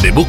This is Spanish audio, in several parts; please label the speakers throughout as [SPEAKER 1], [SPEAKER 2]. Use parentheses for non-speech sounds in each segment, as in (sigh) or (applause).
[SPEAKER 1] Facebook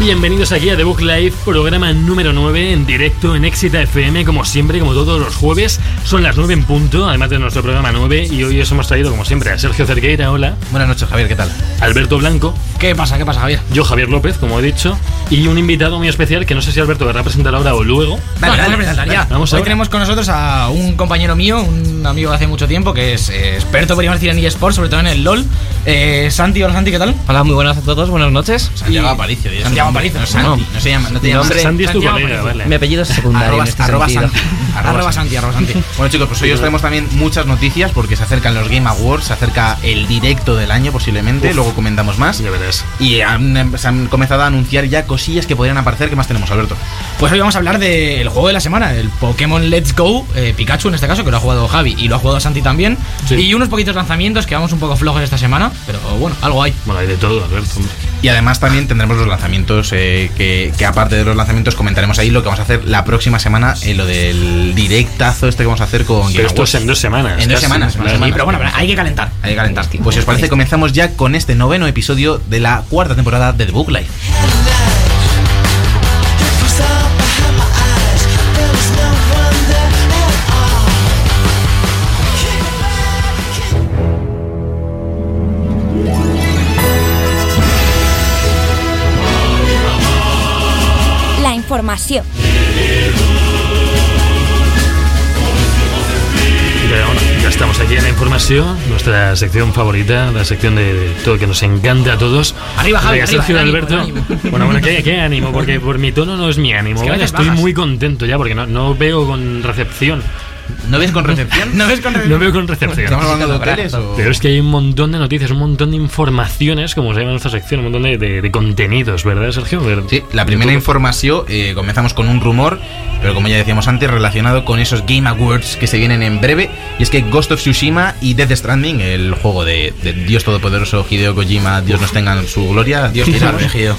[SPEAKER 2] Bienvenidos aquí a The Book Live, programa número 9 en directo en Éxita FM, como siempre, como todos los jueves. Son las 9 en punto, además de nuestro programa 9, y hoy os hemos traído, como siempre, a Sergio Cerqueira, hola,
[SPEAKER 3] Buenas noches, Javier, ¿qué tal?
[SPEAKER 2] Alberto Blanco,
[SPEAKER 3] ¿Qué pasa, qué pasa, Javier?
[SPEAKER 2] yo Javier López, como he dicho, y un invitado muy especial que no sé si Alberto querrá presentar ahora o luego.
[SPEAKER 3] Vale,
[SPEAKER 2] No,
[SPEAKER 3] vamos a
[SPEAKER 2] no,
[SPEAKER 3] presentar ya.
[SPEAKER 2] vale, Vamos
[SPEAKER 3] Hoy
[SPEAKER 2] ahora.
[SPEAKER 3] tenemos con nosotros a un compañero mío, un amigo de hace mucho tiempo, que es eh, experto, podríamos decir, en eSports, sobre todo en el LOL. Eh, Santi, hola Santi, ¿qué tal?
[SPEAKER 4] Hola, muy buenas a todos, buenas noches.
[SPEAKER 3] Santiago Aparicio. Santiago Aparicio, no Santi. No, se llama, no te
[SPEAKER 4] Mi
[SPEAKER 3] llamas.
[SPEAKER 4] nombre-
[SPEAKER 2] Sandy es tu
[SPEAKER 3] Santiago
[SPEAKER 2] colega,
[SPEAKER 3] Aparicio.
[SPEAKER 2] vale.
[SPEAKER 4] Mi apellido es secundario
[SPEAKER 3] Arroba,
[SPEAKER 4] en este
[SPEAKER 3] arroba
[SPEAKER 4] sentido. (laughs)
[SPEAKER 3] Santi. Arroba Santi, arroba Santi.
[SPEAKER 5] Bueno chicos, pues hoy os traemos también muchas noticias porque se acercan los Game Awards, se acerca el directo del año posiblemente, luego comentamos más.
[SPEAKER 2] Ya verás.
[SPEAKER 5] Y han, em, se han comenzado a anunciar ya cosillas que podrían aparecer. ¿Qué más tenemos, Alberto?
[SPEAKER 3] Pues hoy vamos a hablar del juego de la semana, el Pokémon Let's Go, eh, Pikachu en este caso, que lo ha jugado Javi y lo ha jugado Santi también.
[SPEAKER 2] Sí.
[SPEAKER 3] Y unos poquitos lanzamientos que vamos un poco flojos esta semana, pero bueno, algo hay.
[SPEAKER 2] Bueno, hay de todo, Alberto. hombre.
[SPEAKER 5] Y además también tendremos los lanzamientos, eh, que, que aparte de los lanzamientos comentaremos ahí lo que vamos a hacer la próxima semana en lo del directazo este que vamos a hacer con Game
[SPEAKER 2] Pero esto
[SPEAKER 5] Awards.
[SPEAKER 2] es en dos semanas.
[SPEAKER 5] En dos
[SPEAKER 2] casi.
[SPEAKER 5] semanas, en dos
[SPEAKER 2] Vale.
[SPEAKER 5] semanas.
[SPEAKER 3] Pero bueno, hay que calentar.
[SPEAKER 5] Hay que calentar. Pues si os parece, comenzamos ya con este noveno episodio de la cuarta temporada de The Book Life.
[SPEAKER 6] La informació.
[SPEAKER 2] Ya, bueno, ya estamos aquí en la información, nuestra sección favorita, la sección de, de todo que nos encanta a todos.
[SPEAKER 3] Arriba, Javi,
[SPEAKER 2] Venga,
[SPEAKER 3] arriba,
[SPEAKER 2] Sergio
[SPEAKER 3] el ánimo,
[SPEAKER 2] Alberto.
[SPEAKER 3] el ánimo.
[SPEAKER 2] Bueno, bueno, ¿qué, qué ánimo, porque por mi tono no es mi ánimo.
[SPEAKER 3] Es que a
[SPEAKER 2] ¿vale?
[SPEAKER 3] veces
[SPEAKER 2] Estoy
[SPEAKER 3] bajas.
[SPEAKER 2] muy contento ya, porque no, no veo con recepción.
[SPEAKER 5] ¿No ves con recepción?
[SPEAKER 3] (laughs) ¿No ves con
[SPEAKER 2] No veo con recepción.
[SPEAKER 5] ¿Estamos hablando de hoteles o...?
[SPEAKER 2] Pero es que hay un montón de noticias, un montón de informaciones, como se llama nuestra sección, un montón de, de- de contenidos, ¿verdad, Sergio? Ver-
[SPEAKER 5] Sí, la primera
[SPEAKER 2] de todo.
[SPEAKER 5] información, eh, comenzamos con un rumor, pero como ya decíamos antes, relacionado con esos Game Awards que se vienen en breve, y es que Ghost of Tsushima y Death Stranding, el juego de, de Dios Todopoderoso Hideo Kojima, Dios nos tenga en su gloria, Dios te salve, Hideo,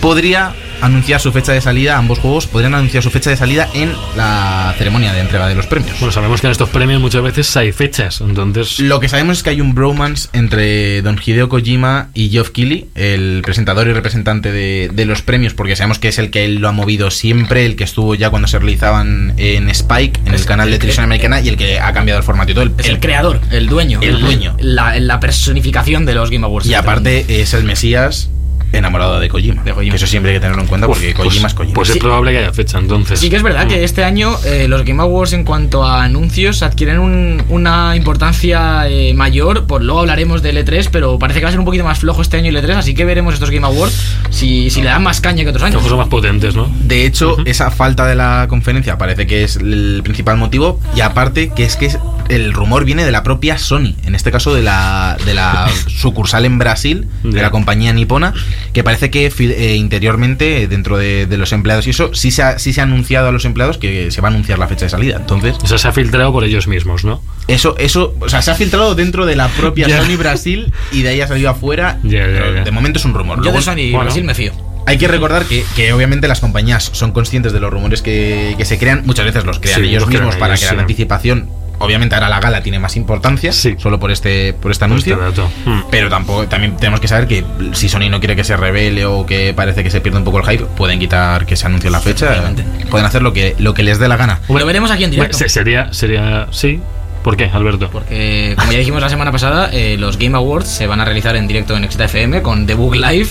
[SPEAKER 5] podría anunciar su fecha de salida, ambos juegos podrían anunciar su fecha de salida en la ceremonia de entrega de los premios.
[SPEAKER 2] Bueno, sabemos que en estos premios muchas veces hay fechas, entonces...
[SPEAKER 5] Lo que sabemos es que hay un bromance entre Don Hideo Kojima y Geoff Keighley, el presentador y representante de, de los premios, porque sabemos que es el que él lo ha movido siempre, el que estuvo ya cuando se realizaban en Spike, en el canal de televisión americana, y el que ha cambiado el formato y todo. El,
[SPEAKER 3] Es el
[SPEAKER 5] el-
[SPEAKER 3] creador, el dueño.
[SPEAKER 5] El dueño.
[SPEAKER 3] La, la personificación de los Game Awards.
[SPEAKER 5] y aparte es el Mesías enamorado de Kojima. Que eso siempre hay que tenerlo en cuenta porque
[SPEAKER 2] pues-
[SPEAKER 5] Kojima es Kojima.
[SPEAKER 2] Pues es probable que haya fecha, entonces.
[SPEAKER 3] Sí que es verdad
[SPEAKER 2] Mm.
[SPEAKER 3] que este año eh, los Game Awards en cuanto a anuncios adquieren un- una importancia eh, mayor, por luego hablaremos del E3, pero parece que va a ser un poquito más flojo este año el E3, así que veremos estos Game Awards si, si le dan más caña que otros años.
[SPEAKER 2] Ojos son más potentes, ¿no?
[SPEAKER 5] De hecho, esa falta de la conferencia parece que es el principal motivo. Y aparte, que es que es- el rumor viene de la propia Sony, en este caso de la,
[SPEAKER 2] (laughs)
[SPEAKER 5] de la sucursal en Brasil, de
[SPEAKER 2] Ya.
[SPEAKER 5] la compañía nipona, que parece que fi- eh, interiormente, dentro de, de los empleados y eso, sí se, ha, sí se ha anunciado a los empleados que se va a anunciar la fecha de salida. Entonces,
[SPEAKER 2] O sea, se ha filtrado por ellos mismos, ¿no?
[SPEAKER 5] eso, eso o sea, se ha filtrado dentro de la propia
[SPEAKER 2] Ya.
[SPEAKER 5] Sony Brasil y de ahí ha salido afuera.
[SPEAKER 2] Ya, ya,
[SPEAKER 5] pero
[SPEAKER 2] ya.
[SPEAKER 5] De momento es un rumor.
[SPEAKER 3] Yo
[SPEAKER 5] Luego-
[SPEAKER 3] de Sony
[SPEAKER 2] pues, bueno.
[SPEAKER 3] Brasil me fío.
[SPEAKER 5] hay que recordar que, que obviamente las compañías son conscientes de los rumores que, que se crean, muchas veces los crean
[SPEAKER 2] Sí,
[SPEAKER 5] ellos
[SPEAKER 2] los crean
[SPEAKER 5] mismos para
[SPEAKER 2] ellos,
[SPEAKER 5] crear
[SPEAKER 2] sí.
[SPEAKER 5] anticipación. Obviamente ahora la gala tiene más importancia,
[SPEAKER 2] Sí.
[SPEAKER 5] solo por este, por este
[SPEAKER 2] Por este
[SPEAKER 5] anuncio.
[SPEAKER 2] dato. Mm.
[SPEAKER 5] Pero tampoco, también tenemos que saber que si Sony no quiere que se revele o que parece que se pierde un poco el hype, pueden quitar que se anuncie la fecha.
[SPEAKER 3] Efectivamente.
[SPEAKER 5] Pueden hacer lo que, lo que les dé la gana.
[SPEAKER 3] lo veremos aquí en
[SPEAKER 2] Bueno, pues, se-
[SPEAKER 3] directo.
[SPEAKER 2] sería, sería. Sí. ¿Por qué, Alberto?
[SPEAKER 3] Porque, como ya dijimos la semana pasada, eh, los Game Awards se van a realizar en directo en Extra FM con The Book Live,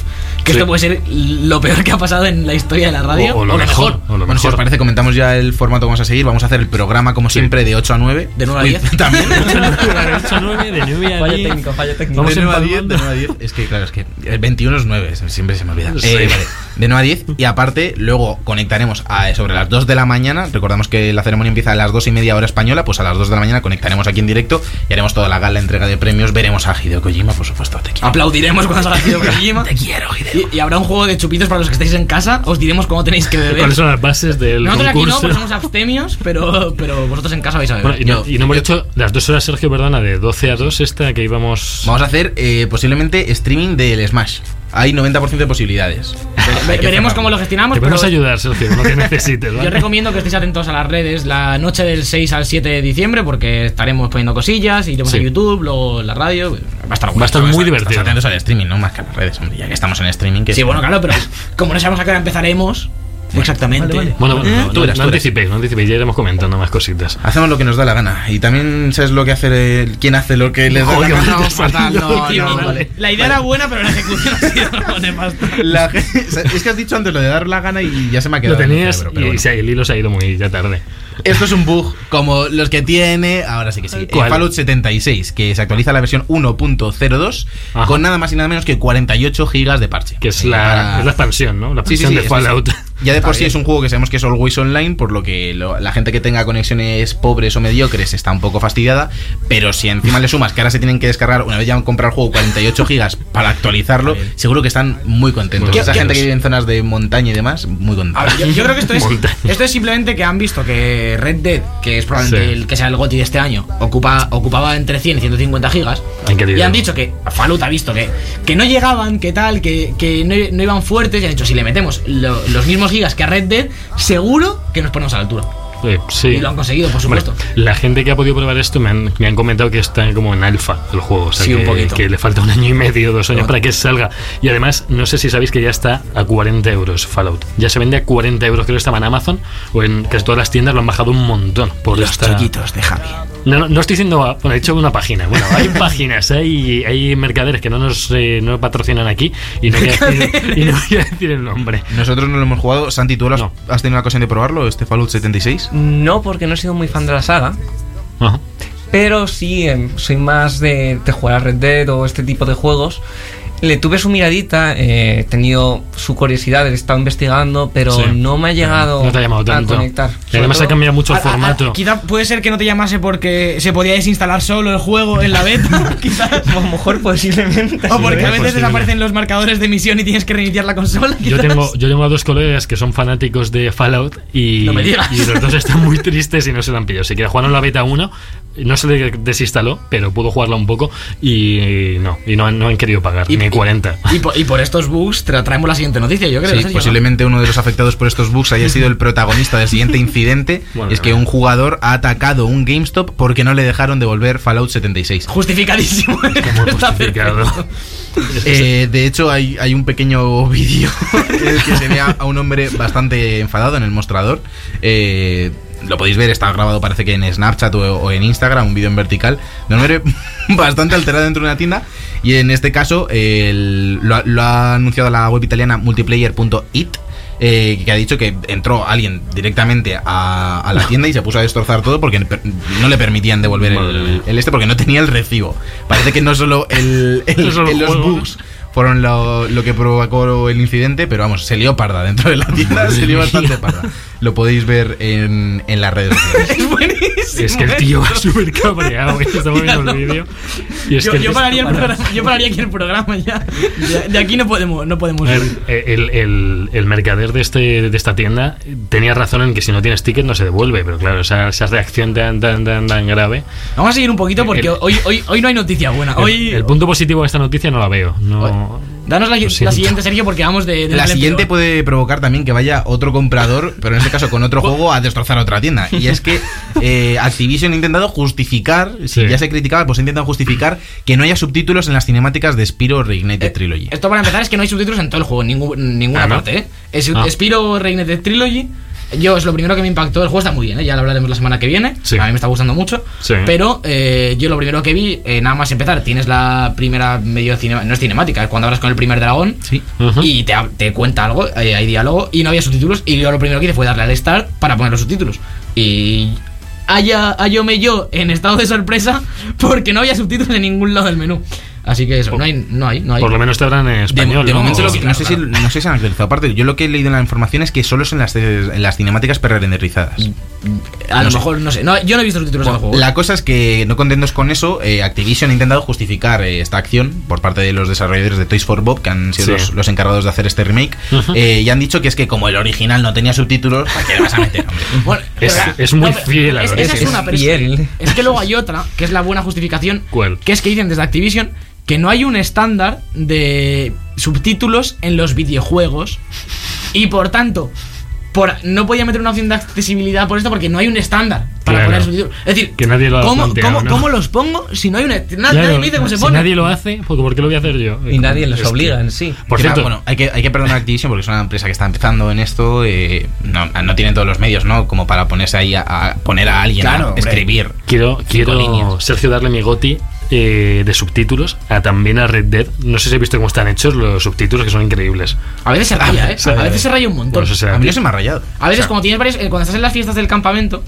[SPEAKER 3] que
[SPEAKER 2] Sí.
[SPEAKER 3] esto puede ser lo peor que ha pasado en la historia de la radio.
[SPEAKER 2] O- o lo mejor. O lo
[SPEAKER 5] bueno, si os
[SPEAKER 2] mejor.
[SPEAKER 5] parece, comentamos ya el formato que vamos a seguir. Vamos a hacer el programa, como siempre, de 8 a 9.
[SPEAKER 3] De 9 a
[SPEAKER 5] Uy,
[SPEAKER 3] 10. (laughs)
[SPEAKER 5] (laughs) También.
[SPEAKER 2] Ocho, nueve, de nueve a
[SPEAKER 4] Fallo
[SPEAKER 2] diez.
[SPEAKER 4] técnico, fallo técnico.
[SPEAKER 2] Vamos
[SPEAKER 5] de 9 a 10,
[SPEAKER 2] empalmando.
[SPEAKER 5] de 9 a 10. Es que, claro,
[SPEAKER 3] (laughs)
[SPEAKER 5] es que el 21 es 9, se- siempre se me olvida.
[SPEAKER 2] Sí.
[SPEAKER 5] Eh, vale, de 9 a 10. Y aparte, luego conectaremos a, sobre las 2 de la mañana. Recordamos que la ceremonia empieza a las 2 y media hora española. Pues a las 2 de la mañana conectaremos aquí en directo y haremos toda la gala, entrega de premios. Veremos a Hideo Kojima, por supuesto. Te
[SPEAKER 2] (laughs)
[SPEAKER 5] quiero.
[SPEAKER 3] Aplaudiremos cuando salga el Hideo Kojima. Te quiero, Hideo. Y, y habrá un juego de chupitos para los que estáis en casa. Os diremos cómo tenéis que beber.
[SPEAKER 2] ¿Cuáles son las bases del
[SPEAKER 3] Nosotros aquí no, Pues
[SPEAKER 2] concurso?
[SPEAKER 3] porque somos abstemios, pero, pero vosotros en casa vais a beber.
[SPEAKER 2] Bueno, y, no,
[SPEAKER 5] Yo-
[SPEAKER 2] y no hemos
[SPEAKER 5] yo-
[SPEAKER 2] hecho las dos horas, Sergio, ¿verdad? La de 12 a 2, esta que íbamos.
[SPEAKER 5] Vamos a hacer eh, posiblemente streaming del Smash. Hay 90% de posibilidades. Entonces,
[SPEAKER 3] (laughs) Ve-
[SPEAKER 5] hay que
[SPEAKER 3] veremos
[SPEAKER 5] cerrarlo.
[SPEAKER 3] cómo lo gestionamos.
[SPEAKER 2] Te podemos
[SPEAKER 3] pero-
[SPEAKER 2] ayudar, Sergio, con lo
[SPEAKER 5] (laughs)
[SPEAKER 2] que necesites, ¿vale?
[SPEAKER 3] Yo recomiendo que estéis atentos a las redes la noche del 6 al 7 de diciembre porque estaremos poniendo cosillas, iremos
[SPEAKER 2] Sí.
[SPEAKER 3] a YouTube, luego la radio. Va a estar
[SPEAKER 2] Va a estar
[SPEAKER 3] bueno.
[SPEAKER 5] Estamos
[SPEAKER 2] muy
[SPEAKER 5] atentos
[SPEAKER 2] divertido.
[SPEAKER 5] atentos al streaming, ¿no? Más que a las redes, hombre. Ya que estamos en streaming. Que
[SPEAKER 3] Sí, bueno, claro, pero como no sabemos a qué hora empezaremos, exactamente.
[SPEAKER 2] Bueno, bueno, no,
[SPEAKER 5] ¿Eh?
[SPEAKER 2] no,
[SPEAKER 5] Tú verás,
[SPEAKER 2] no
[SPEAKER 5] tú verás.
[SPEAKER 2] anticipéis, no anticipéis, ya iremos comentando más cositas.
[SPEAKER 5] Hacemos lo que nos da la gana. Y también sabes lo que hace el, quién hace lo que les da
[SPEAKER 2] Joder,
[SPEAKER 5] la
[SPEAKER 2] qué
[SPEAKER 5] (laughs) gana.
[SPEAKER 2] maldita
[SPEAKER 5] fatal. No,
[SPEAKER 2] salida.
[SPEAKER 5] no, vale.
[SPEAKER 3] La idea era buena, pero la ejecución ha sido lo de pasta.
[SPEAKER 5] La gente- es que has dicho antes lo de dar la gana y ya se me ha quedado.
[SPEAKER 2] Lo
[SPEAKER 5] en el
[SPEAKER 2] tenías
[SPEAKER 5] cerebro,
[SPEAKER 2] y,
[SPEAKER 5] pero bueno.
[SPEAKER 2] y se- el hilo se ha ido muy ya tarde.
[SPEAKER 5] Esto es un bug como los que tiene. Ahora sí que sí.
[SPEAKER 2] ¿Cuál?
[SPEAKER 5] El Fallout 76, que se actualiza la versión 1.02
[SPEAKER 2] Ajá.
[SPEAKER 5] con nada más y nada menos que 48 gigas de parche.
[SPEAKER 2] Que es
[SPEAKER 5] Eh,
[SPEAKER 2] la,
[SPEAKER 5] para-
[SPEAKER 2] es la expansión, ¿no? La
[SPEAKER 5] Sí, sí,
[SPEAKER 2] expansión
[SPEAKER 5] sí,
[SPEAKER 2] de
[SPEAKER 5] es-
[SPEAKER 2] Fallout.
[SPEAKER 5] Ya de por sí es un juego que sabemos que es always online, por lo que lo- la gente que tenga conexiones pobres o mediocres está un poco fastidiada. Pero si encima le sumas que ahora se tienen que descargar, una vez ya han comprado el juego, 48 gigas para actualizarlo, seguro que están muy contentos.
[SPEAKER 2] Muy
[SPEAKER 5] Esa
[SPEAKER 2] contentos.
[SPEAKER 5] gente que vive en zonas de montaña y demás, muy
[SPEAKER 3] A
[SPEAKER 5] contentos.
[SPEAKER 3] ver, yo, yo creo que esto
[SPEAKER 2] (laughs)
[SPEAKER 3] es,
[SPEAKER 2] Montaña.
[SPEAKER 3] esto es simplemente que han visto que Red Dead, que es probablemente
[SPEAKER 2] Sí.
[SPEAKER 3] el que sea el GOTI de este año, ocupa, ocupaba entre 100 y 150 gigas.
[SPEAKER 2] Han querido.
[SPEAKER 3] y han dicho que Fallout ha visto que, que no llegaban, que tal, que, que no, no iban fuertes. Y han dicho, si le metemos lo- los mismos gigas que a Red Dead, seguro que nos ponemos a la altura.
[SPEAKER 2] Eh, (laughs) sí.
[SPEAKER 3] Y lo han conseguido, por supuesto.
[SPEAKER 2] Bueno, la gente que ha podido probar esto me han, me han comentado que está como en alfa el juego. O sea,
[SPEAKER 3] Sí,
[SPEAKER 2] que,
[SPEAKER 3] un poquito.
[SPEAKER 2] que le falta un año y medio, dos años para que salga. Y además, no sé si sabéis que ya está a 40 euros Fallout. Ya se vende a 40 euros, creo que estaba en Amazon o en casi todas las tiendas lo han bajado un montón. Por esta-
[SPEAKER 3] de Javi.
[SPEAKER 2] No, no, no estoy diciendo, bueno, he hecho una página. Bueno, hay (laughs) páginas, hay, hay mercaderes que no nos, eh, no patrocinan aquí y no, voy a
[SPEAKER 3] (laughs)
[SPEAKER 2] decir, y no voy a decir el nombre.
[SPEAKER 5] Nosotros no lo hemos jugado. Santi, ¿tú lo has,
[SPEAKER 2] No.
[SPEAKER 5] has tenido la ocasión de probarlo, este Fallout 76?
[SPEAKER 4] No, porque no he sido muy fan de la saga.
[SPEAKER 2] Ajá.
[SPEAKER 4] Pero sí, em, soy más de, de jugar a Red Dead o este tipo de juegos. Le tuve su miradita, eh, he tenido su curiosidad, he estado investigando, pero
[SPEAKER 2] Sí.
[SPEAKER 4] no me ha llegado
[SPEAKER 2] No te ha llamado tanto.
[SPEAKER 4] a conectar.
[SPEAKER 2] Y además
[SPEAKER 4] Sobre
[SPEAKER 2] ha cambiado mucho el
[SPEAKER 3] A- a- a-
[SPEAKER 2] formato.
[SPEAKER 3] quizá puede ser que no te llamase porque se podía desinstalar solo el juego en
[SPEAKER 2] (laughs)
[SPEAKER 3] la beta, quizás.
[SPEAKER 4] todo- A lo
[SPEAKER 3] (laughs)
[SPEAKER 4] mejor posiblemente.
[SPEAKER 3] O porque a
[SPEAKER 2] Posiblemente.
[SPEAKER 3] veces desaparecen los marcadores de misión y tienes que reiniciar la consola.
[SPEAKER 2] Yo
[SPEAKER 3] quizás.
[SPEAKER 2] tengo, yo tengo a dos colegas que son fanáticos de Fallout y,
[SPEAKER 3] No me digas.
[SPEAKER 2] y los dos están muy tristes y no se lo han pillado. Se que jugaron la beta 1, no se le desinstaló, pero pudo jugarla un poco y no, y no, han- no han querido pagar,
[SPEAKER 3] Y-
[SPEAKER 2] ni
[SPEAKER 3] y- (laughs)
[SPEAKER 2] 40.
[SPEAKER 3] Y por, y por estos bugs tra- traemos la siguiente noticia, yo creo.
[SPEAKER 5] Sí,
[SPEAKER 3] Sergio, ¿no?
[SPEAKER 5] posiblemente uno de los afectados por estos bugs haya sido el protagonista del
[SPEAKER 3] (laughs)
[SPEAKER 5] siguiente incidente.
[SPEAKER 2] Bueno,
[SPEAKER 5] es que
[SPEAKER 2] bueno.
[SPEAKER 5] un jugador ha atacado un GameStop porque no le dejaron devolver Fallout 76.
[SPEAKER 3] Justificadísimo.
[SPEAKER 2] Muy
[SPEAKER 3] Está
[SPEAKER 2] justificado.
[SPEAKER 3] perfecto.
[SPEAKER 5] (laughs) Eh, de hecho, hay, hay un pequeño (laughs) vídeo en el que se ve a, a un hombre bastante enfadado en el mostrador. Eh, lo podéis ver, está grabado parece que en Snapchat o, o en Instagram, un vídeo en vertical, de un hombre (laughs) bastante alterado dentro de una tienda. Y en este caso, el- lo, ha- lo ha anunciado la web italiana multiplayer.it. eh, que ha dicho que entró alguien directamente a, a la tienda y se puso a destrozar todo porque per- no le permitían devolver
[SPEAKER 2] Madre
[SPEAKER 5] el,
[SPEAKER 2] mía.
[SPEAKER 5] el este porque no tenía el recibo. Parece que no solo el,
[SPEAKER 2] (laughs)
[SPEAKER 5] el-
[SPEAKER 2] No solo el
[SPEAKER 5] los
[SPEAKER 2] juego.
[SPEAKER 5] bugs fueron lo, lo que provocó el incidente, pero vamos, se lió parda dentro de la tienda, se lió bastante parda. Lo podéis ver en, en las redes sociales.
[SPEAKER 3] Es buenísimo.
[SPEAKER 2] (laughs) es que el tío va súper cabreado, eh, estamos viendo el vídeo. Y es
[SPEAKER 3] Yo,
[SPEAKER 2] que
[SPEAKER 3] yo pararía el programa, yo pararía aquí el programa ya. De, de aquí no podemos, no podemos
[SPEAKER 2] A ver,
[SPEAKER 3] ir.
[SPEAKER 2] El, el- el mercader de, este, de esta tienda tenía razón en que si no tienes ticket no se devuelve, pero claro, esa, esa reacción tan, tan, tan, tan grave.
[SPEAKER 3] Vamos a seguir un poquito porque
[SPEAKER 2] El-
[SPEAKER 3] hoy, hoy, hoy no hay noticia buena.
[SPEAKER 2] El-
[SPEAKER 3] Hoy,
[SPEAKER 2] el, punto positivo de esta noticia no la veo. No,
[SPEAKER 3] danos la, la
[SPEAKER 2] siento.
[SPEAKER 3] siguiente, Sergio, porque vamos de. de
[SPEAKER 5] La siguiente
[SPEAKER 3] peor.
[SPEAKER 5] puede provocar también que vaya otro comprador, pero en este caso con otro juego, a destrozar otra tienda. Y es que eh, Activision ha intentado justificar, si
[SPEAKER 2] Sí.
[SPEAKER 5] ya se criticaba, pues ha intentado justificar que no haya subtítulos en las cinemáticas de Spiro Reignited Trilogy.
[SPEAKER 3] Eh, Esto para empezar es que no hay subtítulos en todo el juego, en ningún- en ninguna
[SPEAKER 2] Ah, ¿no?
[SPEAKER 3] parte. ¿eh? Es,
[SPEAKER 2] Ah.
[SPEAKER 3] Spiro Reignited Trilogy. Yo es lo primero que me impactó. El juego está muy bien, ¿eh? ya lo hablaremos la semana que viene.
[SPEAKER 2] Sí.
[SPEAKER 3] A mí me está gustando mucho.
[SPEAKER 2] Sí.
[SPEAKER 3] Pero eh, yo lo primero que vi, eh, nada más empezar, tienes la primera medio cine- no es cinemática, es cuando hablas con el primer dragón.
[SPEAKER 2] Ujú.
[SPEAKER 3] Y te, hab- te cuenta algo, eh, hay diálogo y no había subtítulos. Y yo lo primero que hice fue darle al start para poner los subtítulos. Y. (laughs) Haya, hallóme yo en estado de sorpresa porque no había subtítulos en ningún lado del menú. Así que eso,
[SPEAKER 2] Por-
[SPEAKER 3] no hay, no hay, no hay.
[SPEAKER 2] Por lo menos te hablan en
[SPEAKER 5] De,
[SPEAKER 2] español.
[SPEAKER 5] de
[SPEAKER 2] ¿no?
[SPEAKER 5] momento,
[SPEAKER 2] O-
[SPEAKER 5] lo que- no, sé si, no sé si han actualizado. Aparte, yo lo que he leído en la información es que solo es en las, en las cinemáticas pre-renderizadas.
[SPEAKER 3] a
[SPEAKER 5] no
[SPEAKER 3] lo
[SPEAKER 5] sé.
[SPEAKER 3] mejor, no sé. No, yo no he visto los títulos del juego.
[SPEAKER 5] La cosa es que, no contentos con eso, eh, Activision ha intentado justificar eh, esta acción por parte de los desarrolladores de Toys for Bob, que han sido
[SPEAKER 2] Sí.
[SPEAKER 5] los, los encargados de hacer este remake, eh, y han dicho que es que como el original no tenía subtítulos, ¿para qué le vas a meter? hombre?
[SPEAKER 3] Bueno,
[SPEAKER 2] Es-
[SPEAKER 3] pero-
[SPEAKER 2] es muy
[SPEAKER 3] pero-
[SPEAKER 2] fiel a
[SPEAKER 3] es,
[SPEAKER 2] lo
[SPEAKER 3] esa es
[SPEAKER 4] original.
[SPEAKER 3] una, pero es-
[SPEAKER 4] Fiel.
[SPEAKER 3] Es, que luego hay otra, que es la buena justificación.
[SPEAKER 2] ¿Cuál?
[SPEAKER 3] Que es que dicen desde Activision que no hay un estándar de subtítulos en los videojuegos. Y por tanto, por, no podía meter una opción de accesibilidad por esto porque no hay un estándar
[SPEAKER 2] Claro.
[SPEAKER 3] para poner subtítulos. Es decir,
[SPEAKER 2] Que nadie lo ha
[SPEAKER 3] ¿cómo,
[SPEAKER 2] planteado,
[SPEAKER 3] cómo-
[SPEAKER 2] ¿no?
[SPEAKER 3] cómo los pongo si no hay una. Nadie,
[SPEAKER 2] Claro,
[SPEAKER 3] me dice cómo se
[SPEAKER 2] si
[SPEAKER 3] pone.
[SPEAKER 2] nadie lo hace, porque ¿por qué lo voy a hacer yo?
[SPEAKER 4] Y nadie los
[SPEAKER 2] Hostia.
[SPEAKER 4] obliga en sí.
[SPEAKER 2] Por
[SPEAKER 5] Que nada,
[SPEAKER 2] cierto,
[SPEAKER 5] bueno, hay que, hay que perdonar a Activision porque es una empresa que está empezando en esto, eh, no, no tienen todos los medios, ¿no? Como para ponerse ahí a, a poner a alguien
[SPEAKER 3] Claro,
[SPEAKER 5] a
[SPEAKER 3] hombre.
[SPEAKER 5] escribir.
[SPEAKER 2] quiero, quiero
[SPEAKER 5] líneas.
[SPEAKER 2] Sergio darle mi goti eh, de subtítulos a también a Red Dead. No sé si has visto cómo están hechos los subtítulos, que son increíbles.
[SPEAKER 3] A veces se raya, ¿eh? A veces se raya un montón.
[SPEAKER 2] Bueno, eso será.
[SPEAKER 5] A mí no se me ha rayado.
[SPEAKER 3] A veces,
[SPEAKER 5] O sea,
[SPEAKER 3] cuando, tienes varios, eh, cuando estás en las fiestas del campamento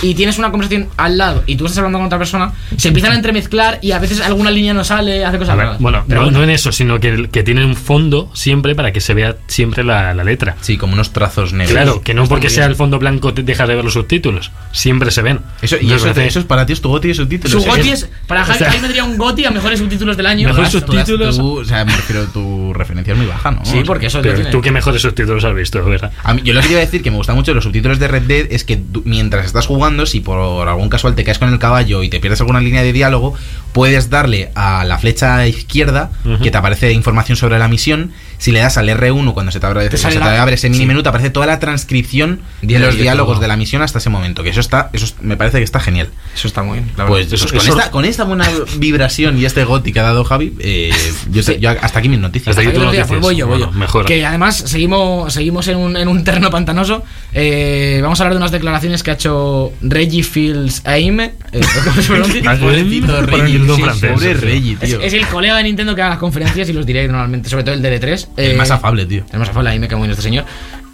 [SPEAKER 3] y tienes una conversación al lado y tú estás hablando con otra persona, se empiezan a entremezclar y a veces alguna línea no sale, hace
[SPEAKER 2] A
[SPEAKER 3] cosas
[SPEAKER 2] ver,
[SPEAKER 3] raras.
[SPEAKER 2] bueno,
[SPEAKER 3] Pero
[SPEAKER 2] no, no en eso, sino que, que tiene un fondo siempre para que se vea siempre la, la letra.
[SPEAKER 5] Sí, como unos trazos negros.
[SPEAKER 2] Claro, que no
[SPEAKER 5] Está
[SPEAKER 2] porque
[SPEAKER 5] muy
[SPEAKER 2] sea
[SPEAKER 5] bien.
[SPEAKER 2] el fondo blanco te dejas de ver los subtítulos. Siempre se ven.
[SPEAKER 5] Eso, y
[SPEAKER 2] Entonces,
[SPEAKER 5] eso,
[SPEAKER 2] parece-
[SPEAKER 5] eso es para ti, es tu goti de subtítulos.
[SPEAKER 3] Su
[SPEAKER 5] Es-
[SPEAKER 3] goti es. Para Javi,
[SPEAKER 2] o sea-
[SPEAKER 3] Javi tendría un goti a mejores subtítulos del año.
[SPEAKER 2] Mejor
[SPEAKER 5] Tú has- tú has-
[SPEAKER 2] subtítulos.
[SPEAKER 5] tú- o sea, me refiero, tu referencia es muy baja, ¿no?
[SPEAKER 3] Sí, porque eso
[SPEAKER 2] Pero
[SPEAKER 3] tiene-
[SPEAKER 2] tú qué mejores subtítulos has visto, ¿verdad?
[SPEAKER 5] A mí- yo lo que iba a decir que me gusta mucho de los subtítulos de Red Dead es que tú- mientras estás jugando, si por algún casual te caes con el caballo y te pierdes alguna línea de diálogo, puedes darle a la flecha izquierda,
[SPEAKER 2] Ujú.
[SPEAKER 5] que te aparece información sobre la misión. Si le das al R1, cuando se te abre,
[SPEAKER 3] Te
[SPEAKER 5] se
[SPEAKER 3] sale
[SPEAKER 5] te
[SPEAKER 3] la-
[SPEAKER 5] abre ese mini menú, te aparece toda la transcripción de
[SPEAKER 4] Diario
[SPEAKER 5] los
[SPEAKER 4] de
[SPEAKER 5] diálogos
[SPEAKER 4] todo.
[SPEAKER 5] de la misión hasta ese momento. Que eso está, eso es- me parece que está genial.
[SPEAKER 4] Eso está muy bien.
[SPEAKER 5] Pues
[SPEAKER 2] Eso-
[SPEAKER 5] pues con,
[SPEAKER 2] eso-
[SPEAKER 5] esta, con esta buena vibración y este goti que ha dado Javi, eh, yo, te- yo hasta aquí mis noticias.
[SPEAKER 2] Hasta aquí
[SPEAKER 3] Javi
[SPEAKER 2] tú
[SPEAKER 3] lo decía,
[SPEAKER 2] noticias.
[SPEAKER 3] pues voy yo, voy yo.
[SPEAKER 2] Bueno, mejor.
[SPEAKER 3] Que además seguimos, seguimos en, un, en un terreno pantanoso. Eh, vamos a hablar de unas declaraciones que ha hecho Reggie Fields Aime. eh, (laughs) ¿Cómo se
[SPEAKER 5] (laughs)
[SPEAKER 3] pronuncia?
[SPEAKER 5] Pobrecito
[SPEAKER 2] Por
[SPEAKER 5] Reggie,
[SPEAKER 2] el don
[SPEAKER 5] sí,
[SPEAKER 2] francés,
[SPEAKER 5] pobre
[SPEAKER 2] sí.
[SPEAKER 5] Reggie,
[SPEAKER 3] Es,
[SPEAKER 5] Ah, tío.
[SPEAKER 3] es el colega de Nintendo que haga las conferencias y los diré normalmente, sobre todo el de E3. eh,
[SPEAKER 5] el más afable, tío.
[SPEAKER 3] Tenemos a Fabla ahí me cago en este señor.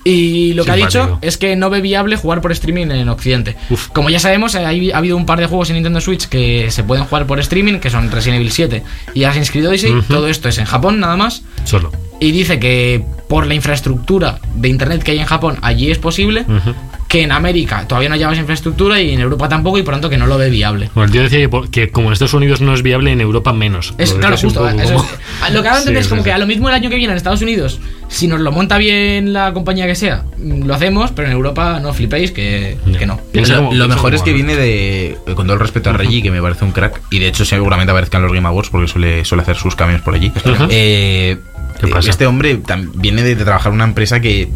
[SPEAKER 3] Y lo que ha
[SPEAKER 2] Simpático.
[SPEAKER 3] dicho es que no ve viable jugar por streaming en Occidente.
[SPEAKER 2] Uf.
[SPEAKER 3] Como ya sabemos, eh, hay- ha habido un par de juegos en Nintendo Switch que se pueden jugar por streaming, que son Resident Evil 7 y Assassin's Creed Odyssey.
[SPEAKER 2] Ujú.
[SPEAKER 3] Todo esto es en Japón nada más.
[SPEAKER 2] Solo.
[SPEAKER 3] Y dice que por la infraestructura de internet que hay en Japón, allí es posible.
[SPEAKER 2] Ujú.
[SPEAKER 3] Que en América todavía no llevas infraestructura y en Europa tampoco, y por tanto que no lo ve viable.
[SPEAKER 2] Bueno, el tío decía que, por- que como en Estados Unidos no es viable, en Europa menos.
[SPEAKER 3] Es,
[SPEAKER 2] Lo
[SPEAKER 3] claro,
[SPEAKER 2] decía así
[SPEAKER 3] justo.
[SPEAKER 2] un poco
[SPEAKER 3] eso
[SPEAKER 2] como- (laughs)
[SPEAKER 3] es. lo que ahora entender
[SPEAKER 2] Sí,
[SPEAKER 3] es como
[SPEAKER 2] sí,
[SPEAKER 3] que a
[SPEAKER 2] sí.
[SPEAKER 3] lo mismo el año que viene en Estados Unidos, si nos lo monta bien la compañía que sea, mm, lo hacemos, pero en Europa no flipéis que,
[SPEAKER 2] Ya.
[SPEAKER 3] que no.
[SPEAKER 2] Piensa
[SPEAKER 5] lo,
[SPEAKER 2] como-
[SPEAKER 5] lo
[SPEAKER 2] piensa
[SPEAKER 5] mejor
[SPEAKER 2] como
[SPEAKER 5] es que
[SPEAKER 2] Ana. (laughs)
[SPEAKER 5] viene de. eh, Con todo el respeto a Reggie, que me parece un crack. Y de hecho, seguramente aparezca en los Game Awards porque suele, suele hacer sus cambios por allí.
[SPEAKER 2] Ajá.
[SPEAKER 5] Eh,
[SPEAKER 2] ¿Qué
[SPEAKER 5] eh,
[SPEAKER 2] pasa?
[SPEAKER 5] Este hombre tam- viene de, de trabajar en una empresa que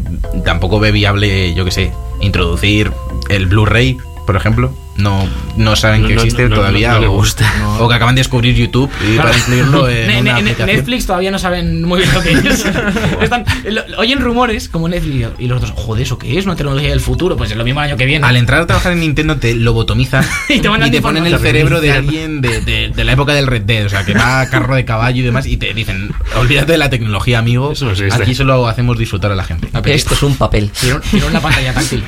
[SPEAKER 5] tampoco ve viable, yo que sé, introducir el Blu-ray, por ejemplo. No, no saben
[SPEAKER 2] No,
[SPEAKER 5] que
[SPEAKER 2] no,
[SPEAKER 5] existe
[SPEAKER 2] no, no,
[SPEAKER 5] todavía.
[SPEAKER 2] no le
[SPEAKER 5] o-
[SPEAKER 2] gusta.
[SPEAKER 5] O que acaban de descubrir YouTube y para incluirlo
[SPEAKER 3] (laughs)
[SPEAKER 5] en
[SPEAKER 3] Ne-
[SPEAKER 5] una
[SPEAKER 3] ne- ne-
[SPEAKER 5] aplicación.
[SPEAKER 3] Netflix todavía no saben muy bien lo
[SPEAKER 2] (laughs)
[SPEAKER 3] que es. (laughs) Están, lo- oyen rumores como Netflix y los otros, joder, ¿eso qué es? ¿Una tecnología del futuro? Pues es lo mismo el año que viene.
[SPEAKER 5] Al entrar a trabajar en Nintendo te lobotomizan
[SPEAKER 3] (laughs) Y te mandan
[SPEAKER 5] ponen el
[SPEAKER 3] información.
[SPEAKER 5] cerebro de alguien de, de- de la época del Red Dead, o sea, que va a carro de caballo y demás, y te dicen, olvídate de la tecnología, amigo.
[SPEAKER 2] Eso no existe.
[SPEAKER 5] Aquí solo hacemos disfrutar a la gente.
[SPEAKER 4] Esto es un papel.
[SPEAKER 3] Tiene un- tiene
[SPEAKER 2] (laughs)
[SPEAKER 3] una pantalla táctil.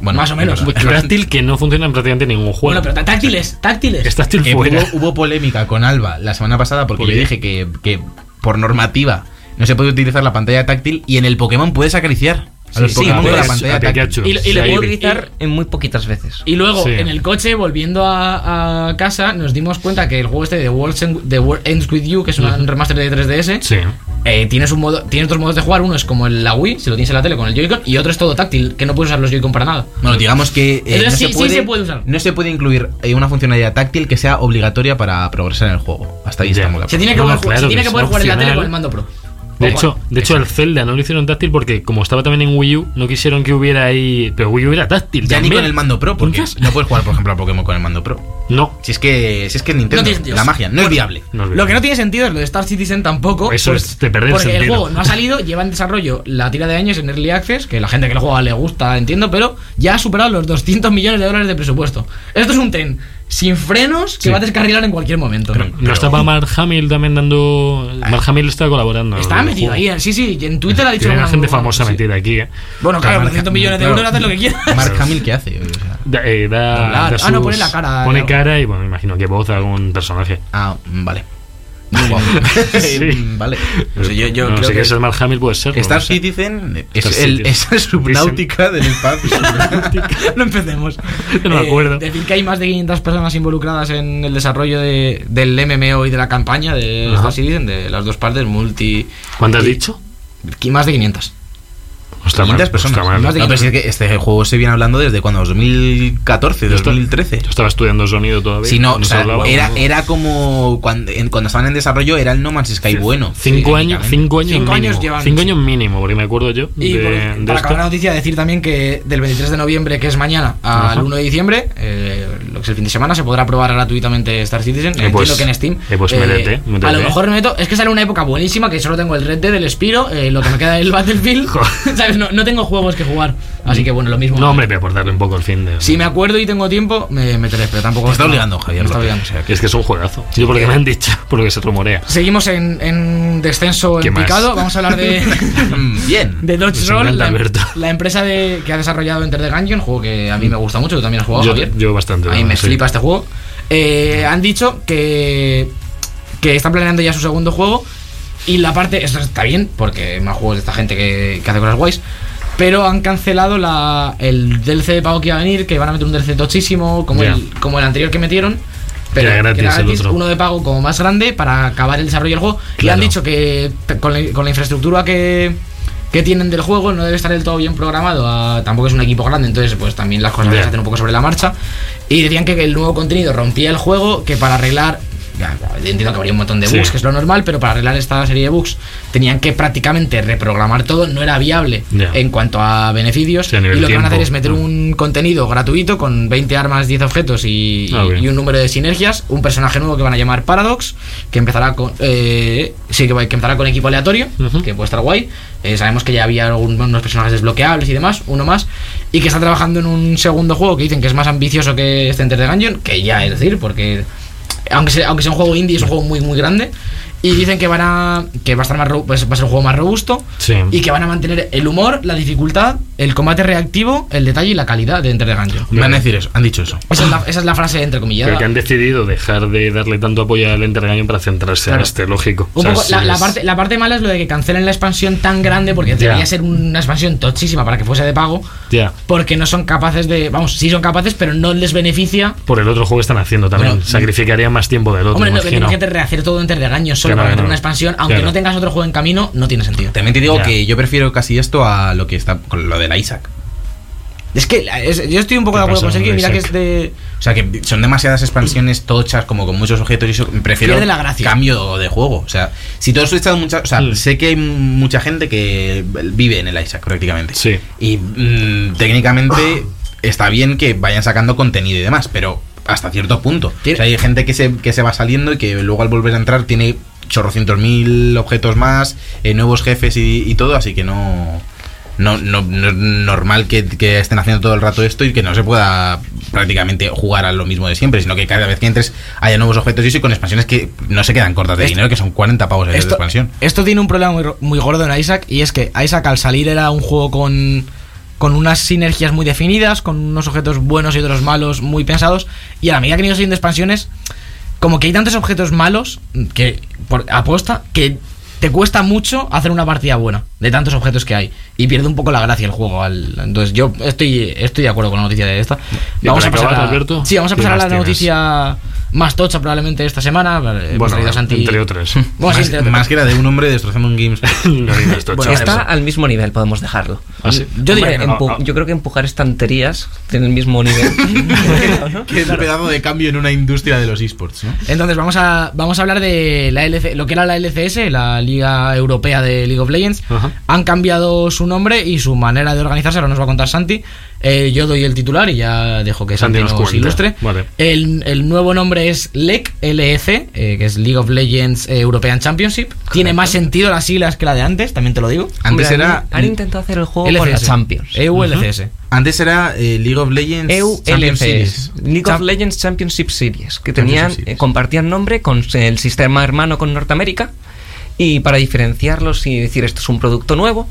[SPEAKER 5] Bueno,
[SPEAKER 3] Más o menos.
[SPEAKER 5] es verdad.
[SPEAKER 2] Táctil que no funciona en prácticamente ningún
[SPEAKER 3] Bueno,
[SPEAKER 2] juego.
[SPEAKER 3] pero tá- táctiles, táctiles.
[SPEAKER 2] Es táctil
[SPEAKER 5] Eh,
[SPEAKER 2] fuera.
[SPEAKER 5] hubo, hubo polémica con Alba la semana pasada porque
[SPEAKER 2] ¿Por
[SPEAKER 5] yo
[SPEAKER 2] qué?
[SPEAKER 5] dije que, que por normativa no se puede utilizar la pantalla táctil y en el Pokémon puedes acariciar a los
[SPEAKER 4] sí,
[SPEAKER 5] Pokémon con
[SPEAKER 4] puedes,
[SPEAKER 5] la pantalla
[SPEAKER 2] a
[SPEAKER 5] táctil.
[SPEAKER 2] Pikachu.
[SPEAKER 3] Y- y
[SPEAKER 2] Sí,
[SPEAKER 3] le
[SPEAKER 2] ahí
[SPEAKER 4] Puedo
[SPEAKER 3] vi.
[SPEAKER 4] utilizar en muy poquitas veces.
[SPEAKER 3] Y luego,
[SPEAKER 2] Sí.
[SPEAKER 3] en el coche, volviendo a, a casa, nos dimos cuenta que el juego este de World, End- The World Ends With You, que es una- un remaster de 3DS,
[SPEAKER 2] Sí.
[SPEAKER 3] eh, tienes, un modo, tienes dos modos de jugar. Uno es como el, la Wii, si lo tienes en la tele con el Joy-Con, y otro es todo táctil, que no puedes usar los Joy-Con para nada.
[SPEAKER 5] Bueno, digamos que eh,
[SPEAKER 3] Entonces
[SPEAKER 5] no,
[SPEAKER 3] sí-
[SPEAKER 5] se
[SPEAKER 3] sí
[SPEAKER 5] puede,
[SPEAKER 3] se puede usar.
[SPEAKER 5] no se puede incluir eh, una funcionalidad táctil que sea obligatoria para progresar en el juego. Hasta ahí
[SPEAKER 2] Ya.
[SPEAKER 5] estamos. la
[SPEAKER 3] Se tiene que
[SPEAKER 2] No,
[SPEAKER 3] poder,
[SPEAKER 2] no,
[SPEAKER 3] ju- se
[SPEAKER 2] claro,
[SPEAKER 3] tiene
[SPEAKER 2] que
[SPEAKER 3] que
[SPEAKER 2] es
[SPEAKER 3] poder jugar en la tele
[SPEAKER 2] opcional.
[SPEAKER 3] con el mando pro.
[SPEAKER 2] De
[SPEAKER 3] Ojo. eh.
[SPEAKER 2] hecho, de hecho, el Zelda no lo hicieron táctil porque, como estaba también en Wii U, no quisieron que hubiera ahí. Pero Wii U era táctil.
[SPEAKER 5] Ya ni
[SPEAKER 2] también.
[SPEAKER 5] con el mando pro, porque
[SPEAKER 2] Entonces-
[SPEAKER 5] no puedes jugar, por ejemplo, a Pokémon con el mando pro.
[SPEAKER 2] No.
[SPEAKER 5] Si es que, si es que Nintendo,
[SPEAKER 3] No tiene sentido.
[SPEAKER 5] la magia, no es viable.
[SPEAKER 2] no es
[SPEAKER 3] Lo que
[SPEAKER 2] verdad.
[SPEAKER 3] no tiene sentido es lo de Star Citizen tampoco. pues,
[SPEAKER 2] Eso es de perder el
[SPEAKER 3] Porque el
[SPEAKER 2] sentido.
[SPEAKER 3] juego no ha salido,
[SPEAKER 2] (laughs)
[SPEAKER 3] lleva en desarrollo la tira de años en Early Access, que la gente que lo juega le gusta, entiendo, pero ya ha superado los 200 millones de dólares de presupuesto. Esto es un tren sin frenos que
[SPEAKER 2] Sí.
[SPEAKER 3] va a descarrilar en cualquier momento.
[SPEAKER 2] No estaba Mark Hamill también dando.
[SPEAKER 5] Ah.
[SPEAKER 2] Mark Hamill está colaborando.
[SPEAKER 3] Estaba
[SPEAKER 2] en el
[SPEAKER 3] metido
[SPEAKER 2] juego.
[SPEAKER 3] ahí, eh. sí, sí, y en Twitter ha dicho.
[SPEAKER 2] Tiene una gente famosa
[SPEAKER 3] sí.
[SPEAKER 2] metida aquí. eh.
[SPEAKER 3] Bueno, claro,
[SPEAKER 5] Mark-
[SPEAKER 3] 200 millones de
[SPEAKER 5] claro.
[SPEAKER 3] euros, haces lo que quieras.
[SPEAKER 5] Mark Hamill, ¿qué hace? O sea,
[SPEAKER 2] Da, eh, da-
[SPEAKER 3] Doblar.
[SPEAKER 2] da
[SPEAKER 3] Ah, no, pone la cara.
[SPEAKER 2] Pone cara y, bueno, me imagino que voz a algún personaje.
[SPEAKER 5] (laughs) ah, mm, vale.
[SPEAKER 2] Sí.
[SPEAKER 5] (laughs) vale. O sea, yo, yo
[SPEAKER 2] no
[SPEAKER 5] creo
[SPEAKER 2] sé
[SPEAKER 5] que
[SPEAKER 2] qué es el Mark Hamill, puede ser. no
[SPEAKER 5] Star
[SPEAKER 2] lo sé.
[SPEAKER 5] Citizen es,
[SPEAKER 2] Star
[SPEAKER 5] el,
[SPEAKER 2] Citizen.
[SPEAKER 5] es la (laughs) subnáutica del (laughs) espacio.
[SPEAKER 3] (laughs) no empecemos. Eh,
[SPEAKER 2] No me acuerdo.
[SPEAKER 3] decir que hay más de 500 personas involucradas en el desarrollo de- del MMO y de la campaña de
[SPEAKER 2] Ajá.
[SPEAKER 3] Star Citizen, de las dos partes, multi.
[SPEAKER 2] ¿Cuánto has dicho?
[SPEAKER 3] y Más de 500.
[SPEAKER 2] Ostras,
[SPEAKER 5] 500
[SPEAKER 2] mal,
[SPEAKER 5] personas.
[SPEAKER 2] ostras, mal. Ah,
[SPEAKER 3] Más de
[SPEAKER 5] No, pero si es que este juego se viene hablando desde cuando, 2014,
[SPEAKER 2] Yo estoy-
[SPEAKER 5] 2013.
[SPEAKER 2] Yo estaba estudiando sonido todavía.
[SPEAKER 5] Si no, o
[SPEAKER 2] se
[SPEAKER 5] sea,
[SPEAKER 2] hablaba.
[SPEAKER 5] era, era como cuando, en- cuando estaban en desarrollo, era el No Man's Sky bueno.
[SPEAKER 2] Cinco años,
[SPEAKER 5] técnicamente.
[SPEAKER 2] cinco años
[SPEAKER 3] Cinco años
[SPEAKER 2] mínimo.
[SPEAKER 3] llevan,
[SPEAKER 2] cinco
[SPEAKER 3] sí.
[SPEAKER 2] años mínimo, porque me acuerdo yo
[SPEAKER 3] Y
[SPEAKER 2] de,
[SPEAKER 3] por-
[SPEAKER 2] de
[SPEAKER 3] para
[SPEAKER 2] esto.
[SPEAKER 3] acabar la noticia, decir también que del 23 de noviembre, que es mañana, al
[SPEAKER 2] Ajá.
[SPEAKER 3] 1 de diciembre, eh, lo que es el fin de semana, se podrá probar gratuitamente Star Citizen. Entiendo
[SPEAKER 2] pues-
[SPEAKER 3] que en Steam.
[SPEAKER 2] eh, pues métete, métete.
[SPEAKER 3] A lo mejor me meto. Es que sale una época buenísima que solo tengo el Red Dead, el Spiro, eh, lo que me queda del
[SPEAKER 2] (laughs)
[SPEAKER 3] Battlefield. (laughs) ¿Sabes? No, no tengo juegos que jugar. Así que bueno, lo mismo.
[SPEAKER 2] No, hombre, voy a aportarle un poco el fin de.
[SPEAKER 3] Si me acuerdo y tengo tiempo, me meteré, pero tampoco.
[SPEAKER 5] Te está obligando, Javier.
[SPEAKER 3] Me está
[SPEAKER 5] López,
[SPEAKER 3] obligando.
[SPEAKER 5] o sea, que-
[SPEAKER 2] Es que es un juegazo. Yo porque me han dicho, (laughs) porque se rumorea.
[SPEAKER 3] Seguimos en, en descenso,
[SPEAKER 2] ¿Qué
[SPEAKER 3] en
[SPEAKER 2] más?
[SPEAKER 3] picado. Vamos a
[SPEAKER 2] (laughs)
[SPEAKER 3] hablar de.
[SPEAKER 5] Mm, Bien.
[SPEAKER 3] De Dodge
[SPEAKER 2] Nos
[SPEAKER 3] Roll,
[SPEAKER 2] encanta,
[SPEAKER 3] la, em-
[SPEAKER 2] Alberto.
[SPEAKER 3] la empresa de, que ha desarrollado Enter the Gungeon, un juego que a mí me gusta mucho, tú también has jugado,
[SPEAKER 2] Yo,
[SPEAKER 3] Oh, Javier.
[SPEAKER 2] yo bastante.
[SPEAKER 3] a mí
[SPEAKER 2] ¿no?
[SPEAKER 3] me
[SPEAKER 2] Sí.
[SPEAKER 3] flipa este juego. Eh, han dicho que, que están planeando ya su segundo juego. Y la parte, esto está bien, porque más juegos de esta gente que, que hace cosas guays. Pero han cancelado la, el DLC de pago que iba a venir, que van a meter un DLC tochísimo, como,
[SPEAKER 2] Ya.
[SPEAKER 3] el, como el anterior que metieron. Pero
[SPEAKER 2] Que era
[SPEAKER 3] que
[SPEAKER 2] gratis el otro.
[SPEAKER 3] uno de pago como más grande para acabar el desarrollo del juego. Y
[SPEAKER 2] Claro.
[SPEAKER 3] han dicho que te- con la, con la infraestructura que, que tienen del juego no debe estar del todo bien programado. a- tampoco es un equipo grande, entonces pues también las cosas
[SPEAKER 2] Ya.
[SPEAKER 3] las hacen un poco sobre la marcha. Y decían que el nuevo contenido rompía el juego, que para arreglar... ya, Entiendo que habría un montón de bugs,
[SPEAKER 2] Sí.
[SPEAKER 3] que es lo normal, pero para arreglar esta serie de bugs tenían que prácticamente reprogramar todo, no era viable
[SPEAKER 2] Ya.
[SPEAKER 3] en cuanto a beneficios.
[SPEAKER 2] Sí, a
[SPEAKER 3] y lo
[SPEAKER 2] nivel
[SPEAKER 3] que van a hacer
[SPEAKER 2] tiempo, Ah.
[SPEAKER 3] es meter
[SPEAKER 2] ¿no?
[SPEAKER 3] un contenido gratuito con 20 armas, 10 objetos y,
[SPEAKER 2] Ah, bien.
[SPEAKER 3] y un número de sinergias, un personaje nuevo que van a llamar Paradox, que empezará con eh, sí que, va- que empezará con equipo aleatorio,
[SPEAKER 2] Ujú.
[SPEAKER 3] que puede estar guay. Eh, sabemos que ya había algún- unos personajes desbloqueables y demás, uno más, y que está trabajando en un segundo juego que dicen que es más ambicioso que este Enter the Gungeon, que ya es decir, porque aunque sea, aunque sea un juego indie es un juego muy muy grande. Y dicen que van a que va a estar más ro- pues va a ser un juego más robusto
[SPEAKER 2] Sí.
[SPEAKER 3] y que van a mantener el humor, la dificultad, el combate reactivo, el detalle y la calidad de Enter the Gungeon.
[SPEAKER 5] Me van a decir eso, han dicho eso.
[SPEAKER 3] Esa es la, esa es la frase entre
[SPEAKER 2] Creo que han decidido dejar de darle tanto apoyo al Entergaño para centrarse en
[SPEAKER 3] Claro.
[SPEAKER 2] este, lógico.
[SPEAKER 3] Un
[SPEAKER 2] O sea,
[SPEAKER 3] poco,
[SPEAKER 2] sí
[SPEAKER 3] la, la
[SPEAKER 2] es-
[SPEAKER 3] parte, la parte mala es lo de que cancelen la expansión tan grande porque
[SPEAKER 2] Ya.
[SPEAKER 3] debía ser una expansión tochísima para que fuese de pago.
[SPEAKER 2] Ya.
[SPEAKER 3] Porque no son capaces de. Vamos, sí son capaces, pero no les beneficia.
[SPEAKER 2] Por el otro juego que están haciendo también.
[SPEAKER 3] Bueno,
[SPEAKER 2] Sacrificarían más tiempo del otro.
[SPEAKER 3] Hombre, no, que
[SPEAKER 2] imagino.
[SPEAKER 3] tienes que te rehacer todo entre regaños solo
[SPEAKER 2] Que no,
[SPEAKER 3] para
[SPEAKER 2] que
[SPEAKER 3] meter
[SPEAKER 2] no.
[SPEAKER 3] una expansión. Aunque
[SPEAKER 2] Claro.
[SPEAKER 3] no tengas otro juego en camino, no tiene sentido.
[SPEAKER 5] También te digo
[SPEAKER 2] Ya.
[SPEAKER 5] que yo prefiero casi esto a lo que está con lo de la Isaac.
[SPEAKER 3] Es que la- es- yo estoy un poco
[SPEAKER 2] ¿Qué
[SPEAKER 3] de acuerdo
[SPEAKER 2] pasa,
[SPEAKER 3] con Sergio. Mira que es
[SPEAKER 2] Isaac?
[SPEAKER 3] de.
[SPEAKER 5] O sea, que son demasiadas expansiones tochas, como con muchos objetos y eso. Prefiero
[SPEAKER 3] Pierde la gracia.
[SPEAKER 5] cambio de juego. O sea, si todos he echado mucha. O sea,
[SPEAKER 2] Mm.
[SPEAKER 5] sé que hay mucha gente que vive en el Isaac prácticamente.
[SPEAKER 2] Sí.
[SPEAKER 3] Eh,
[SPEAKER 5] Y mm, técnicamente está bien que vayan sacando contenido y demás, pero hasta cierto punto.
[SPEAKER 3] Tiene-
[SPEAKER 5] O sea, hay gente que se, que se va saliendo y que luego al volver a entrar tiene chorrocientos mil objetos más, eh, nuevos jefes y, y todo, así que no. No, no, no es normal que, que estén haciendo todo el rato esto y que no se pueda prácticamente jugar a lo mismo de siempre, sino que cada vez que entres haya nuevos objetos y eso y con expansiones que no se quedan cortas de
[SPEAKER 3] Esto-
[SPEAKER 5] dinero, que son 40 pavos de
[SPEAKER 3] Esto,
[SPEAKER 5] expansión.
[SPEAKER 3] esto tiene un problema muy, ro- muy gordo en Isaac y es que Isaac al salir era un juego con, con unas sinergias muy definidas, con unos objetos buenos y otros malos muy pensados y a la medida que han ido saliendo expansiones, como que hay tantos objetos malos que por, aposta que te cuesta mucho hacer una partida buena de tantos objetos que hay y pierde un poco la gracia el juego. al- entonces yo estoy, estoy de acuerdo con la noticia de esta. Vamos
[SPEAKER 2] para
[SPEAKER 3] a pasar
[SPEAKER 2] acabar,
[SPEAKER 3] a,
[SPEAKER 2] Alberto,
[SPEAKER 3] sí, vamos a
[SPEAKER 2] ¿qué
[SPEAKER 3] pasar a
[SPEAKER 2] más
[SPEAKER 3] la
[SPEAKER 2] tienes?
[SPEAKER 3] noticia más tocha probablemente esta semana. Hemos
[SPEAKER 2] Bueno,
[SPEAKER 3] traído a Santi-
[SPEAKER 2] entre otras.
[SPEAKER 3] Bueno, sí,
[SPEAKER 5] más,
[SPEAKER 3] entre otras.
[SPEAKER 5] más que era de un hombre destrozando un games.
[SPEAKER 2] (laughs) no digas esto,
[SPEAKER 3] Hmm. Bueno,
[SPEAKER 2] chavales.
[SPEAKER 4] está al mismo nivel, podemos dejarlo.
[SPEAKER 2] Ah, sí.
[SPEAKER 3] Yo diría
[SPEAKER 4] Hombre,
[SPEAKER 3] que
[SPEAKER 2] no.
[SPEAKER 4] empu-
[SPEAKER 2] Ah, ah.
[SPEAKER 4] yo creo que empujar estanterías tiene el mismo nivel.
[SPEAKER 5] que es un pedazo de cambio en una industria de los esports, ¿no?
[SPEAKER 3] Entonces vamos a, vamos a hablar de la LC, lo que era la LCS, la Liga Europea de League of Legends.
[SPEAKER 2] Ajá.
[SPEAKER 3] Han cambiado su nombre y su manera de organizarse, ahora nos va a contar Santi. Eh, yo doy el titular y ya dejo que
[SPEAKER 2] Santi
[SPEAKER 3] Santi,
[SPEAKER 2] nos
[SPEAKER 3] nos,
[SPEAKER 2] cuenta.
[SPEAKER 3] ilustre.
[SPEAKER 2] Vale.
[SPEAKER 3] El, el nuevo nombre es E LEC, LEC, eh, que es League of Legends eh, European Championship. Tiene más sentido las siglas que la de antes, también te lo digo.
[SPEAKER 5] Antes
[SPEAKER 4] Hombre,
[SPEAKER 5] era
[SPEAKER 4] han, han intentado hacer el juego con la
[SPEAKER 3] LCS.
[SPEAKER 4] Champions. E
[SPEAKER 3] EU LCS.
[SPEAKER 5] antes era eh, League of Legends
[SPEAKER 4] EU
[SPEAKER 5] Champions Series.
[SPEAKER 4] League
[SPEAKER 3] Cham-
[SPEAKER 4] of Legends Championship Series, que tenían,
[SPEAKER 5] Championship Series.
[SPEAKER 4] eh, compartían nombre con el sistema hermano con Norteamérica y para diferenciarlos y decir esto es un producto nuevo,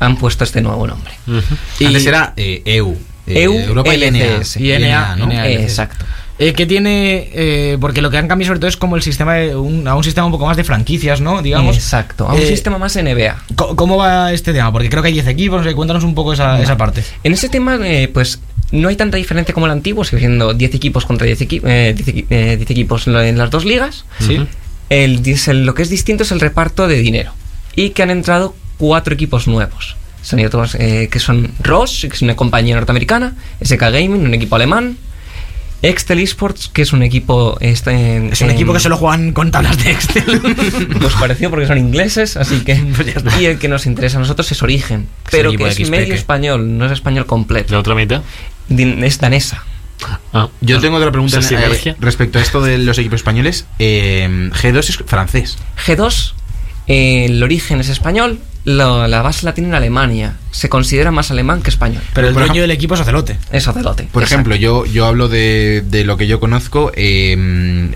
[SPEAKER 4] han puesto este nuevo nombre.
[SPEAKER 2] Ujú.
[SPEAKER 3] Y-
[SPEAKER 5] Antes era eh, EU. eh,
[SPEAKER 4] EU,
[SPEAKER 5] Europa y
[SPEAKER 4] LCS.
[SPEAKER 5] NA.
[SPEAKER 3] Y NA,
[SPEAKER 5] ¿no?
[SPEAKER 3] NA.
[SPEAKER 4] Eh, exacto.
[SPEAKER 3] eh, que tiene. eh, porque lo que han cambiado sobre todo es como el sistema de un, a un sistema un poco más de franquicias, ¿no? Digamos.
[SPEAKER 4] Exacto, a un
[SPEAKER 3] Eh,
[SPEAKER 4] sistema más NBA.
[SPEAKER 3] co- ¿Cómo va este tema? Porque creo que hay 10 equipos, no sé, cuéntanos un poco esa, esa parte.
[SPEAKER 4] En ese tema, eh, pues no hay tanta diferencia como el antiguo, sigue siendo 10 equipos contra 10, equi- eh, 10 equi- eh, 10 equipos en la- en las dos ligas.
[SPEAKER 3] Sí.
[SPEAKER 4] El dis- el- lo que es distinto es el reparto de dinero. Y que han entrado cuatro equipos nuevos. Se han ido todos, eh, que son Roche, que es una compañía norteamericana, SK Gaming, un equipo alemán, Excel Esports, que es un equipo... este, en-
[SPEAKER 3] Es un
[SPEAKER 4] en-
[SPEAKER 3] equipo que se lo juegan con tablas de Excel.
[SPEAKER 4] (laughs) nos pareció porque son ingleses, así que.
[SPEAKER 3] Pues
[SPEAKER 4] y el que nos interesa a nosotros es Origen, pero que
[SPEAKER 5] equipo de
[SPEAKER 4] es
[SPEAKER 5] XP,
[SPEAKER 4] medio
[SPEAKER 5] ¿qué?
[SPEAKER 4] español, no es español
[SPEAKER 2] La
[SPEAKER 4] completo.
[SPEAKER 2] otra mitad.
[SPEAKER 4] Din- Es danesa.
[SPEAKER 2] Ah,
[SPEAKER 5] Yo tengo otra pregunta
[SPEAKER 2] Esa
[SPEAKER 5] eh,
[SPEAKER 2] sinergia.
[SPEAKER 5] respecto a esto de los equipos españoles. Eh, G2 es francés.
[SPEAKER 4] G2, eh, el origen es español, lo- la base la tiene en Alemania. Se considera más alemán que español.
[SPEAKER 3] (laughs) Pero (laughs) el
[SPEAKER 5] Por
[SPEAKER 3] dueño
[SPEAKER 5] ejem-
[SPEAKER 3] del equipo es Ocelote.
[SPEAKER 4] Es Ocelote.
[SPEAKER 5] Por ejemplo, yo, yo hablo de, de lo que yo conozco. eh,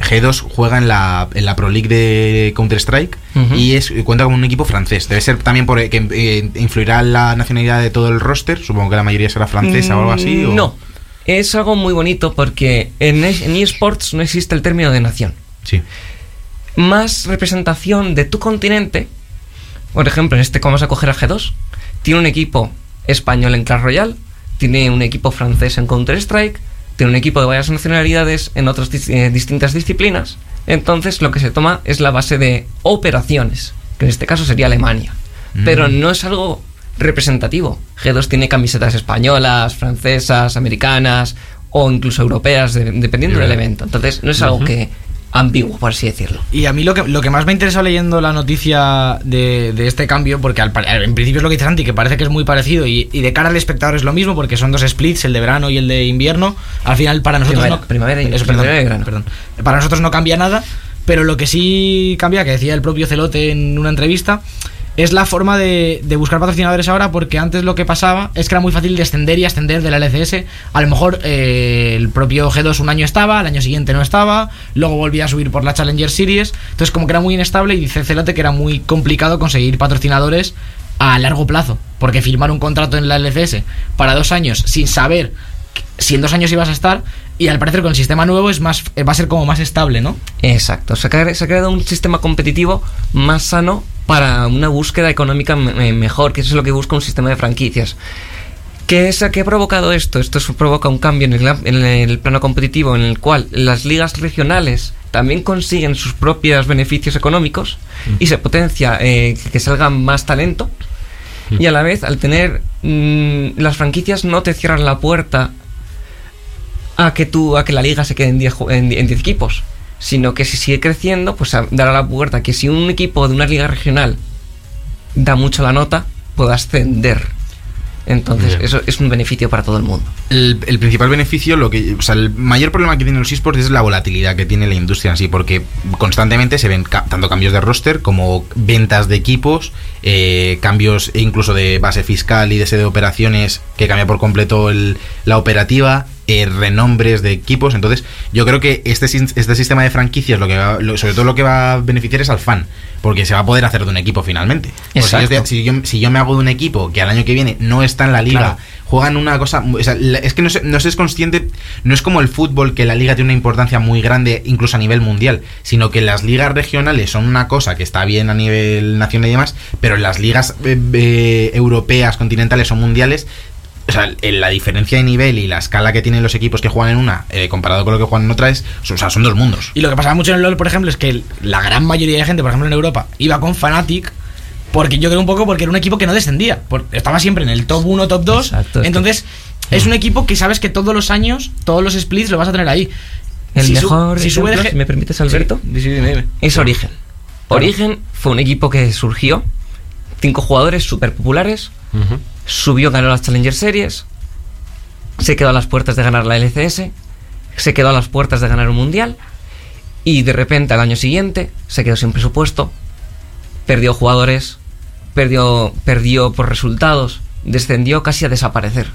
[SPEAKER 5] G2 juega en la, en la Pro League de Counter-Strike
[SPEAKER 4] Ujú.
[SPEAKER 5] y es, cuenta con un equipo francés. Debe ser también por, que eh, influirá la nacionalidad de todo el roster. Supongo que la mayoría será francesa o algo así. o-
[SPEAKER 4] No. Es algo muy bonito porque en, e- en eSports no existe el término de nación.
[SPEAKER 5] Sí.
[SPEAKER 4] Más representación de tu continente. Por ejemplo, en este que vamos a coger a G2. Tiene un equipo español en Clash Royale, tiene un equipo francés en Counter-Strike, tiene un equipo de varias nacionalidades en otras dis- eh, distintas disciplinas. Entonces lo que se toma es la base de operaciones, que en este caso sería Alemania. Pero no es algo representativo. G2 tiene camisetas españolas, francesas, americanas o incluso europeas, de- dependiendo del evento. Entonces no es algo que ambiguo, por así decirlo.
[SPEAKER 3] Y a mí lo que, lo que más me interesó leyendo la noticia de, de este cambio, porque al, par- en principio es lo que dice Santi, que parece que es muy parecido, y, y de cara al espectador es lo mismo, porque son dos splits, el de verano y el de invierno. Al final, para nosotros.
[SPEAKER 4] Primavera-
[SPEAKER 3] no,
[SPEAKER 4] primavera y-
[SPEAKER 3] eso,
[SPEAKER 4] primavera y
[SPEAKER 3] perdón,
[SPEAKER 4] verano.
[SPEAKER 3] perdón. Para nosotros no cambia nada, pero lo que sí cambia, que decía el propio Celote en una entrevista. Es la forma de, de buscar patrocinadores ahora porque antes lo que pasaba es que era muy fácil descender y ascender de la LCS. A lo mejor eh, el propio G2 un año estaba, al año siguiente no estaba, luego volvía a subir por la Challenger Series. Entonces como que era muy inestable y dice Celote que era muy complicado conseguir patrocinadores a largo plazo. Porque firmar un contrato en la LCS para dos años sin saber si en dos años ibas a estar y al parecer con el sistema nuevo es más eh, va a ser como más estable no
[SPEAKER 4] Exacto, se ha, cre- se ha creado un sistema competitivo más sano para una búsqueda económica me- eh, mejor, que eso es lo que busca un sistema de franquicias. ¿Qué es qué ha provocado esto? Esto es- provoca un cambio en el, gla- en el plano competitivo en el cual las ligas regionales también consiguen sus propios beneficios económicos y se potencia eh, que- que salga más talento y a la vez al tener mm, las franquicias no te cierran la puerta a que tú a que la liga se quede en 10 ju- en, die- en 10 equipos sino que si sigue creciendo pues a- dará la puerta que si un equipo de una liga regional da mucho la nota pueda ascender entonces
[SPEAKER 2] Bien.
[SPEAKER 4] eso es un beneficio para todo el mundo
[SPEAKER 5] El, el principal beneficio, lo que, o sea, el mayor problema que tienen los esports es la volatilidad que tiene la industria en sí, porque constantemente se ven ca- tanto cambios de roster como ventas de equipos, eh, cambios e incluso de base fiscal y de sede de operaciones que cambia por completo el- la operativa, eh, renombres de equipos. Entonces, yo creo que este, sin- este sistema de franquicias, lo que va- lo- sobre todo lo que va a beneficiar es al fan, porque se va a poder hacer de un equipo finalmente. O sea, yo
[SPEAKER 4] Exacto.
[SPEAKER 5] estoy- si yo, si yo me hago de un equipo que al año que viene no está en la liga,
[SPEAKER 3] Claro.
[SPEAKER 5] juegan una cosa. mu- o sea, la- es que no se, no se es consciente, no es como el fútbol que la liga tiene una importancia muy grande, incluso a nivel mundial, sino que las ligas regionales son una cosa que está bien a nivel nacional y demás, pero las ligas eh, eh, europeas, continentales o mundiales. O sea, el- la diferencia de nivel y la escala que tienen los equipos que juegan en una eh, comparado con lo que juegan en otra es, o sea, son dos mundos.
[SPEAKER 3] y lo que pasaba mucho en el LoL por ejemplo es que el- la gran mayoría de gente por ejemplo en Europa iba con Fnatic porque yo creo un poco porque era un equipo que no descendía por- estaba siempre en el top 1 top 2
[SPEAKER 4] Exacto, es que-
[SPEAKER 3] entonces es un equipo que sabes que todos los años todos los splits lo vas a tener ahí
[SPEAKER 4] el
[SPEAKER 3] Si su-
[SPEAKER 4] mejor
[SPEAKER 3] si sube de
[SPEAKER 4] ejemplo,
[SPEAKER 3] G-
[SPEAKER 4] si me permites Alberto
[SPEAKER 3] Sí, sí, dime, dime.
[SPEAKER 4] es Origen Origen fue un equipo que surgió cinco jugadores súper populares
[SPEAKER 2] Ujú.
[SPEAKER 4] subió, ganó las Challenger Series, se quedó a las puertas de ganar la LCS, se quedó a las puertas de ganar un mundial y de repente al año siguiente se quedó sin presupuesto, perdió jugadores, perdió, perdió por resultados, descendió casi a desaparecer.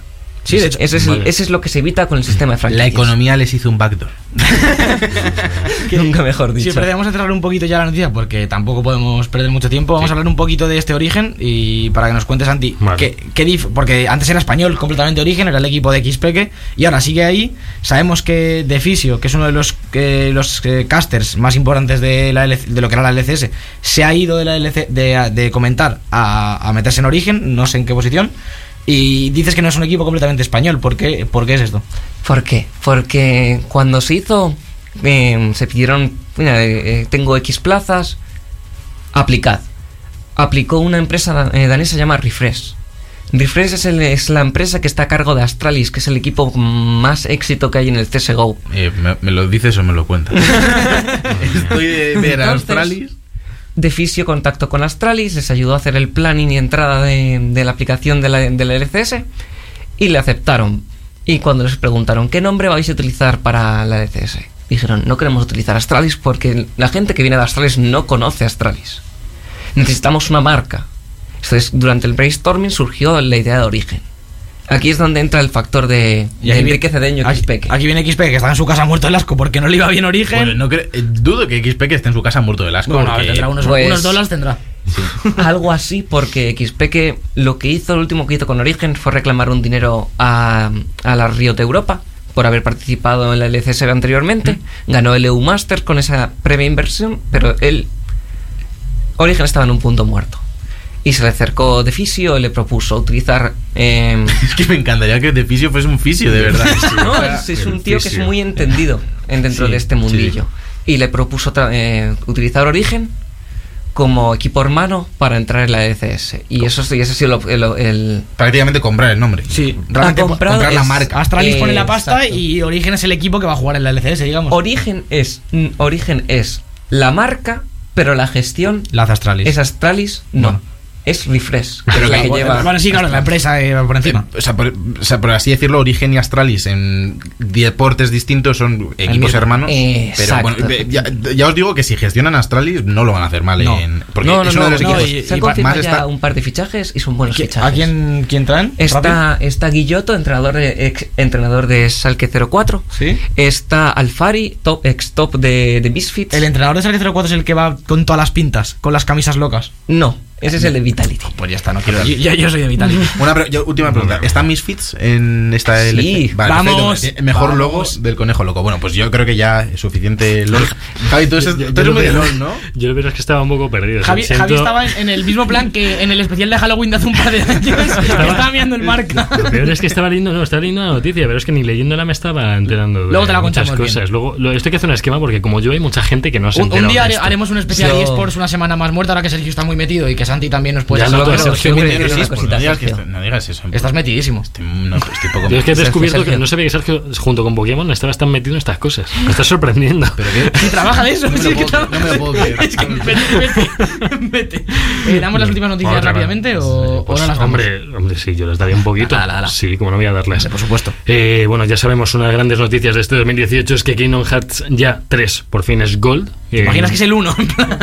[SPEAKER 3] Sí, de hecho.
[SPEAKER 4] Ese es, el-
[SPEAKER 2] Vale.
[SPEAKER 4] ese es lo que se evita con el sistema de
[SPEAKER 5] La
[SPEAKER 4] franquicias.
[SPEAKER 5] economía les hizo un backdoor.
[SPEAKER 4] (laughs) Nunca mejor
[SPEAKER 3] Sí,
[SPEAKER 4] dicho.
[SPEAKER 3] Freddy, vamos a cerrar un poquito ya la noticia porque tampoco podemos perder mucho tiempo. Vamos a hablar un poquito de este origen y para que nos cuentes, Santi,
[SPEAKER 2] Vale.
[SPEAKER 3] qué- qué dif- porque antes era español completamente origen, era el equipo de Xpeque y ahora sigue ahí. Sabemos que De Fisio, que es uno de los, que- los eh, casters más importantes de, la LC de lo que era la LCS, se ha ido de la LC de, de comentar a, a meterse en origen, no sé en qué posición. Y dices que no es un equipo completamente español, ¿por qué, por qué es esto?
[SPEAKER 4] ¿Por qué? Porque cuando se hizo, eh, se pidieron, mira, eh, eh, tengo X plazas, aplicad. Aplicó una empresa da- eh, danesa llamada Refresh. Refresh es, el- es la empresa que está a cargo de Astralis, que es el equipo más éxito que hay en el CSGO.
[SPEAKER 5] Eh, me, me lo dices o me lo cuentas?
[SPEAKER 4] (laughs)
[SPEAKER 5] Estoy de, de
[SPEAKER 4] Entonces-
[SPEAKER 5] Australis.
[SPEAKER 4] De Fisio contactó con Astralis, les ayudó a hacer el planning y entrada de, de la aplicación de la, de la LCS y le aceptaron. Y cuando les preguntaron qué nombre vais a utilizar para la LCS, dijeron no queremos utilizar Astralis porque la gente que viene de Astralis no conoce Astralis. Necesitamos una marca. Entonces, durante el brainstorming surgió la idea de origen. Aquí es donde entra el factor de, de
[SPEAKER 3] aquí vi-
[SPEAKER 4] Enrique Cedeño
[SPEAKER 3] aquí-
[SPEAKER 4] Quispeque.
[SPEAKER 3] Aquí viene XP que está en su casa muerto el asco porque no le iba bien origen.
[SPEAKER 5] Bueno, no creo- eh, dudo que XP esté en su casa muerto del asco.
[SPEAKER 3] Bueno, a
[SPEAKER 5] porque-
[SPEAKER 3] ver, tendrá unos,
[SPEAKER 4] Pues-
[SPEAKER 3] unos dólares tendrá.
[SPEAKER 4] (laughs) Algo así, porque Xpeque lo que hizo, lo último que hizo con Origen fue reclamar un dinero a, a la Riot Europa por haber participado en la LCS anteriormente. Ganó el EU Masters con esa previa inversión, pero él. Origen estaba en un punto muerto. Y se le acercó De Fisio y le propuso utilizar. em,
[SPEAKER 5] (laughs) Es que me encantaría que De Fisio fuese un fisio,
[SPEAKER 4] (laughs)
[SPEAKER 5] de verdad.
[SPEAKER 4] no, es, es un tío que es muy entendido en dentro
[SPEAKER 5] Sí,
[SPEAKER 4] de este
[SPEAKER 5] sí.
[SPEAKER 4] mundillo. Y le propuso tra- eh, utilizar Origen como equipo hermano para entrar en la ECS. Y eso, sí- ese ha sido lo- el, el-
[SPEAKER 5] Prácticamente comprar el nombre.
[SPEAKER 3] Sí,
[SPEAKER 4] realmente comprado
[SPEAKER 5] comprar la
[SPEAKER 4] es-
[SPEAKER 5] marca.
[SPEAKER 3] Astralis
[SPEAKER 4] Eh,
[SPEAKER 3] pone la pasta
[SPEAKER 4] exacto.
[SPEAKER 3] y Origen es el equipo que va a jugar en la LCS, digamos.
[SPEAKER 4] Origen es mm, Origen es la marca, pero la gestión
[SPEAKER 3] la hace Astralis.
[SPEAKER 4] es Astralis, no. Es Refresh, que
[SPEAKER 5] Pero
[SPEAKER 4] es la
[SPEAKER 5] que-
[SPEAKER 4] que
[SPEAKER 5] bueno,
[SPEAKER 4] lleva.
[SPEAKER 3] Bueno, sí, claro, la empresa eh, va por encima.
[SPEAKER 5] O sea, por, o sea, por así decirlo, Origen y Astralis en deportes distintos son equipos
[SPEAKER 4] mismo.
[SPEAKER 5] hermanos.
[SPEAKER 4] Eh,
[SPEAKER 5] pero bueno,
[SPEAKER 4] exacto.
[SPEAKER 5] eh, ya, ya os digo que si gestionan Astralis no lo van a hacer mal.
[SPEAKER 3] No.
[SPEAKER 5] en- porque
[SPEAKER 4] No, no,
[SPEAKER 5] es uno
[SPEAKER 4] no,
[SPEAKER 5] de los
[SPEAKER 4] no,
[SPEAKER 5] equipos
[SPEAKER 4] y- se han
[SPEAKER 5] y más
[SPEAKER 4] confirmado
[SPEAKER 5] está-
[SPEAKER 4] ya un par de fichajes y son buenos
[SPEAKER 3] ¿Qui-
[SPEAKER 4] fichajes.
[SPEAKER 3] ¿A quién, quién traen? ¿Rápido?
[SPEAKER 4] Está, está Guilloto, entrenador de, ex entrenador de Salque 04.
[SPEAKER 3] Sí.
[SPEAKER 4] Está Alfari, top, ex top de, de Misfits.
[SPEAKER 3] El entrenador de Sale 04 es el que va con todas las pintas, con las camisas locas.
[SPEAKER 4] no, ese es el de Vitality.
[SPEAKER 3] Pues ya está, no quiero. Yo, yo- yo soy de Vitali.
[SPEAKER 5] Una pre- yo- última pregunta. ¿Están Misfits en esta
[SPEAKER 4] Sí.
[SPEAKER 5] LC? Vale,
[SPEAKER 3] Vamos,
[SPEAKER 5] perfecto. Eh, Mejor
[SPEAKER 3] vamos.
[SPEAKER 5] logo del conejo loco. Bueno, pues yo creo que ya es suficiente LOL. Javi, tú eres, tú eres muy de LOL, ¿no?
[SPEAKER 2] (laughs) Yo lo que es que estaba un poco perdido.
[SPEAKER 3] Javi,
[SPEAKER 2] siento-
[SPEAKER 3] Javi estaba en, en el mismo plan que en el especial de Halloween de hace un par de años. (laughs) estaba mirando el marca.
[SPEAKER 2] Lo peor es que estaba leyendo, no, estaba leyendo la noticia, pero es que ni leyéndola me estaba enterando de
[SPEAKER 3] Luego te la
[SPEAKER 2] muchas
[SPEAKER 3] contamos
[SPEAKER 2] cosas.
[SPEAKER 3] bien.
[SPEAKER 2] Luego, lo, esto hay que hacer un esquema porque como yo hay mucha gente que no se
[SPEAKER 3] Un,
[SPEAKER 2] entera
[SPEAKER 3] un día
[SPEAKER 2] de
[SPEAKER 3] hare-
[SPEAKER 2] esto.
[SPEAKER 3] haremos un especial
[SPEAKER 4] Yo-
[SPEAKER 3] de eSports una semana más muerta, ahora que Sergio está muy metido y que Santi también nos puede
[SPEAKER 2] Ya
[SPEAKER 3] hablar.
[SPEAKER 2] lo-
[SPEAKER 3] Pero
[SPEAKER 4] Sergio,
[SPEAKER 5] Muy
[SPEAKER 4] quiero
[SPEAKER 5] de
[SPEAKER 4] decir
[SPEAKER 5] LOL,
[SPEAKER 4] una
[SPEAKER 5] pues
[SPEAKER 4] cosita,
[SPEAKER 5] no, digas que
[SPEAKER 4] Sergio.
[SPEAKER 5] esto- no digas eso.
[SPEAKER 3] Estás metidísimo.
[SPEAKER 5] Estoy- no, pues estoy
[SPEAKER 3] (laughs)
[SPEAKER 5] poco
[SPEAKER 2] Yo es que he
[SPEAKER 4] Sergio,
[SPEAKER 2] descubierto
[SPEAKER 4] Sergio.
[SPEAKER 2] que no sabía que Sergio, junto con Pokémon, estabas tan metido en estas cosas. Me estás
[SPEAKER 3] (laughs)
[SPEAKER 2] sorprendiendo.
[SPEAKER 5] ¿Pero qué?
[SPEAKER 3] Y (laughs) trabaja de eso,
[SPEAKER 5] No me
[SPEAKER 3] sí,
[SPEAKER 5] lo
[SPEAKER 3] que
[SPEAKER 5] puedo creer,
[SPEAKER 3] trabaja
[SPEAKER 5] no me lo puedo
[SPEAKER 3] de-
[SPEAKER 5] creer.
[SPEAKER 3] Es que vete, vete, vete. Eh, ¿Damos las últimas noticias
[SPEAKER 2] Otra vez.
[SPEAKER 3] rápidamente o,
[SPEAKER 2] Pues,
[SPEAKER 3] o no las damos?
[SPEAKER 2] hombre, hombre, sí, yo las daría un poquito.
[SPEAKER 3] Dala, dala.
[SPEAKER 2] Sí, como no voy a darlas.
[SPEAKER 3] Por supuesto.
[SPEAKER 2] Eh, bueno, ya sabemos, una de las grandes noticias de este 2018 es que Kingdom Hearts ya 3 por fin es Gold. Eh,
[SPEAKER 3] ¿Te imaginas que es el uno?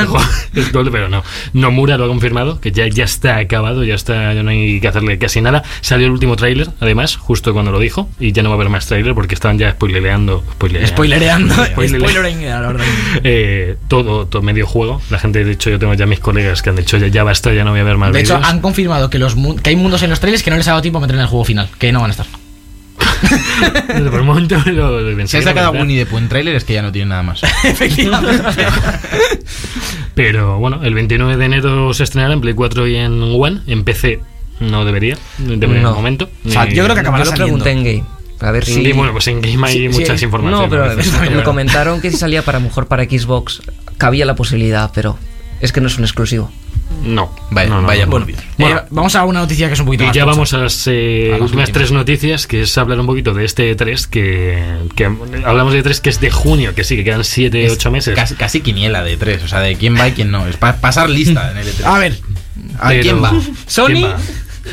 [SPEAKER 3] (laughs)
[SPEAKER 2] es Gold, pero (laughs) no. Nomura lo ha confirmado, que ya, ya está acabado, ya está, ya no hay que hacerle casi nada. Salió el último tráiler, además, justo cuando lo dijo, y ya no va a haber más tráiler porque estaban ya spoilereando. spoilereando. (laughs)
[SPEAKER 3] Spoilereando. (laughs)
[SPEAKER 2] Spoiler.
[SPEAKER 3] Spoilering, a la verdad.
[SPEAKER 2] Eh, todo, todo medio juego. La gente, de hecho, yo tengo ya mis colegas que han dicho ya, ya basta, ya no voy a ver más
[SPEAKER 3] De hecho,
[SPEAKER 2] vídeos".
[SPEAKER 3] han confirmado que, los mun- que hay mundos en los trailers que no les ha dado tiempo a meter en el juego final, que no van a estar.
[SPEAKER 2] (laughs) Por el momento lo, lo
[SPEAKER 5] Si
[SPEAKER 2] pensé
[SPEAKER 5] has
[SPEAKER 2] que no
[SPEAKER 5] sacado
[SPEAKER 2] era.
[SPEAKER 5] Winnie the Pooh en trailer es que ya no tiene nada más.
[SPEAKER 3] Efectivamente.
[SPEAKER 2] Pero bueno, el 29 de enero se estrenará en Play 4 y en One. En PC no debería, de
[SPEAKER 4] No.
[SPEAKER 2] momento.
[SPEAKER 3] O sea,
[SPEAKER 2] Ni-
[SPEAKER 3] yo creo que acabará
[SPEAKER 4] Yo lo
[SPEAKER 3] saliendo.
[SPEAKER 4] pregunté en Game. A ver
[SPEAKER 2] Sí,
[SPEAKER 4] si.
[SPEAKER 2] bueno, pues en Game hay
[SPEAKER 3] Sí, sí,
[SPEAKER 2] muchas
[SPEAKER 3] sí.
[SPEAKER 2] informaciones.
[SPEAKER 4] no, pero
[SPEAKER 2] ¿no? (laughs)
[SPEAKER 3] Eso también es
[SPEAKER 4] me
[SPEAKER 3] verdad.
[SPEAKER 4] comentaron que si salía para a lo mejor para Xbox, cabía la posibilidad, pero es que no es un exclusivo.
[SPEAKER 2] No.
[SPEAKER 5] Vaya,
[SPEAKER 2] no, no,
[SPEAKER 5] vaya
[SPEAKER 2] no.
[SPEAKER 5] por Dios.
[SPEAKER 2] Bueno,
[SPEAKER 3] Eh, vamos a una noticia que es un poquito
[SPEAKER 2] Y
[SPEAKER 3] más
[SPEAKER 2] ya
[SPEAKER 3] tocha.
[SPEAKER 2] vamos a las, eh,
[SPEAKER 3] A las
[SPEAKER 2] últimas
[SPEAKER 3] últimas.
[SPEAKER 2] tres noticias, que es hablar un poquito de este 3, que, que hablamos de 3 que es de junio, que sí, que quedan 7, 8 meses.
[SPEAKER 5] Casi, casi quiniela de tres. O sea, de quién va y quién no. Es para pasar lista en el E3.
[SPEAKER 3] A ver,
[SPEAKER 5] ¿A
[SPEAKER 2] Ah, Pero-
[SPEAKER 5] quién va?
[SPEAKER 3] Sony.
[SPEAKER 2] ¿Quién va?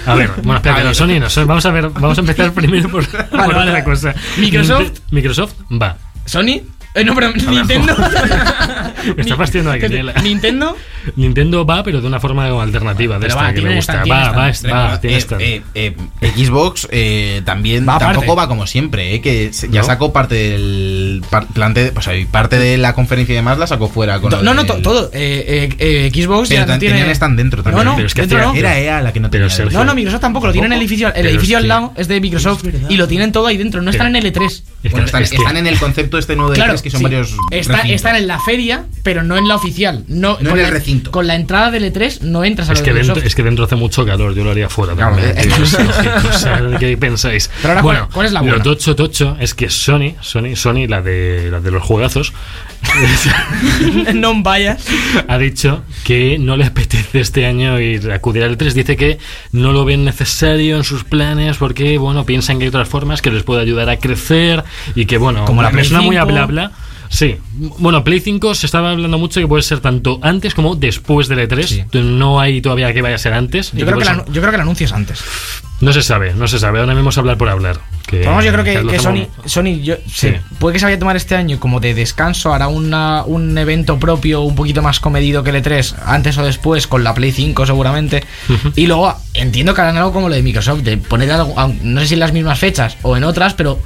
[SPEAKER 2] A ver, bueno, espérate,
[SPEAKER 5] A
[SPEAKER 2] no,
[SPEAKER 5] ver.
[SPEAKER 2] Sony no, Sony- vamos a ver, vamos a empezar primero por, por
[SPEAKER 3] vale,
[SPEAKER 2] otra
[SPEAKER 3] vale.
[SPEAKER 2] cosa.
[SPEAKER 3] Microsoft.
[SPEAKER 2] Microsoft va.
[SPEAKER 3] Sony. Eh, no, pero Nintendo.
[SPEAKER 2] Me está
[SPEAKER 3] Ni-
[SPEAKER 2] fastidiando la
[SPEAKER 3] que te- (laughs)
[SPEAKER 2] quiniela.
[SPEAKER 3] Nintendo
[SPEAKER 2] Nintendo va, pero de una forma como alternativa. De
[SPEAKER 3] Pero
[SPEAKER 2] esta
[SPEAKER 3] va,
[SPEAKER 2] que
[SPEAKER 3] tiene
[SPEAKER 2] me
[SPEAKER 3] esta,
[SPEAKER 2] gusta.
[SPEAKER 3] tiene
[SPEAKER 2] Va,
[SPEAKER 3] esta.
[SPEAKER 2] va, es- va,
[SPEAKER 5] Eh,
[SPEAKER 2] tiene esta.
[SPEAKER 5] eh, eh, Xbox eh, también
[SPEAKER 3] Va
[SPEAKER 5] tampoco
[SPEAKER 3] aparte.
[SPEAKER 5] va como siempre, eh, que se- ya
[SPEAKER 2] ¿No?
[SPEAKER 5] sacó parte del par- plante- o sea, parte de la conferencia y demás la sacó fuera con
[SPEAKER 3] To-
[SPEAKER 5] lo
[SPEAKER 3] No, no,
[SPEAKER 5] del-
[SPEAKER 3] to- todo. Eh, eh, eh, Xbox
[SPEAKER 5] Pero
[SPEAKER 3] ya
[SPEAKER 5] tan-
[SPEAKER 3] no tiene.
[SPEAKER 5] tenían están dentro también.
[SPEAKER 3] No, no,
[SPEAKER 2] Pero es que
[SPEAKER 3] dentro
[SPEAKER 2] hacía-
[SPEAKER 3] no.
[SPEAKER 5] Era EA la que no tenía.
[SPEAKER 2] Pero Sergio-
[SPEAKER 5] dentro.
[SPEAKER 3] No, no, Microsoft tampoco, lo tiene en el edificio, el
[SPEAKER 2] Pero
[SPEAKER 3] edificio al
[SPEAKER 2] hostia.
[SPEAKER 3] lado es de Microsoft y lo tienen todo ahí dentro, no están en L3.
[SPEAKER 2] Es que-
[SPEAKER 5] Bueno, están,
[SPEAKER 2] es que-
[SPEAKER 5] están en el concepto este nuevo de
[SPEAKER 3] Claro,
[SPEAKER 5] E3, que son
[SPEAKER 3] sí.
[SPEAKER 5] varios.
[SPEAKER 3] Está-
[SPEAKER 5] recintos.
[SPEAKER 3] están en la feria, pero no en la oficial. No,
[SPEAKER 5] No
[SPEAKER 3] con
[SPEAKER 5] en el
[SPEAKER 3] la-
[SPEAKER 5] recinto.
[SPEAKER 3] Con la entrada de L3 no entras a lo
[SPEAKER 2] Es
[SPEAKER 3] de
[SPEAKER 2] que, dentro,
[SPEAKER 3] Microsoft.
[SPEAKER 2] es que dentro hace mucho calor, yo lo haría fuera.
[SPEAKER 5] Claro,
[SPEAKER 2] también,
[SPEAKER 5] eh.
[SPEAKER 2] tío, (laughs) o sea,
[SPEAKER 3] (laughs)
[SPEAKER 2] ¿Qué cosa, ¿qué pensáis?
[SPEAKER 3] Pero ahora,
[SPEAKER 2] bueno,
[SPEAKER 3] ¿cuál- cuál es la
[SPEAKER 2] Lo
[SPEAKER 3] buena?
[SPEAKER 2] tocho tocho es que Sony, Sony, Sony, la de, la de los juegazos,
[SPEAKER 3] (laughs) no vayas.
[SPEAKER 2] ha dicho que no le apetece este año ir a acudir al 3. Dice que no lo ven necesario en sus planes porque, bueno, piensan que hay otras formas que les puede ayudar a crecer y que, bueno,
[SPEAKER 3] Como la
[SPEAKER 2] me
[SPEAKER 3] Play
[SPEAKER 2] suena muy
[SPEAKER 3] 5.
[SPEAKER 2] habla habla. Sí, bueno, Play 5 se estaba hablando mucho que puede ser tanto antes como después del E3. No hay todavía que vaya a ser antes.
[SPEAKER 3] Yo creo, que
[SPEAKER 2] Puede
[SPEAKER 3] la,
[SPEAKER 2] ser-
[SPEAKER 3] yo creo que la anuncias antes.
[SPEAKER 2] No se sabe, no se sabe. Ahora mismo es hablar por hablar. Que,
[SPEAKER 3] Vamos, yo creo que,
[SPEAKER 2] Carlos
[SPEAKER 3] que Sony,
[SPEAKER 2] Ramón-
[SPEAKER 3] Sony yo, se- puede que se vaya a tomar este año como de descanso, hará una- un evento propio un poquito más comedido que el E3, antes o después, con la Play 5 seguramente. Y luego entiendo que harán algo como lo de Microsoft, de poner algo, aun- no sé si en las mismas fechas o en otras, pero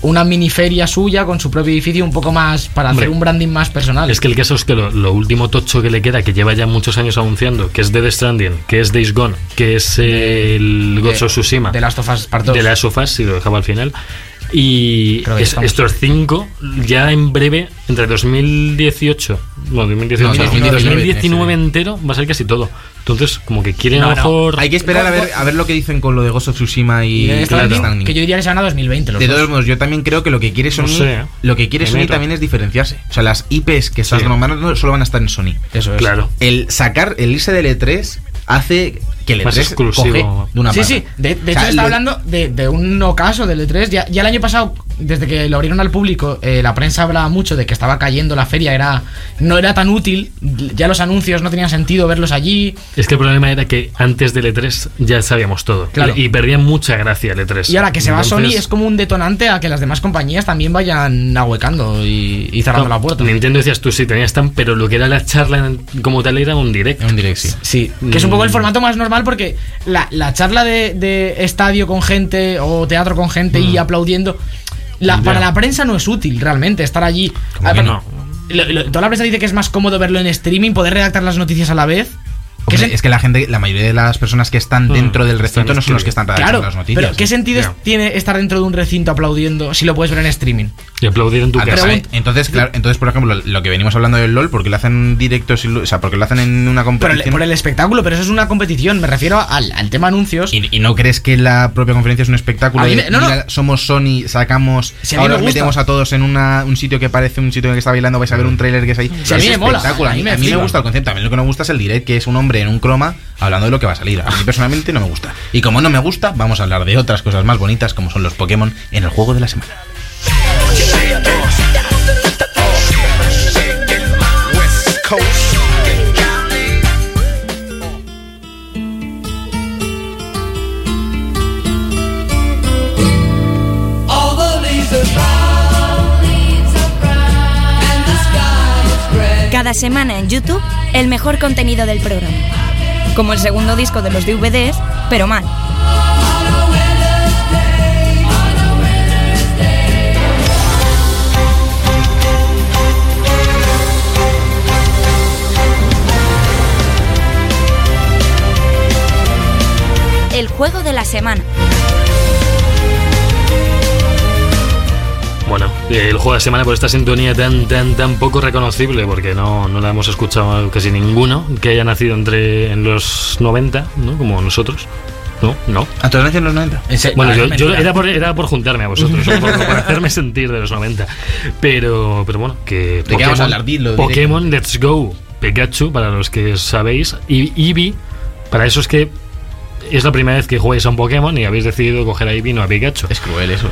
[SPEAKER 3] una miniferia suya con su propio edificio un poco más para
[SPEAKER 2] Hombre.
[SPEAKER 3] hacer un branding más personal.
[SPEAKER 2] Es que el caso es que lo, lo último tocho que le queda, que lleva ya muchos años anunciando, que es Dead Stranding, que es Days Gone, que es eh, el
[SPEAKER 3] de,
[SPEAKER 2] Ghost of Tsushima,
[SPEAKER 3] de Last of Us Part 2.
[SPEAKER 2] de las sofás, si lo dejaba al final. Y
[SPEAKER 3] Creo que
[SPEAKER 2] es-
[SPEAKER 3] estamos.
[SPEAKER 2] estos cinco, ya en breve, entre 2018, no, 2018, 2019,
[SPEAKER 5] No, 2019,
[SPEAKER 2] 2019
[SPEAKER 5] sí.
[SPEAKER 2] entero, va a ser casi todo. Entonces, como que quieren
[SPEAKER 3] No,
[SPEAKER 2] a lo
[SPEAKER 3] no,
[SPEAKER 2] mejor.
[SPEAKER 5] Hay que esperar a ver, a ver lo que dicen con lo de Ghost of Tsushima y,
[SPEAKER 3] Y de Death
[SPEAKER 5] Death
[SPEAKER 3] Stranding,
[SPEAKER 5] Stranding.
[SPEAKER 3] que yo diría que se van a 2020. los
[SPEAKER 5] De
[SPEAKER 3] dos.
[SPEAKER 5] todos modos, yo también creo que lo que quiere Sony,
[SPEAKER 2] No sé.
[SPEAKER 5] lo que quiere
[SPEAKER 2] Me
[SPEAKER 5] Sony
[SPEAKER 2] meto.
[SPEAKER 5] también es diferenciarse. O sea, las IPs que estás
[SPEAKER 2] Sí.
[SPEAKER 5] nombrando solo van a estar en Sony.
[SPEAKER 3] Eso es.
[SPEAKER 2] Claro.
[SPEAKER 5] El sacar, el irse del E3 hace que el
[SPEAKER 2] Más
[SPEAKER 5] E3 coge
[SPEAKER 2] exclusivo.
[SPEAKER 5] de una
[SPEAKER 3] sí,
[SPEAKER 5] parda.
[SPEAKER 3] sí. De, de
[SPEAKER 5] O sea,
[SPEAKER 3] hecho, se está
[SPEAKER 5] lo-
[SPEAKER 3] hablando de, de un ocaso del E3. Ya, ya el año pasado, desde que lo abrieron al público, eh, la prensa hablaba mucho de que estaba cayendo la feria. era No era tan útil. Ya los anuncios no tenían sentido verlos allí.
[SPEAKER 2] Es que el problema era que antes del E3 ya sabíamos todo.
[SPEAKER 3] Claro.
[SPEAKER 2] Y perdía mucha gracia el E3.
[SPEAKER 3] Y ahora que se va Sony
[SPEAKER 2] Entonces-
[SPEAKER 3] es como un detonante a que las demás compañías también vayan ahuecando y, y cerrando
[SPEAKER 2] No,
[SPEAKER 3] la puerta.
[SPEAKER 2] Nintendo decías tú sí, tenías tan, pero lo que era la charla en- como tal era un directo.
[SPEAKER 5] En un direct, sí.
[SPEAKER 3] Sí, que es un poco el
[SPEAKER 2] Mm.
[SPEAKER 3] formato más normal porque la, la charla de, de estadio con gente o teatro con gente y aplaudiendo, la-
[SPEAKER 2] Ya.
[SPEAKER 3] para la prensa no es útil realmente estar allí.
[SPEAKER 5] Como
[SPEAKER 3] Ah,
[SPEAKER 5] que
[SPEAKER 3] pero-
[SPEAKER 2] no.
[SPEAKER 3] lo- lo- toda la prensa dice que es más cómodo verlo en streaming, poder redactar las noticias a la vez.
[SPEAKER 5] Hombre,
[SPEAKER 3] ¿Qué sen-
[SPEAKER 5] es que la gente, la mayoría de las personas que
[SPEAKER 3] Mm,
[SPEAKER 5] están dentro del recinto
[SPEAKER 2] Están
[SPEAKER 5] no son los que están redactando
[SPEAKER 3] claro,
[SPEAKER 5] las noticias.
[SPEAKER 3] pero ¿qué sentido
[SPEAKER 2] Ya.
[SPEAKER 3] tiene estar dentro de un recinto aplaudiendo si lo puedes ver en streaming?
[SPEAKER 2] Y aplaudir en tu
[SPEAKER 5] Ah,
[SPEAKER 2] casa.
[SPEAKER 5] pero, eh, entonces, claro, entonces, por ejemplo, lo que venimos hablando del LOL, porque lo hacen directo, si lo- o sea, porque lo hacen en una
[SPEAKER 3] Por el,
[SPEAKER 5] competición.
[SPEAKER 3] por el espectáculo, pero eso es una competición, me refiero al, al tema anuncios.
[SPEAKER 5] ¿Y, y no crees que la propia conferencia es un espectáculo?
[SPEAKER 3] A mí
[SPEAKER 5] de,
[SPEAKER 3] me- no, no.
[SPEAKER 5] mira, somos Sony, sacamos,
[SPEAKER 3] Si a mí
[SPEAKER 5] ahora
[SPEAKER 3] me
[SPEAKER 5] os
[SPEAKER 3] gusta.
[SPEAKER 5] metemos a todos en una, un sitio que parece un sitio en el que está bailando, vais a ver un tráiler que es ahí.
[SPEAKER 3] a
[SPEAKER 5] Es
[SPEAKER 3] mí me mola,
[SPEAKER 5] espectáculo, A mí, a mí me
[SPEAKER 3] flipa.
[SPEAKER 5] gusta el concepto, a mí lo que no me gusta es el direct, que es un hombre en un croma hablando de lo que va a salir. A mí personalmente no me gusta. Y como no me gusta, vamos a hablar de otras cosas más bonitas, como son los Pokémon en el juego de la semana.
[SPEAKER 7] All the leaves are brown, and the sky is gray.
[SPEAKER 6] Cada semana en YouTube, el mejor contenido del programa. Como el segundo disco de los DVDs, pero mal. El juego de la semana.
[SPEAKER 2] Bueno, eh, el juego de la semana por esta sintonía tan tan tan poco reconocible, porque no, no la hemos escuchado casi ninguno que haya nacido entre en los 90, ¿no? Como nosotros. No, no.
[SPEAKER 5] ¿A todos en los 90? Ah,
[SPEAKER 2] Bueno, yo, yo era, por, era por juntarme a vosotros, un poco,
[SPEAKER 5] (laughs)
[SPEAKER 2] por hacerme sentir de los 90. Pero, pero bueno, que.
[SPEAKER 5] ¿De qué vamos a hablar? Dilo, directo.
[SPEAKER 2] Pokémon Let's Go, Pikachu, para los que sabéis, y Eevee, para esos que. Es la primera vez que jugáis a un Pokémon y habéis decidido coger a Eevee no a Pikachu.
[SPEAKER 5] Es cruel eso, ¿eh?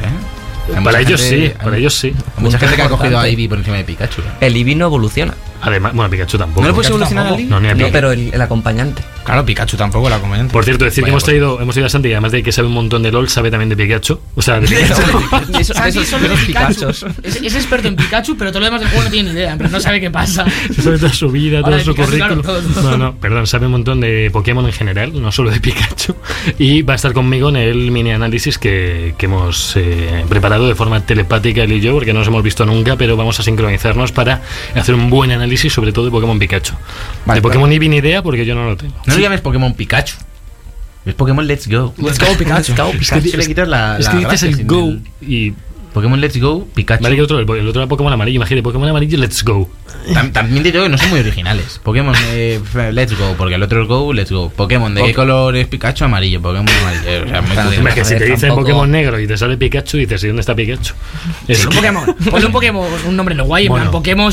[SPEAKER 5] Hay mucha
[SPEAKER 2] Para ellos
[SPEAKER 5] gente-
[SPEAKER 2] sí, para
[SPEAKER 5] hay-
[SPEAKER 2] ellos sí.
[SPEAKER 5] hay Mucha
[SPEAKER 4] Punto
[SPEAKER 5] gente que ha cogido a
[SPEAKER 4] importante.
[SPEAKER 5] Eevee por encima de Pikachu. ¿eh?
[SPEAKER 4] El Eevee no evoluciona.
[SPEAKER 2] Además, bueno, Pikachu tampoco.
[SPEAKER 5] ¿No lo puedes evolucionar al
[SPEAKER 2] No, ni a
[SPEAKER 4] No,
[SPEAKER 2] Pikachu.
[SPEAKER 4] pero el, el acompañante.
[SPEAKER 5] Claro, Pikachu tampoco la comediante.
[SPEAKER 2] Por cierto, decir
[SPEAKER 5] Vaya,
[SPEAKER 2] que hemos
[SPEAKER 5] por-
[SPEAKER 2] traído, hemos traído a Santi, además de que sabe un montón de LOL, sabe también de Pikachu. O
[SPEAKER 5] (laughs)
[SPEAKER 2] sea, de Pikachu.
[SPEAKER 4] De esos, de
[SPEAKER 3] Santi
[SPEAKER 4] esos-
[SPEAKER 3] solo
[SPEAKER 4] de esos
[SPEAKER 3] es Pikachu.
[SPEAKER 4] Pikachus.
[SPEAKER 3] Es, es experto en Pikachu, pero todo lo demás del juego no tiene ni idea. en plan, no sabe qué pasa.
[SPEAKER 2] (laughs) Se sabe toda su vida, todo
[SPEAKER 3] Ahora de
[SPEAKER 2] su
[SPEAKER 3] Pikachu,
[SPEAKER 2] currículum.
[SPEAKER 3] claro, todo.
[SPEAKER 2] No, no, perdón, sabe un montón de Pokémon en general, no solo de Pikachu. Y va a estar conmigo en el mini análisis que, que hemos eh, preparado de forma telepática él y yo, porque no nos hemos visto nunca, pero vamos a sincronizarnos para hacer un buen análisis, sobre todo de Pokémon Pikachu.
[SPEAKER 5] Vale,
[SPEAKER 2] de Pokémon Eevee ni idea, porque yo no lo tengo.
[SPEAKER 5] No le llames Pokémon Pikachu. Es Pokémon Let's Go.
[SPEAKER 3] Let's go, Pikachu.
[SPEAKER 5] Es que le quitas la.
[SPEAKER 2] es
[SPEAKER 5] la
[SPEAKER 2] que dices
[SPEAKER 5] gracia
[SPEAKER 2] el
[SPEAKER 5] sin
[SPEAKER 2] Go y.
[SPEAKER 5] Pokémon Let's Go, Pikachu.
[SPEAKER 2] Vale, que otro, el, el otro era Pokémon amarillo. Imagínate, Pokémon amarillo, let's go.
[SPEAKER 5] Tam- también te digo que no son muy originales. Pokémon eh, (laughs) f- Let's Go, porque el otro es Go, Let's Go. Pokémon de qué color es Pikachu, amarillo. Pokémon amarillo. O sea, muy
[SPEAKER 4] Claro,
[SPEAKER 5] jodido.
[SPEAKER 2] Hombre, que si te
[SPEAKER 4] joder,
[SPEAKER 2] dicen
[SPEAKER 4] tampoco-
[SPEAKER 2] Pokémon negro y te sale Pikachu, dices, ¿y dónde está Pikachu? Es (laughs)
[SPEAKER 3] Un Pokémon. Ponle un Pokémon, un nombre lo guay. en
[SPEAKER 2] Bueno.
[SPEAKER 3] plan, Pokémon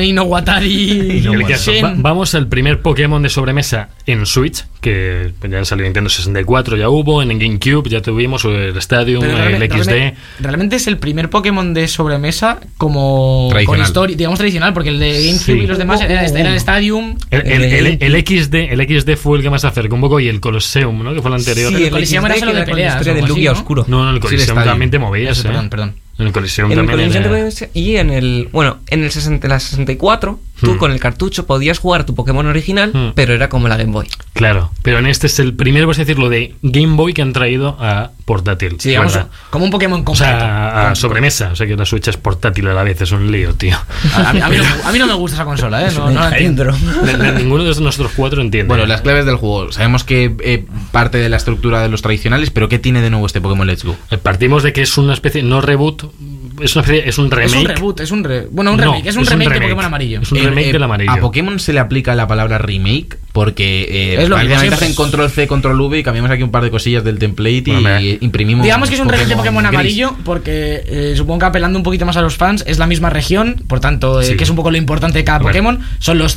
[SPEAKER 2] (laughs)
[SPEAKER 3] Inowatari.
[SPEAKER 2] El que-
[SPEAKER 3] Shen.
[SPEAKER 2] va- vamos al primer Pokémon de sobremesa en Switch, que ya han salido en Nintendo 64, ya hubo, en GameCube ya tuvimos, el Stadium,
[SPEAKER 3] Pero
[SPEAKER 2] el
[SPEAKER 3] realmente-
[SPEAKER 2] XD.
[SPEAKER 3] realmente- Realmente es el primer Pokémon de sobremesa como con
[SPEAKER 5] Tradicional.
[SPEAKER 3] historia, digamos tradicional, porque el de GameCube
[SPEAKER 2] Sí. Eh,
[SPEAKER 3] y los demás era, este, era el Stadium.
[SPEAKER 2] El, el- el- el XD, el XD fue el que más se acercó un poco y el Colosseum, ¿no? Que fue el anterior.
[SPEAKER 3] Sí, el Coliseum era
[SPEAKER 4] XD
[SPEAKER 3] solo
[SPEAKER 4] que
[SPEAKER 3] de
[SPEAKER 4] con
[SPEAKER 3] peleas,
[SPEAKER 4] La historia
[SPEAKER 3] o
[SPEAKER 4] del
[SPEAKER 3] algo así,
[SPEAKER 4] Lugia
[SPEAKER 3] ¿no?
[SPEAKER 4] Oscuro.
[SPEAKER 2] No, en el
[SPEAKER 5] Sí, el
[SPEAKER 2] Coliseum
[SPEAKER 5] Stadium.
[SPEAKER 2] también te movías,
[SPEAKER 5] Eso,
[SPEAKER 2] ¿eh?
[SPEAKER 5] perdón, perdón.
[SPEAKER 2] En el Coliseum
[SPEAKER 4] En el
[SPEAKER 2] también.
[SPEAKER 4] Coliseum
[SPEAKER 2] era-
[SPEAKER 4] también se- y en el bueno en el 60, la 64 tú
[SPEAKER 2] Hmm.
[SPEAKER 4] con el cartucho podías jugar tu Pokémon original
[SPEAKER 2] Hmm.
[SPEAKER 4] pero era como la Game Boy
[SPEAKER 2] Claro, pero en este es el primero, por así decirlo, de Game Boy que han traído a portátil.
[SPEAKER 3] Sí, digamos,
[SPEAKER 2] ¿verdad?
[SPEAKER 3] como un Pokémon
[SPEAKER 2] O
[SPEAKER 3] completo.
[SPEAKER 2] sea, a sobremesa. O sea que la Switch es portátil a la vez, es un lío, tío.
[SPEAKER 3] A, a mí, a mí (laughs) no, a mí no me gusta esa consola, ¿eh? No, no
[SPEAKER 2] (laughs)
[SPEAKER 3] la entiendo.
[SPEAKER 2] N- n- Ninguno de nosotros cuatro entiende.
[SPEAKER 5] Bueno, las claves del juego. Sabemos que eh, parte de la estructura de los tradicionales, pero ¿qué tiene de nuevo este Pokémon Let's Go?
[SPEAKER 2] Eh, Partimos de que es una especie, no reboot, es una especie, es un remake.
[SPEAKER 3] Es un reboot, es un re- bueno, un
[SPEAKER 2] No,
[SPEAKER 3] remake, es un
[SPEAKER 2] es un
[SPEAKER 3] remake, de
[SPEAKER 2] remake.
[SPEAKER 3] Pokémon amarillo.
[SPEAKER 2] Es un remake del amarillo.
[SPEAKER 5] eh, A Pokémon se le aplica la palabra remake porque eh,
[SPEAKER 3] Es lo
[SPEAKER 5] parece
[SPEAKER 3] mismo
[SPEAKER 5] que
[SPEAKER 3] siempre.
[SPEAKER 5] hacen control C, control V y cambiamos aquí un par de cosillas del template y
[SPEAKER 2] Hombre.
[SPEAKER 5] imprimimos.
[SPEAKER 2] pues
[SPEAKER 3] Digamos que es un remake de Pokémon
[SPEAKER 5] gris.
[SPEAKER 3] amarillo porque eh, supongo que apelando un poquito más a los fans es la misma región, por tanto, eh,
[SPEAKER 2] Sí.
[SPEAKER 3] que es un poco lo importante de cada
[SPEAKER 2] Bueno.
[SPEAKER 3] Pokémon, son los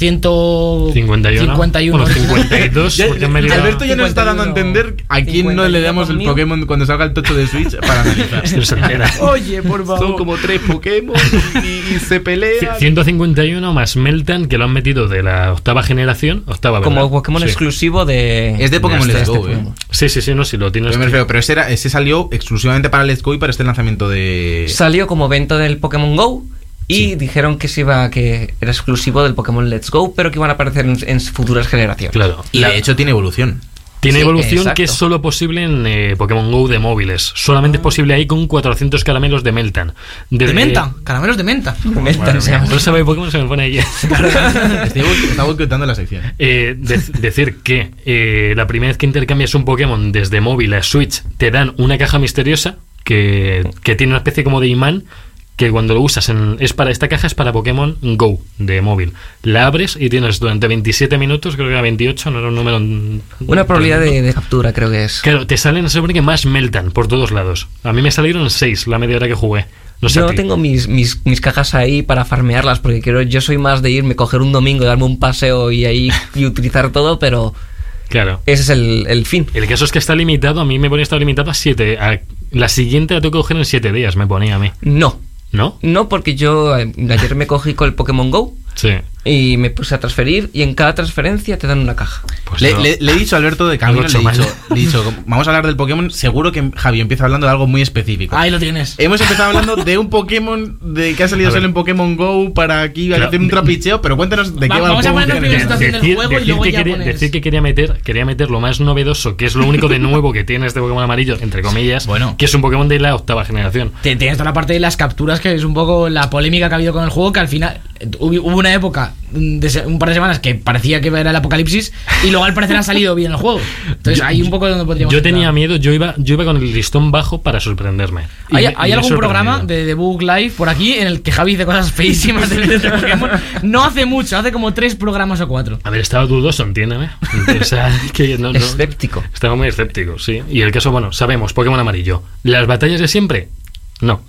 [SPEAKER 3] 151
[SPEAKER 2] 51. Bueno, (laughs)
[SPEAKER 5] (laughs)
[SPEAKER 2] 52.
[SPEAKER 5] Ya-
[SPEAKER 2] porque me he liado.
[SPEAKER 5] Alberto ya nos está dando a
[SPEAKER 3] 51.
[SPEAKER 5] entender a quién no le damos el
[SPEAKER 4] 51.
[SPEAKER 5] Pokémon cuando salga el tocho de Switch para analizar.
[SPEAKER 2] No
[SPEAKER 5] (laughs)
[SPEAKER 2] se entera.
[SPEAKER 3] (laughs) Oye, por favor.
[SPEAKER 5] Son como tres Pokémon y, y se
[SPEAKER 2] C-
[SPEAKER 5] pelean.
[SPEAKER 2] 151 más Meltan que lo han metido de la octava generación, octava ¿verdad?
[SPEAKER 4] como Pokémon
[SPEAKER 2] Sí.
[SPEAKER 4] exclusivo de
[SPEAKER 5] Es de Pokémon
[SPEAKER 4] este-
[SPEAKER 5] Let's
[SPEAKER 4] este
[SPEAKER 5] Go, eh.
[SPEAKER 4] Pokémon.
[SPEAKER 2] Sí, sí, sí, no, si lo tienes.
[SPEAKER 5] Yo me refiero, pero ese, era- ese salió exclusivamente para Let's Go y para este lanzamiento de.
[SPEAKER 4] salió como venta del Pokémon Go y dijeron que se iba que era exclusivo del Pokémon Let's Go pero que iban a aparecer en, en futuras generaciones
[SPEAKER 2] Claro.
[SPEAKER 5] y de hecho tiene evolución.
[SPEAKER 2] Tiene
[SPEAKER 4] Sí,
[SPEAKER 2] evolución
[SPEAKER 4] exacto.
[SPEAKER 2] que es solo posible en eh, Pokémon Go de móviles. Solamente es posible ahí con 400 caramelos de Meltan.
[SPEAKER 3] de menta, caramelos de menta.
[SPEAKER 4] Inventan, o sea,
[SPEAKER 2] No sabe Pokémon, se me pone ahí.
[SPEAKER 5] Estoy boic- Está boicoteando la sección.
[SPEAKER 2] Eh, de- decir que eh, la primera vez que intercambias un Pokémon desde móvil a Switch, te dan una caja misteriosa que, que tiene una especie como de imán que cuando lo usas en- es para esta caja es para Pokémon Go de móvil. La abres y tienes durante 27 minutos, creo que era 28, no era un número...
[SPEAKER 4] una probabilidad de, de captura creo que es
[SPEAKER 2] Claro, te salen, se supone que más meltan por todos lados. A mí me salieron 6 la media hora que jugué. No sé a
[SPEAKER 4] yo
[SPEAKER 2] ti.
[SPEAKER 4] tengo mis, mis, mis cajas ahí para farmearlas porque quiero yo soy más de irme coger un domingo darme un paseo
[SPEAKER 2] (laughs)
[SPEAKER 4] y ahí y utilizar todo pero
[SPEAKER 2] Claro.
[SPEAKER 4] ese es el, el fin
[SPEAKER 2] El caso es que está limitado, a mí me ponía estar limitado a 7. La siguiente la tengo que coger en 7 días, me ponía a mí.
[SPEAKER 4] no
[SPEAKER 2] ¿No?
[SPEAKER 4] No, porque yo eh, ayer me cogí con el Pokémon Go
[SPEAKER 2] Sí.
[SPEAKER 4] y me puse a transferir y en cada transferencia te dan una caja.
[SPEAKER 2] Pues
[SPEAKER 5] le,
[SPEAKER 2] no.
[SPEAKER 5] le- le he dicho a Alberto de camino,
[SPEAKER 2] Algo
[SPEAKER 5] le
[SPEAKER 2] hecho
[SPEAKER 5] he,
[SPEAKER 2] mal.
[SPEAKER 5] dicho, le he dicho, vamos a hablar del Pokémon. Seguro que Javi empieza hablando de algo muy específico.
[SPEAKER 3] Ahí lo tienes.
[SPEAKER 2] Eh.
[SPEAKER 5] Hemos empezado hablando de un Pokémon de que ha
[SPEAKER 2] A
[SPEAKER 5] salido
[SPEAKER 2] ver.
[SPEAKER 5] solo en Pokémon Go para aquí
[SPEAKER 2] Claro.
[SPEAKER 5] hacer un trapicheo, pero cuéntanos de qué
[SPEAKER 3] Va-
[SPEAKER 5] va,
[SPEAKER 3] vamos
[SPEAKER 5] el
[SPEAKER 3] a
[SPEAKER 5] Pokémon.
[SPEAKER 3] ponernos primero
[SPEAKER 5] que viene.
[SPEAKER 3] esta situación del juego y luego
[SPEAKER 2] que
[SPEAKER 3] ya
[SPEAKER 2] quería,
[SPEAKER 3] pones-
[SPEAKER 2] decir que quería meter, quería meter lo más novedoso, que es lo único de nuevo que tiene este Pokémon amarillo, entre comillas,
[SPEAKER 5] Bueno.
[SPEAKER 2] que es un Pokémon de la octava generación.
[SPEAKER 3] Te- Tienes toda la parte de las capturas, que es un poco la polémica que ha habido con el juego, que al final eh, hubi- hubo una época, mm, de se- un par de semanas, que parecía que era el apocalipsis, y luego al parecer ha salido bien el juego. Entonces ahí un poco donde podríamos...
[SPEAKER 2] Yo tenía
[SPEAKER 3] entrar.
[SPEAKER 2] miedo, yo iba, yo iba con el listón bajo para sorprenderme. Y
[SPEAKER 3] Hay,
[SPEAKER 2] me- me
[SPEAKER 3] hay
[SPEAKER 2] he
[SPEAKER 3] algún
[SPEAKER 2] sorprendido.
[SPEAKER 3] programa de The Book Live por aquí en el que Javi dice cosas feísimas de de Pokémon. No hace mucho, hace como tres programas o cuatro.
[SPEAKER 2] A ver, estaba dudoso, entiéndeme. O sea, (laughs) que no- no-
[SPEAKER 4] Escéptico.
[SPEAKER 2] Estaba muy escéptico, sí. Y el caso, bueno, sabemos, Pokémon amarillo. ¿Las batallas de siempre? No.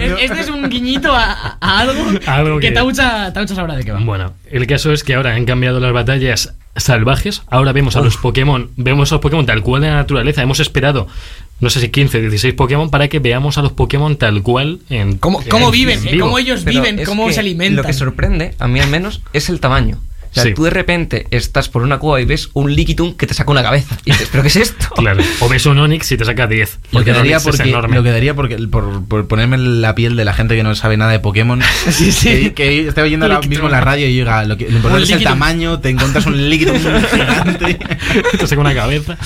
[SPEAKER 3] E- Este es un guiñito a, a algo,
[SPEAKER 2] (laughs) Algo
[SPEAKER 3] que,
[SPEAKER 2] que-
[SPEAKER 3] Taucha, Taucha sabrá de qué va.
[SPEAKER 2] Bueno, el caso es que ahora han cambiado las batallas salvajes. Ahora vemos a los Pokémon, vemos a los Pokémon tal cual de la naturaleza. Hemos esperado, no sé si 15, 16 Pokémon para que veamos a los Pokémon tal cual en
[SPEAKER 3] ¿Cómo,
[SPEAKER 2] en-
[SPEAKER 3] cómo
[SPEAKER 2] en
[SPEAKER 3] viven?
[SPEAKER 2] vivo.
[SPEAKER 3] ¿Cómo ellos
[SPEAKER 4] Pero
[SPEAKER 3] viven?
[SPEAKER 4] es
[SPEAKER 3] ¿Cómo
[SPEAKER 4] que
[SPEAKER 3] se alimentan?
[SPEAKER 4] Lo que sorprende, a mí al menos, es el tamaño. O sea,
[SPEAKER 2] Sí.
[SPEAKER 4] tú de repente estás por una cueva y ves un Liquitum que te saca una cabeza. Y dices, ¿pero qué es esto?
[SPEAKER 2] Claro. O ves un Onix y te saca 10.
[SPEAKER 5] Lo
[SPEAKER 2] Porque el
[SPEAKER 5] quedaría
[SPEAKER 2] Onix es
[SPEAKER 5] porque,
[SPEAKER 2] enorme.
[SPEAKER 5] lo quedaría porque por, por ponerme la piel de la gente que no sabe nada
[SPEAKER 3] (laughs)
[SPEAKER 5] de Pokémon. sí, sí. Que, que estaba oyendo ahora mismo en la radio y diga, lo, que- lo importante es el
[SPEAKER 3] Liquidum.
[SPEAKER 5] tamaño, te encuentras
[SPEAKER 2] (laughs)
[SPEAKER 5] un líquido gigante.
[SPEAKER 2] te saca una cabeza.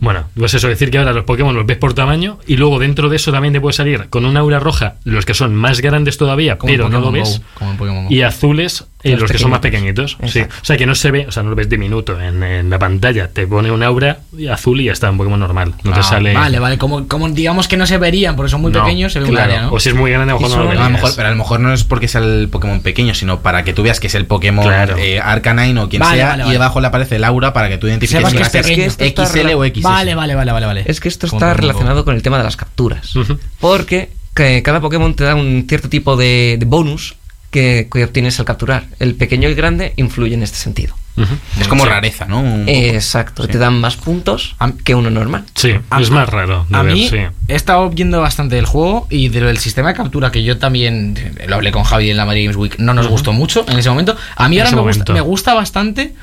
[SPEAKER 2] Bueno, pues eso, decir que ahora los Pokémon los ves por tamaño y luego dentro de eso también te puede salir con una aura roja los que son más grandes todavía,
[SPEAKER 5] Como en
[SPEAKER 2] pero no lo
[SPEAKER 5] Pokémon
[SPEAKER 2] ves.
[SPEAKER 5] Go, como en Pokémon Go.
[SPEAKER 2] Y azules eh,
[SPEAKER 4] Los
[SPEAKER 2] los, que son más
[SPEAKER 4] pequeñitos.
[SPEAKER 2] pequeñitos. sí.
[SPEAKER 4] Exacto.
[SPEAKER 2] O sea que no se ve, o sea, no lo ves diminuto en, en la pantalla. Te pone un aura azul y ya está, un Pokémon normal. No te
[SPEAKER 5] Ah,
[SPEAKER 2] sale.
[SPEAKER 3] Vale, vale, como, como digamos que no se verían porque son muy
[SPEAKER 2] No,
[SPEAKER 3] pequeños, se ve
[SPEAKER 2] claro.
[SPEAKER 3] un área, ¿no?
[SPEAKER 2] O si es muy grande, a lo
[SPEAKER 4] Y
[SPEAKER 2] mejor no lo
[SPEAKER 4] solo-
[SPEAKER 5] Pero a, lo
[SPEAKER 2] verías.
[SPEAKER 5] mejor, pero a lo mejor no es porque sea el Pokémon pequeño, sino para que tú veas que es el Pokémon
[SPEAKER 2] Claro.
[SPEAKER 5] eh, Arcanine o quien
[SPEAKER 3] Vale,
[SPEAKER 5] sea,
[SPEAKER 3] vale,
[SPEAKER 5] y
[SPEAKER 3] vale.
[SPEAKER 5] debajo le aparece el aura para que tú identifiques
[SPEAKER 3] Sepas
[SPEAKER 5] si
[SPEAKER 3] que
[SPEAKER 5] va a
[SPEAKER 3] es
[SPEAKER 5] ser
[SPEAKER 3] pequeño.
[SPEAKER 4] Es que esto está
[SPEAKER 5] XL o XS.
[SPEAKER 3] Vale, vale, vale, vale, vale.
[SPEAKER 4] Es que esto
[SPEAKER 5] Como
[SPEAKER 4] está
[SPEAKER 5] Pokémon Go.
[SPEAKER 4] relacionado con el tema de las capturas.
[SPEAKER 2] Ujú.
[SPEAKER 4] Porque que cada Pokémon te da un cierto tipo de, de bonus que, que obtienes al capturar. El pequeño y el grande influyen en este sentido.
[SPEAKER 2] Ujú.
[SPEAKER 5] Es como
[SPEAKER 2] Sí.
[SPEAKER 5] rareza, ¿no? Un poco.
[SPEAKER 4] Exacto, te dan más puntos que uno normal.
[SPEAKER 2] Sí,
[SPEAKER 3] A-
[SPEAKER 2] es más raro. de
[SPEAKER 3] A
[SPEAKER 2] ver,
[SPEAKER 3] mí
[SPEAKER 2] sí.
[SPEAKER 3] he estado viendo bastante del juego y de lo del sistema de captura que yo también eh, lo hablé con Javi en la Mary Games Week, no nos gustó mucho en ese momento. A mí
[SPEAKER 2] En
[SPEAKER 3] ahora
[SPEAKER 2] ese
[SPEAKER 3] me gusta,
[SPEAKER 2] momento.
[SPEAKER 3] me gusta bastante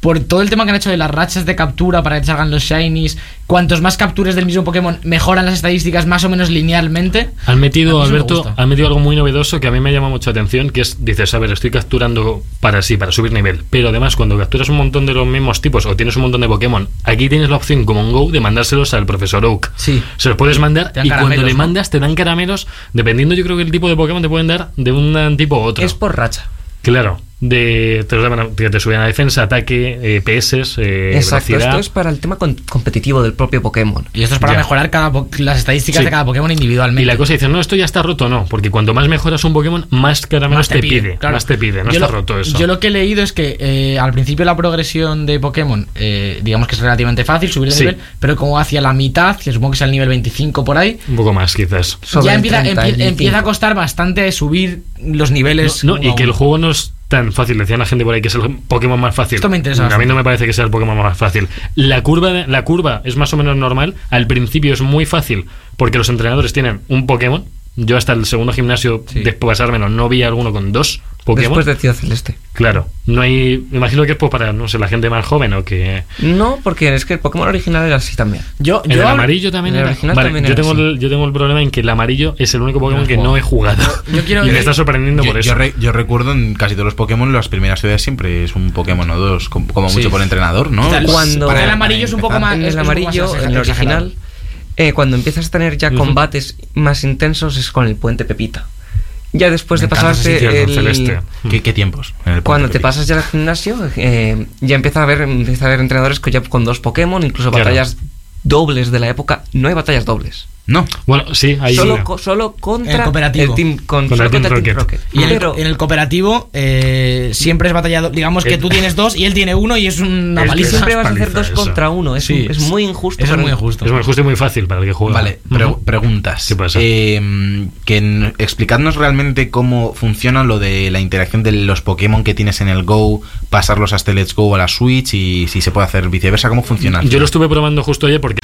[SPEAKER 3] por todo el tema que han hecho de las rachas de captura para que salgan los shinies. Cuantos más captures del mismo Pokémon mejoran las estadísticas más o menos linealmente.
[SPEAKER 2] Han
[SPEAKER 3] A
[SPEAKER 2] metido,
[SPEAKER 3] mí eso me
[SPEAKER 2] Alberto,
[SPEAKER 3] gusta.
[SPEAKER 2] han metido algo muy novedoso que a mí me llama mucho la atención, que es, dices, a ver, estoy capturando para sí, para subir nivel, pero además cuando capturas un montón de los mismos tipos o tienes un montón de Pokémon, aquí tienes la opción como en Go de mandárselos al profesor Oak.
[SPEAKER 3] Sí.
[SPEAKER 2] Se los puedes mandar
[SPEAKER 3] Te dan
[SPEAKER 2] y cuando
[SPEAKER 3] caramelos,
[SPEAKER 2] le
[SPEAKER 3] ¿no?
[SPEAKER 2] mandas te dan caramelos, dependiendo yo creo que el tipo de Pokémon te pueden dar de un tipo u otro.
[SPEAKER 4] Es por racha.
[SPEAKER 2] Claro. De, te, los daban- que te subían a defensa, ataque, eh, PS, eh,
[SPEAKER 4] Exacto,
[SPEAKER 2] velocidad.
[SPEAKER 4] esto es para el tema con- competitivo del propio Pokémon.
[SPEAKER 3] Y esto es para
[SPEAKER 2] Ya.
[SPEAKER 3] mejorar cada po- las estadísticas
[SPEAKER 2] Sí.
[SPEAKER 3] de cada Pokémon individualmente.
[SPEAKER 2] Y la cosa dice, no, esto ya está roto, no, porque cuanto más mejoras un Pokémon, más caramelos
[SPEAKER 3] Más
[SPEAKER 2] te, pide,
[SPEAKER 3] claro.
[SPEAKER 2] más te pide, no
[SPEAKER 3] Yo
[SPEAKER 2] está
[SPEAKER 3] lo-
[SPEAKER 2] roto eso.
[SPEAKER 3] Yo lo que he leído es que eh, al principio la progresión de Pokémon, eh, digamos que es relativamente fácil subir de
[SPEAKER 2] Sí.
[SPEAKER 3] nivel, pero como hacia la mitad, que supongo que es el nivel 25 por ahí,
[SPEAKER 2] Un poco más, quizás.
[SPEAKER 4] Sobre
[SPEAKER 3] ya
[SPEAKER 4] el
[SPEAKER 3] empieza,
[SPEAKER 4] 30
[SPEAKER 3] empie-
[SPEAKER 4] y el
[SPEAKER 3] empieza a
[SPEAKER 4] 5.
[SPEAKER 3] costar bastante subir los niveles.
[SPEAKER 2] No,
[SPEAKER 3] uno
[SPEAKER 2] y
[SPEAKER 3] a
[SPEAKER 2] que el
[SPEAKER 3] uno.
[SPEAKER 2] juego no es tan fácil. Decía la gente por ahí que es el Pokémon más fácil.
[SPEAKER 3] Esto me interesa
[SPEAKER 2] A mí
[SPEAKER 3] bastante.
[SPEAKER 2] no me parece que sea el Pokémon más fácil. La curva, de- la curva es más o menos normal. Al principio es muy fácil porque los entrenadores tienen un Pokémon. Yo hasta el segundo gimnasio, después de pasármelo, no vi alguno con dos Pokémon.
[SPEAKER 4] Después de Ciudad Celeste.
[SPEAKER 2] Claro, no hay. me Imagino que es pues para, no sé, la gente más joven o que.
[SPEAKER 4] No, porque es que el Pokémon original era así también.
[SPEAKER 3] Yo,
[SPEAKER 2] el
[SPEAKER 3] yo hablo-
[SPEAKER 2] amarillo también
[SPEAKER 4] el
[SPEAKER 2] era.
[SPEAKER 4] original
[SPEAKER 2] Vale,
[SPEAKER 4] también
[SPEAKER 2] yo,
[SPEAKER 4] era
[SPEAKER 2] tengo
[SPEAKER 4] así.
[SPEAKER 2] el, yo tengo el problema en que el amarillo es el único Pokémon que no he jugado.
[SPEAKER 3] Yo quiero
[SPEAKER 2] (laughs) y me
[SPEAKER 3] ir-
[SPEAKER 2] está sorprendiendo
[SPEAKER 5] Yo,
[SPEAKER 2] por eso.
[SPEAKER 5] yo re- yo recuerdo en casi todos los Pokémon, las primeras ciudades siempre es un Pokémon o dos, com- como mucho por entrenador, ¿no?
[SPEAKER 3] Quizá el-
[SPEAKER 4] Cuando-
[SPEAKER 3] el amarillo es un poco
[SPEAKER 5] empezar.
[SPEAKER 3] más-
[SPEAKER 4] en
[SPEAKER 3] es
[SPEAKER 4] el
[SPEAKER 3] un poco
[SPEAKER 4] amarillo,
[SPEAKER 3] más
[SPEAKER 4] en el
[SPEAKER 3] exagerado.
[SPEAKER 4] original, eh, cuando empiezas a tener ya combates más intensos es con el puente Pepita. Ya después
[SPEAKER 5] Me
[SPEAKER 4] de
[SPEAKER 5] encanta ese
[SPEAKER 2] sitio,
[SPEAKER 4] pasarte
[SPEAKER 2] el celeste.
[SPEAKER 4] el,
[SPEAKER 5] ¿Qué, qué tiempos? en el
[SPEAKER 4] cuando
[SPEAKER 5] Pokémon?
[SPEAKER 4] te pasas ya al gimnasio, eh, ya empieza a haber, empieza a haber entrenadores que ya con dos Pokémon, incluso
[SPEAKER 2] Claro.
[SPEAKER 4] batallas dobles de la época. No hay batallas dobles.
[SPEAKER 5] No.
[SPEAKER 2] Bueno, sí, ahí
[SPEAKER 4] Solo,
[SPEAKER 2] mira.
[SPEAKER 4] co- solo contra
[SPEAKER 3] El cooperativo.
[SPEAKER 4] team, con-
[SPEAKER 2] Contra
[SPEAKER 4] solo
[SPEAKER 2] el Team
[SPEAKER 4] contra el Team
[SPEAKER 2] Rocket.
[SPEAKER 4] Rocket.
[SPEAKER 3] Y en el,
[SPEAKER 4] Pero-
[SPEAKER 3] en el cooperativo eh, siempre es batallado. Digamos que
[SPEAKER 2] Eh,
[SPEAKER 3] tú tienes dos y él tiene uno y es una
[SPEAKER 2] es que
[SPEAKER 4] Y
[SPEAKER 3] paliza.
[SPEAKER 4] siempre vas a hacer
[SPEAKER 2] paliza
[SPEAKER 4] dos
[SPEAKER 2] esa.
[SPEAKER 4] contra uno. Es,
[SPEAKER 3] Sí,
[SPEAKER 4] un- es muy injusto.
[SPEAKER 3] Eso es
[SPEAKER 4] para-
[SPEAKER 3] muy injusto.
[SPEAKER 2] Es muy justo y muy fácil para el que juega.
[SPEAKER 5] Vale, pre-
[SPEAKER 2] Ujú.
[SPEAKER 5] preguntas.
[SPEAKER 2] ¿Qué pasa?
[SPEAKER 5] Eh, que n- explicadnos realmente cómo funciona lo de la interacción de los Pokémon que tienes en el Go, pasarlos hasta Let's Go a la Switch y si se puede hacer viceversa, cómo funciona.
[SPEAKER 2] Yo lo estuve probando justo ayer porque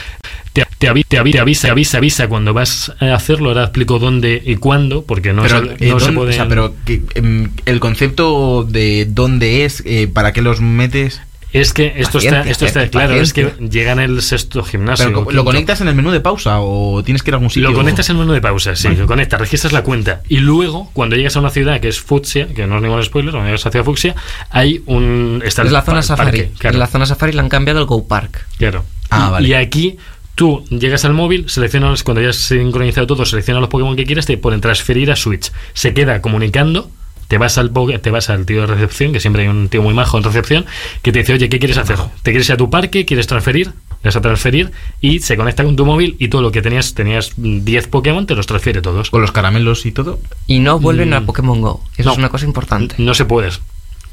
[SPEAKER 2] te, te, avi- te avi- te avisa, avisa, avisa cuando vas a hacerlo. Ahora explico dónde y cuándo, porque no,
[SPEAKER 5] pero,
[SPEAKER 2] sal-
[SPEAKER 5] eh,
[SPEAKER 2] no se
[SPEAKER 5] ¿dónde-
[SPEAKER 2] puede.
[SPEAKER 5] o sea, pero que, em, el concepto de dónde es, eh, para qué los metes,
[SPEAKER 2] es que esto está,
[SPEAKER 4] Paciencia,
[SPEAKER 2] esto está
[SPEAKER 4] eh,
[SPEAKER 2] claro, es que
[SPEAKER 4] paciencia.
[SPEAKER 2] llegan al sexto gimnasio.
[SPEAKER 5] pero co-
[SPEAKER 2] quinto.
[SPEAKER 5] ¿lo conectas en el menú de pausa o tienes que ir a algún sitio?
[SPEAKER 2] Lo conectas en el menú de pausa, sí, lo conectas, registras la cuenta. Y luego, cuando llegas a una ciudad que es Fucsia, que no es ningún spoiler, cuando llegas a Ciudad Fucsia, hay un. Está
[SPEAKER 4] Es
[SPEAKER 2] el
[SPEAKER 4] la zona
[SPEAKER 2] par-
[SPEAKER 4] safari.
[SPEAKER 2] parque, claro.
[SPEAKER 4] En la zona safari la han cambiado al Go Park.
[SPEAKER 2] Claro.
[SPEAKER 5] Ah,
[SPEAKER 2] y,
[SPEAKER 5] vale.
[SPEAKER 2] y aquí tú llegas al móvil, seleccionas, cuando ya has sincronizado todo, seleccionas los Pokémon que quieres, te ponen transferir a Switch. Se queda comunicando. Te vas, al, po- te vas al tío de recepción, que siempre hay un tío muy majo en recepción, que te dice, oye, ¿qué quieres hacer? ¿Te quieres ir a tu parque? ¿Quieres transferir? Le das a transferir y se conecta con tu móvil y todo lo que tenías, tenías mm, 10 Pokémon, te los transfiere todos.
[SPEAKER 5] Con los caramelos y todo.
[SPEAKER 4] Y no vuelven a Pokémon Go. Eso
[SPEAKER 2] Mm. No. Mm,
[SPEAKER 4] es una cosa importante.
[SPEAKER 2] No se puedes.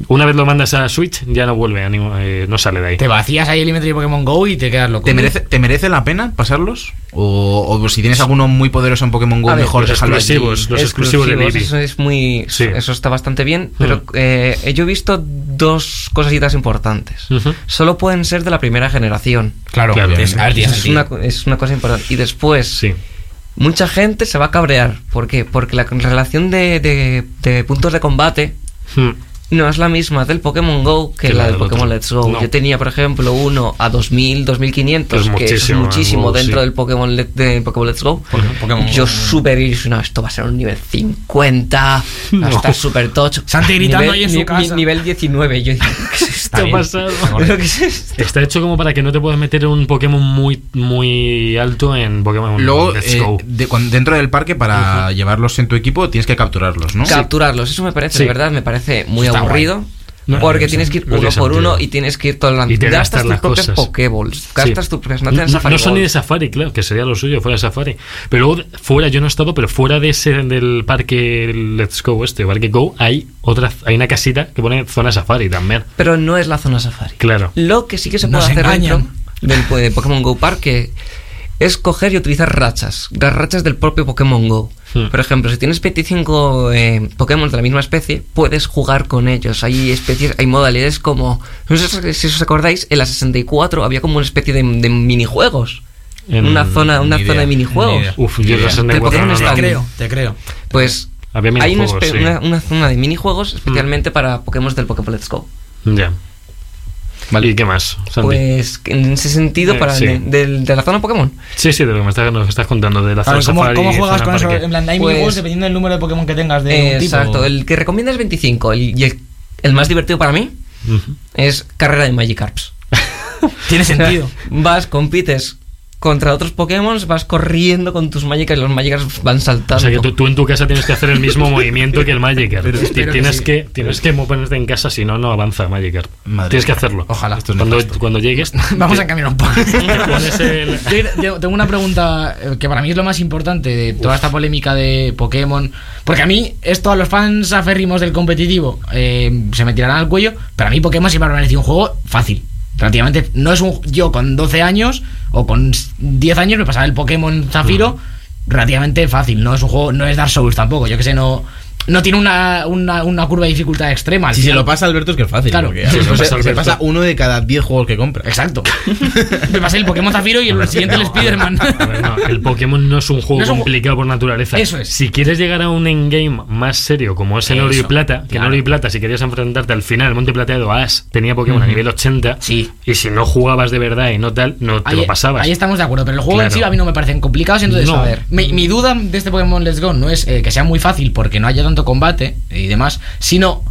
[SPEAKER 2] Una vez lo mandas a Switch, ya no vuelve, a ningún- eh, no sale de ahí.
[SPEAKER 3] Te vacías ahí el inventario de Pokémon Go y te quedas loco.
[SPEAKER 5] ¿Te merece, ¿Te merece la pena pasarlos? ¿O, o si tienes alguno muy poderoso en Pokémon Go,
[SPEAKER 4] A ver,
[SPEAKER 5] mejor
[SPEAKER 2] los
[SPEAKER 5] dejarlo allí?
[SPEAKER 2] exclusivos, mm. los exclusivos, de Vivi.
[SPEAKER 4] Eso es muy.
[SPEAKER 2] Sí.
[SPEAKER 4] Eso está bastante bien. Pero
[SPEAKER 2] Mm.
[SPEAKER 4] eh, yo he visto dos cositas importantes.
[SPEAKER 2] Ujú.
[SPEAKER 4] Solo pueden ser de la primera generación.
[SPEAKER 5] Claro,
[SPEAKER 2] Claro.
[SPEAKER 5] es- a ver, tiene
[SPEAKER 4] Eso es
[SPEAKER 5] sentido.
[SPEAKER 4] una, co- es una cosa importante. Y después,
[SPEAKER 2] Sí.
[SPEAKER 4] mucha gente se va a cabrear. ¿Por qué? Porque la con- relación de, de- de puntos de combate
[SPEAKER 2] Mm.
[SPEAKER 4] No es la misma del Pokémon Go que
[SPEAKER 2] Que
[SPEAKER 4] la
[SPEAKER 2] la
[SPEAKER 4] del
[SPEAKER 2] del
[SPEAKER 4] Pokémon
[SPEAKER 2] otro.
[SPEAKER 4] Let's Go.
[SPEAKER 2] No.
[SPEAKER 4] Yo tenía, por ejemplo, uno a 2000, 2500,
[SPEAKER 2] Es
[SPEAKER 4] que eso es
[SPEAKER 2] muchísimo,
[SPEAKER 4] muchísimo
[SPEAKER 2] algo,
[SPEAKER 4] dentro
[SPEAKER 2] sí.
[SPEAKER 4] del Pokémon, Let- de Pokémon Let's Go.
[SPEAKER 5] Pokémon
[SPEAKER 4] Yo
[SPEAKER 5] Go.
[SPEAKER 4] súper ilusionado, esto va a ser un nivel 50,
[SPEAKER 2] No.
[SPEAKER 4] hasta súper tocho.
[SPEAKER 3] Santi gritando
[SPEAKER 4] Nivel-
[SPEAKER 3] ahí en su
[SPEAKER 4] ni- ni-
[SPEAKER 3] casa.
[SPEAKER 4] Nivel 19, yo dije, ¿qué es
[SPEAKER 2] ¿Qué ha
[SPEAKER 4] esto?
[SPEAKER 2] pasado?
[SPEAKER 4] ¿Pero qué es esto?
[SPEAKER 2] Está hecho como para que no te puedas meter un Pokémon muy, muy alto en Pokémon
[SPEAKER 5] Luego,
[SPEAKER 2] Let's
[SPEAKER 5] eh,
[SPEAKER 2] Go.
[SPEAKER 5] de- cuando- dentro del parque, para llevarlos en tu equipo, tienes que capturarlos, ¿no?
[SPEAKER 4] capturarlos. Eso me parece,
[SPEAKER 2] Sí.
[SPEAKER 4] de verdad, me parece muy
[SPEAKER 2] Está
[SPEAKER 4] aburrido.
[SPEAKER 2] No,
[SPEAKER 4] porque
[SPEAKER 2] no,
[SPEAKER 4] tienes que ir
[SPEAKER 2] no
[SPEAKER 4] uno
[SPEAKER 2] tiene
[SPEAKER 4] por
[SPEAKER 2] sentido.
[SPEAKER 4] uno y tienes que ir todo el
[SPEAKER 2] Y te gastas
[SPEAKER 4] Gastas tus
[SPEAKER 2] las
[SPEAKER 4] propias
[SPEAKER 2] cosas.
[SPEAKER 4] Pokéballs. Gastas
[SPEAKER 2] Sí.
[SPEAKER 4] tus propias. No te dan Safari
[SPEAKER 2] no son ni de
[SPEAKER 4] Balls.
[SPEAKER 2] Safari, claro, que sería lo suyo, fuera de Safari. Pero luego, fuera, yo no he estado, pero fuera de ese del parque Let's Go, este parque Go, hay otra, hay una casita que pone zona Safari también.
[SPEAKER 4] Pero no es la zona Safari.
[SPEAKER 2] Claro.
[SPEAKER 4] Lo que sí que se puede
[SPEAKER 3] Nos
[SPEAKER 4] hacer
[SPEAKER 3] engañan.
[SPEAKER 4] dentro del po- de Pokémon Go Park que es coger y utilizar rachas. Las rachas del propio Pokémon Go.
[SPEAKER 2] Hmm.
[SPEAKER 4] Por ejemplo, si tienes 25 eh, Pokémon de la misma especie, puedes jugar con ellos. Hay especies, hay modalidades como. No sé si os acordáis, en la 64 había como una especie de, de minijuegos.
[SPEAKER 2] En-
[SPEAKER 4] una zona, una
[SPEAKER 5] ni idea,
[SPEAKER 4] zona de
[SPEAKER 5] ni
[SPEAKER 4] minijuegos.
[SPEAKER 5] idea.
[SPEAKER 2] Uf, yo
[SPEAKER 5] Bien.
[SPEAKER 2] los en el
[SPEAKER 4] Del Pokémon
[SPEAKER 2] no, no,
[SPEAKER 3] Te
[SPEAKER 4] Stand.
[SPEAKER 3] creo, te creo.
[SPEAKER 4] Pues
[SPEAKER 2] Había
[SPEAKER 4] hay una,
[SPEAKER 2] minijuegos,
[SPEAKER 4] espe-
[SPEAKER 2] sí.
[SPEAKER 4] una- una zona de minijuegos especialmente para Pokémon del Pokémon Let's Go.
[SPEAKER 2] no. Ya. Vale. ¿Y qué más, Santi?
[SPEAKER 4] Pues que en ese sentido,
[SPEAKER 2] Eh,
[SPEAKER 4] para
[SPEAKER 2] sí.
[SPEAKER 4] de, del- de la zona Pokémon.
[SPEAKER 2] sí, sí, de lo que me estás, nos estás contando, de la
[SPEAKER 3] Claro,
[SPEAKER 2] zona
[SPEAKER 3] ¿cómo,
[SPEAKER 2] Safari.
[SPEAKER 3] cómo juegas
[SPEAKER 2] zona
[SPEAKER 3] con eso?
[SPEAKER 2] parque.
[SPEAKER 3] En plan, hay
[SPEAKER 4] Pues-
[SPEAKER 3] minijuegos dependiendo del número de Pokémon que tengas de un tipo.
[SPEAKER 4] Exacto, el que recomienda es 25. El, y el, el más divertido para mí
[SPEAKER 2] Ujú.
[SPEAKER 4] es carrera de Magikarps.
[SPEAKER 3] (laughs) Tiene
[SPEAKER 4] (laughs)
[SPEAKER 3] sentido.
[SPEAKER 4] Vas, compites contra otros Pokémon, vas corriendo con tus Magikarps y los Magikarps van saltando.
[SPEAKER 2] O sea que tú, tú en tu casa tienes que hacer el
[SPEAKER 3] (laughs)
[SPEAKER 2] mismo movimiento que el Magikarp. Ti-
[SPEAKER 3] espero que
[SPEAKER 2] tienes
[SPEAKER 3] sí.
[SPEAKER 2] que, tienes que moverte en casa, si no, no avanza Magikarp.
[SPEAKER 5] Madre
[SPEAKER 2] tienes que
[SPEAKER 5] mía.
[SPEAKER 2] hacerlo.
[SPEAKER 5] Ojalá. Esto es
[SPEAKER 2] Cuando,
[SPEAKER 5] nefasto.
[SPEAKER 2] cuando
[SPEAKER 3] (laughs)
[SPEAKER 2] llegues.
[SPEAKER 3] (laughs) Vamos
[SPEAKER 2] te-
[SPEAKER 3] a cambiar un poco.
[SPEAKER 2] te pones el-
[SPEAKER 3] Yo creo- Tengo una pregunta eh, que para mí es lo más importante de toda esta polémica de Pokémon. Porque a mí, esto a los fans aférrimos del competitivo eh, se me tirarán al cuello. Pero a mí, Pokémon siempre me ha parecido un juego fácil. Relativamente, no es un. Yo con 12 años o con 10 años me pasaba el Pokémon Zafiro relativamente fácil. No es un juego, no es Dark Souls tampoco. Yo que sé, no. No tiene una, una, una curva de dificultad extrema. al
[SPEAKER 5] Si se
[SPEAKER 3] final-
[SPEAKER 5] lo pasa a Alberto es que es fácil.
[SPEAKER 3] Claro.
[SPEAKER 5] porque
[SPEAKER 3] Si
[SPEAKER 2] se lo
[SPEAKER 5] Alberto
[SPEAKER 2] pasa
[SPEAKER 5] se, se
[SPEAKER 2] Alberto.
[SPEAKER 5] pasa uno de cada 10 juegos que compra.
[SPEAKER 3] Exacto. Me pasé el Pokémon Zafiro y el siguiente el Spider-Man.
[SPEAKER 2] A ver, no, el Pokémon no es un juego
[SPEAKER 3] No es un ju-
[SPEAKER 2] complicado por naturaleza.
[SPEAKER 3] Eso es.
[SPEAKER 2] Si quieres llegar a un endgame más serio, como es el oro y
[SPEAKER 3] Eso,
[SPEAKER 2] plata, que en
[SPEAKER 3] claro.
[SPEAKER 2] oro y plata, si querías enfrentarte al final, el Monte Plateado a Ash, tenía Pokémon a nivel 80.
[SPEAKER 3] Sí.
[SPEAKER 2] Y si no jugabas de verdad y no tal, no te lo pasabas.
[SPEAKER 3] ahí estamos de acuerdo, pero el juego en
[SPEAKER 2] Claro.
[SPEAKER 3] sí a mí no me parecen complicados. Entonces,
[SPEAKER 2] No.
[SPEAKER 3] a ver, mi, mi duda de este Pokémon Let's Go no es eh, que sea muy fácil porque no haya tanto combate y demás, sino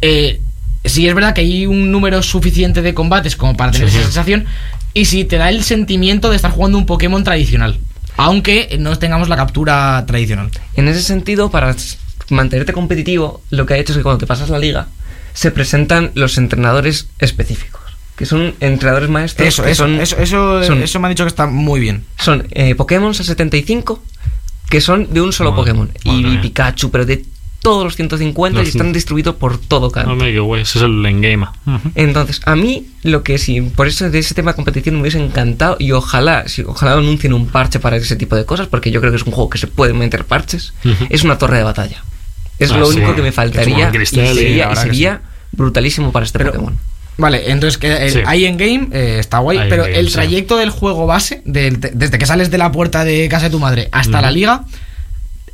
[SPEAKER 3] eh, si es verdad que hay un número suficiente de combates como para tener
[SPEAKER 2] Sí,
[SPEAKER 3] esa
[SPEAKER 2] sí.
[SPEAKER 3] sensación y si te da el sentimiento de estar jugando un Pokémon tradicional, aunque no tengamos la captura tradicional.
[SPEAKER 4] En ese sentido, para s- mantenerte competitivo, lo que ha hecho es que cuando te pasas la liga, se presentan los entrenadores específicos. Que son entrenadores maestros. que son, son-
[SPEAKER 3] me han dicho que está muy bien.
[SPEAKER 4] son eh, Pokémon al 75 que son de un solo
[SPEAKER 2] Madre-
[SPEAKER 4] Pokémon. Y,
[SPEAKER 2] madre mía.
[SPEAKER 4] Pikachu, pero de todos los 150 y
[SPEAKER 2] Los- Ah,
[SPEAKER 4] están distribuidos por todo canto.
[SPEAKER 2] Hombre, qué guay, ese es el endgame. Ujú.
[SPEAKER 4] Entonces, a mí lo que sí, por eso de ese tema de competición me hubiese encantado y ojalá, sí, ojalá anuncien un parche para ese tipo de cosas, porque yo creo que es un juego que se puede meter parches,
[SPEAKER 2] Ujú.
[SPEAKER 4] es una torre de batalla. Es
[SPEAKER 2] Ah,
[SPEAKER 4] lo
[SPEAKER 2] sí.
[SPEAKER 4] único que me
[SPEAKER 2] Que es
[SPEAKER 4] faltaría
[SPEAKER 2] como
[SPEAKER 4] y
[SPEAKER 2] cristal y-
[SPEAKER 4] sería,
[SPEAKER 2] la
[SPEAKER 4] y
[SPEAKER 2] verdad que
[SPEAKER 4] sería brutalísimo para este Pokémon.
[SPEAKER 3] Vale, entonces que el
[SPEAKER 2] Sí.
[SPEAKER 3] ahí en game eh, está guay,
[SPEAKER 2] Ahí en
[SPEAKER 3] pero
[SPEAKER 2] game,
[SPEAKER 3] el
[SPEAKER 2] sí.
[SPEAKER 3] trayecto del juego base, del- de- desde que sales de la puerta de casa de tu madre hasta la liga,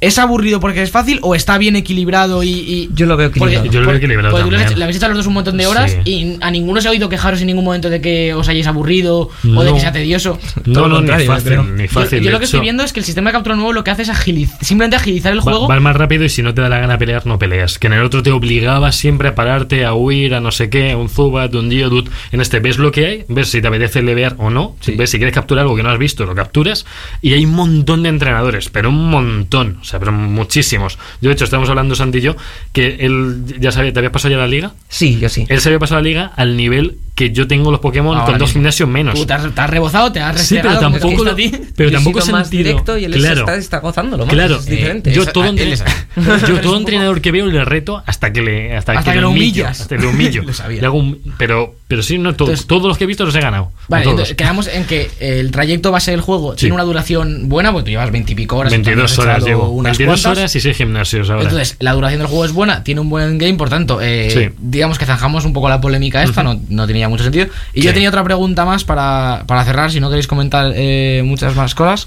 [SPEAKER 3] ¿es aburrido porque es fácil o está bien equilibrado y...? y-
[SPEAKER 4] Yo lo veo
[SPEAKER 3] porque-
[SPEAKER 4] equilibrado.
[SPEAKER 2] Yo lo veo equilibrado
[SPEAKER 3] porque tú le,
[SPEAKER 2] también.
[SPEAKER 3] le habéis echado a los dos un montón de horas
[SPEAKER 2] Sí.
[SPEAKER 3] y a ninguno se ha oído quejaros en ningún momento de que os hayáis aburrido o de
[SPEAKER 2] No.
[SPEAKER 3] que sea tedioso.
[SPEAKER 4] Todo
[SPEAKER 2] No,
[SPEAKER 4] lo
[SPEAKER 2] no, ni
[SPEAKER 4] contrario, yo creo.
[SPEAKER 2] fácil, ni
[SPEAKER 3] Yo,
[SPEAKER 2] fácil.
[SPEAKER 3] yo
[SPEAKER 2] de
[SPEAKER 3] lo que estoy
[SPEAKER 2] hecho,
[SPEAKER 3] viendo es que el sistema de captura nuevo lo que hace es agiliz- simplemente agilizar el
[SPEAKER 2] va-
[SPEAKER 3] juego.
[SPEAKER 2] Vas más rápido y si no te da la gana pelear, no peleas. Que en el otro te obligaba siempre a pararte, a huir, a no sé qué, un Zubat, un Geodude. En este ves lo que hay, ves si te apetece levear o no, ves si quieres capturar algo que no has visto, lo capturas. Y hay un montón de entrenadores, pero un montón, o sea, pero muchísimos. Yo, de hecho, estamos hablando, Santi y yo, que él ya sabía, ¿te habías pasado ya la liga?
[SPEAKER 4] Sí, yo sí.
[SPEAKER 2] Él se había pasado la liga al nivel que yo tengo los Pokémon
[SPEAKER 3] Ahora
[SPEAKER 2] con dos
[SPEAKER 3] mismo.
[SPEAKER 2] gimnasios menos.
[SPEAKER 3] Tú te has, te has rebozado, te has
[SPEAKER 2] Sí, pero
[SPEAKER 3] restregado, como
[SPEAKER 2] tampoco,
[SPEAKER 3] te
[SPEAKER 2] lo,
[SPEAKER 3] gusta a ti.
[SPEAKER 2] pero
[SPEAKER 4] Yo he
[SPEAKER 2] tampoco
[SPEAKER 4] sido más
[SPEAKER 2] sentido.
[SPEAKER 4] directo y él es-
[SPEAKER 2] claro,
[SPEAKER 4] está, está gozándolo más.
[SPEAKER 2] claro. eh,
[SPEAKER 4] es diferente.
[SPEAKER 2] yo
[SPEAKER 5] Esa-
[SPEAKER 2] todo,
[SPEAKER 5] ah,
[SPEAKER 2] entre-
[SPEAKER 5] él es-
[SPEAKER 2] (laughs) yo todo entrenador que veo le reto hasta que le hasta,
[SPEAKER 3] Hasta que
[SPEAKER 2] le
[SPEAKER 3] lo
[SPEAKER 2] humillo,
[SPEAKER 3] humillas.
[SPEAKER 2] hasta que lo humillo.
[SPEAKER 3] (laughs) Lo sabía.
[SPEAKER 2] Le hago un- pero pero sí no to-
[SPEAKER 3] Entonces-
[SPEAKER 2] todos los que he visto los he ganado.
[SPEAKER 3] Vale,
[SPEAKER 2] todos.
[SPEAKER 3] entonces quedamos en que el trayecto base del juego tiene una duración buena, porque tú llevas 20 y pico horas. entonces
[SPEAKER 2] 22
[SPEAKER 3] has
[SPEAKER 2] horas
[SPEAKER 3] echado
[SPEAKER 2] llevo.
[SPEAKER 3] unas
[SPEAKER 2] 22
[SPEAKER 3] cuantas.
[SPEAKER 2] horas y 6 gimnasios ahora.
[SPEAKER 3] Entonces, la duración del juego es buena, tiene un buen game, por tanto, eh,
[SPEAKER 2] Sí.
[SPEAKER 3] digamos que zanjamos un poco la polémica esta, no, no tenía mucho sentido. Y yo
[SPEAKER 2] Sí.
[SPEAKER 3] tenía otra pregunta más para, para cerrar, si no queréis comentar eh, muchas más cosas,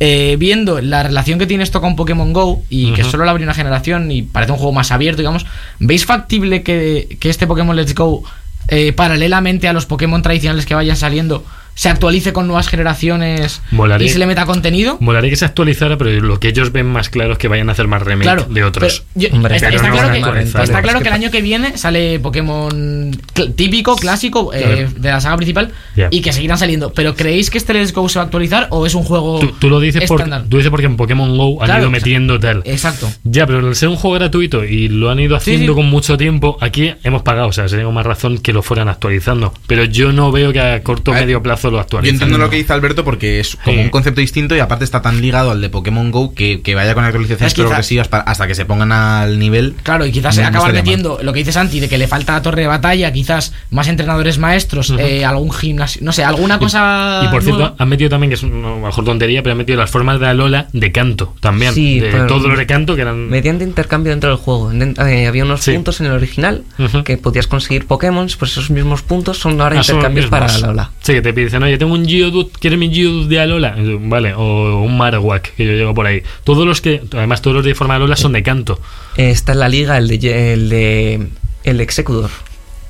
[SPEAKER 3] eh, viendo la relación que tiene esto con Pokémon Go y que
[SPEAKER 2] Ujú.
[SPEAKER 3] solo lo abrió una generación y parece un juego más abierto, digamos, ¿veis factible que, que este Pokémon Let's Go, eh, paralelamente a los Pokémon tradicionales que vayan saliendo, se actualice con nuevas generaciones
[SPEAKER 2] Molaría.
[SPEAKER 3] y se le meta contenido?
[SPEAKER 2] Molaría que se actualizara, pero lo que ellos ven más claro es que vayan a hacer más remake
[SPEAKER 3] Claro,
[SPEAKER 2] de otros.
[SPEAKER 3] pero yo-
[SPEAKER 4] Hombre,
[SPEAKER 3] está,
[SPEAKER 2] pero
[SPEAKER 3] está
[SPEAKER 2] no
[SPEAKER 3] claro
[SPEAKER 2] van a
[SPEAKER 3] que,
[SPEAKER 2] actualizar.
[SPEAKER 3] está claro
[SPEAKER 4] Es
[SPEAKER 3] que el año que viene sale Pokémon cl- típico, clásico, eh,
[SPEAKER 2] Claro.
[SPEAKER 3] de la saga principal
[SPEAKER 2] Ya.
[SPEAKER 3] y que seguirán saliendo. ¿Pero creéis que este Let's Go se va a actualizar o es un juego
[SPEAKER 2] Tú, tú lo dices por,
[SPEAKER 3] estándar?
[SPEAKER 2] tú dices porque en Pokémon Go han
[SPEAKER 3] Claro,
[SPEAKER 2] ido
[SPEAKER 3] o sea,
[SPEAKER 2] metiendo tal.
[SPEAKER 3] Exacto.
[SPEAKER 2] Ya, pero al ser un juego gratuito y lo han ido haciendo
[SPEAKER 3] sí.
[SPEAKER 2] con mucho tiempo, aquí hemos pagado, o sea, sería más razón que lo fueran actualizando. Pero yo no veo que a corto o
[SPEAKER 5] A ver,
[SPEAKER 2] medio plazo lo
[SPEAKER 5] Yo
[SPEAKER 2] actualicen.
[SPEAKER 5] entiendo lo que dice Alberto porque es como
[SPEAKER 2] Sí.
[SPEAKER 5] un concepto distinto y aparte está tan ligado al de Pokémon Go que, que vaya con actualizaciones
[SPEAKER 3] Es quizá-
[SPEAKER 5] progresivas para- hasta que se pongan al nivel.
[SPEAKER 3] Claro, y quizás
[SPEAKER 5] No, no
[SPEAKER 3] acabar
[SPEAKER 5] estaría mal.
[SPEAKER 3] metiendo lo que dice Santi de que le falta torre de batalla, quizás más entrenadores maestros, eh, algún gimnasio, no sé, alguna cosa.
[SPEAKER 2] Y por cierto,
[SPEAKER 3] nueva.
[SPEAKER 2] han metido también, que es una a lo mejor tontería, pero han metido las formas de Alola de canto también.
[SPEAKER 4] Sí,
[SPEAKER 2] de
[SPEAKER 4] pero-
[SPEAKER 2] todo lo de canto que eran.
[SPEAKER 4] Mediante intercambio dentro del juego. Den- eh, había unos
[SPEAKER 2] Sí.
[SPEAKER 4] puntos en el original
[SPEAKER 2] Ujú.
[SPEAKER 4] que podías conseguir Pokémon, pues esos mismos puntos son ahora
[SPEAKER 2] Ah, son los
[SPEAKER 4] intercambios
[SPEAKER 2] mismos.
[SPEAKER 4] para la ola.
[SPEAKER 2] Sí, que te dicen, oye, tengo un Geodude, ¿quieres mi Geodude de Alola? Y yo, Vale, o un Marowak, que yo llego por ahí. Todos los que, además, todos los de forma Alola son de canto.
[SPEAKER 4] Eh, está en la liga el de, Ye- el de el de Executor.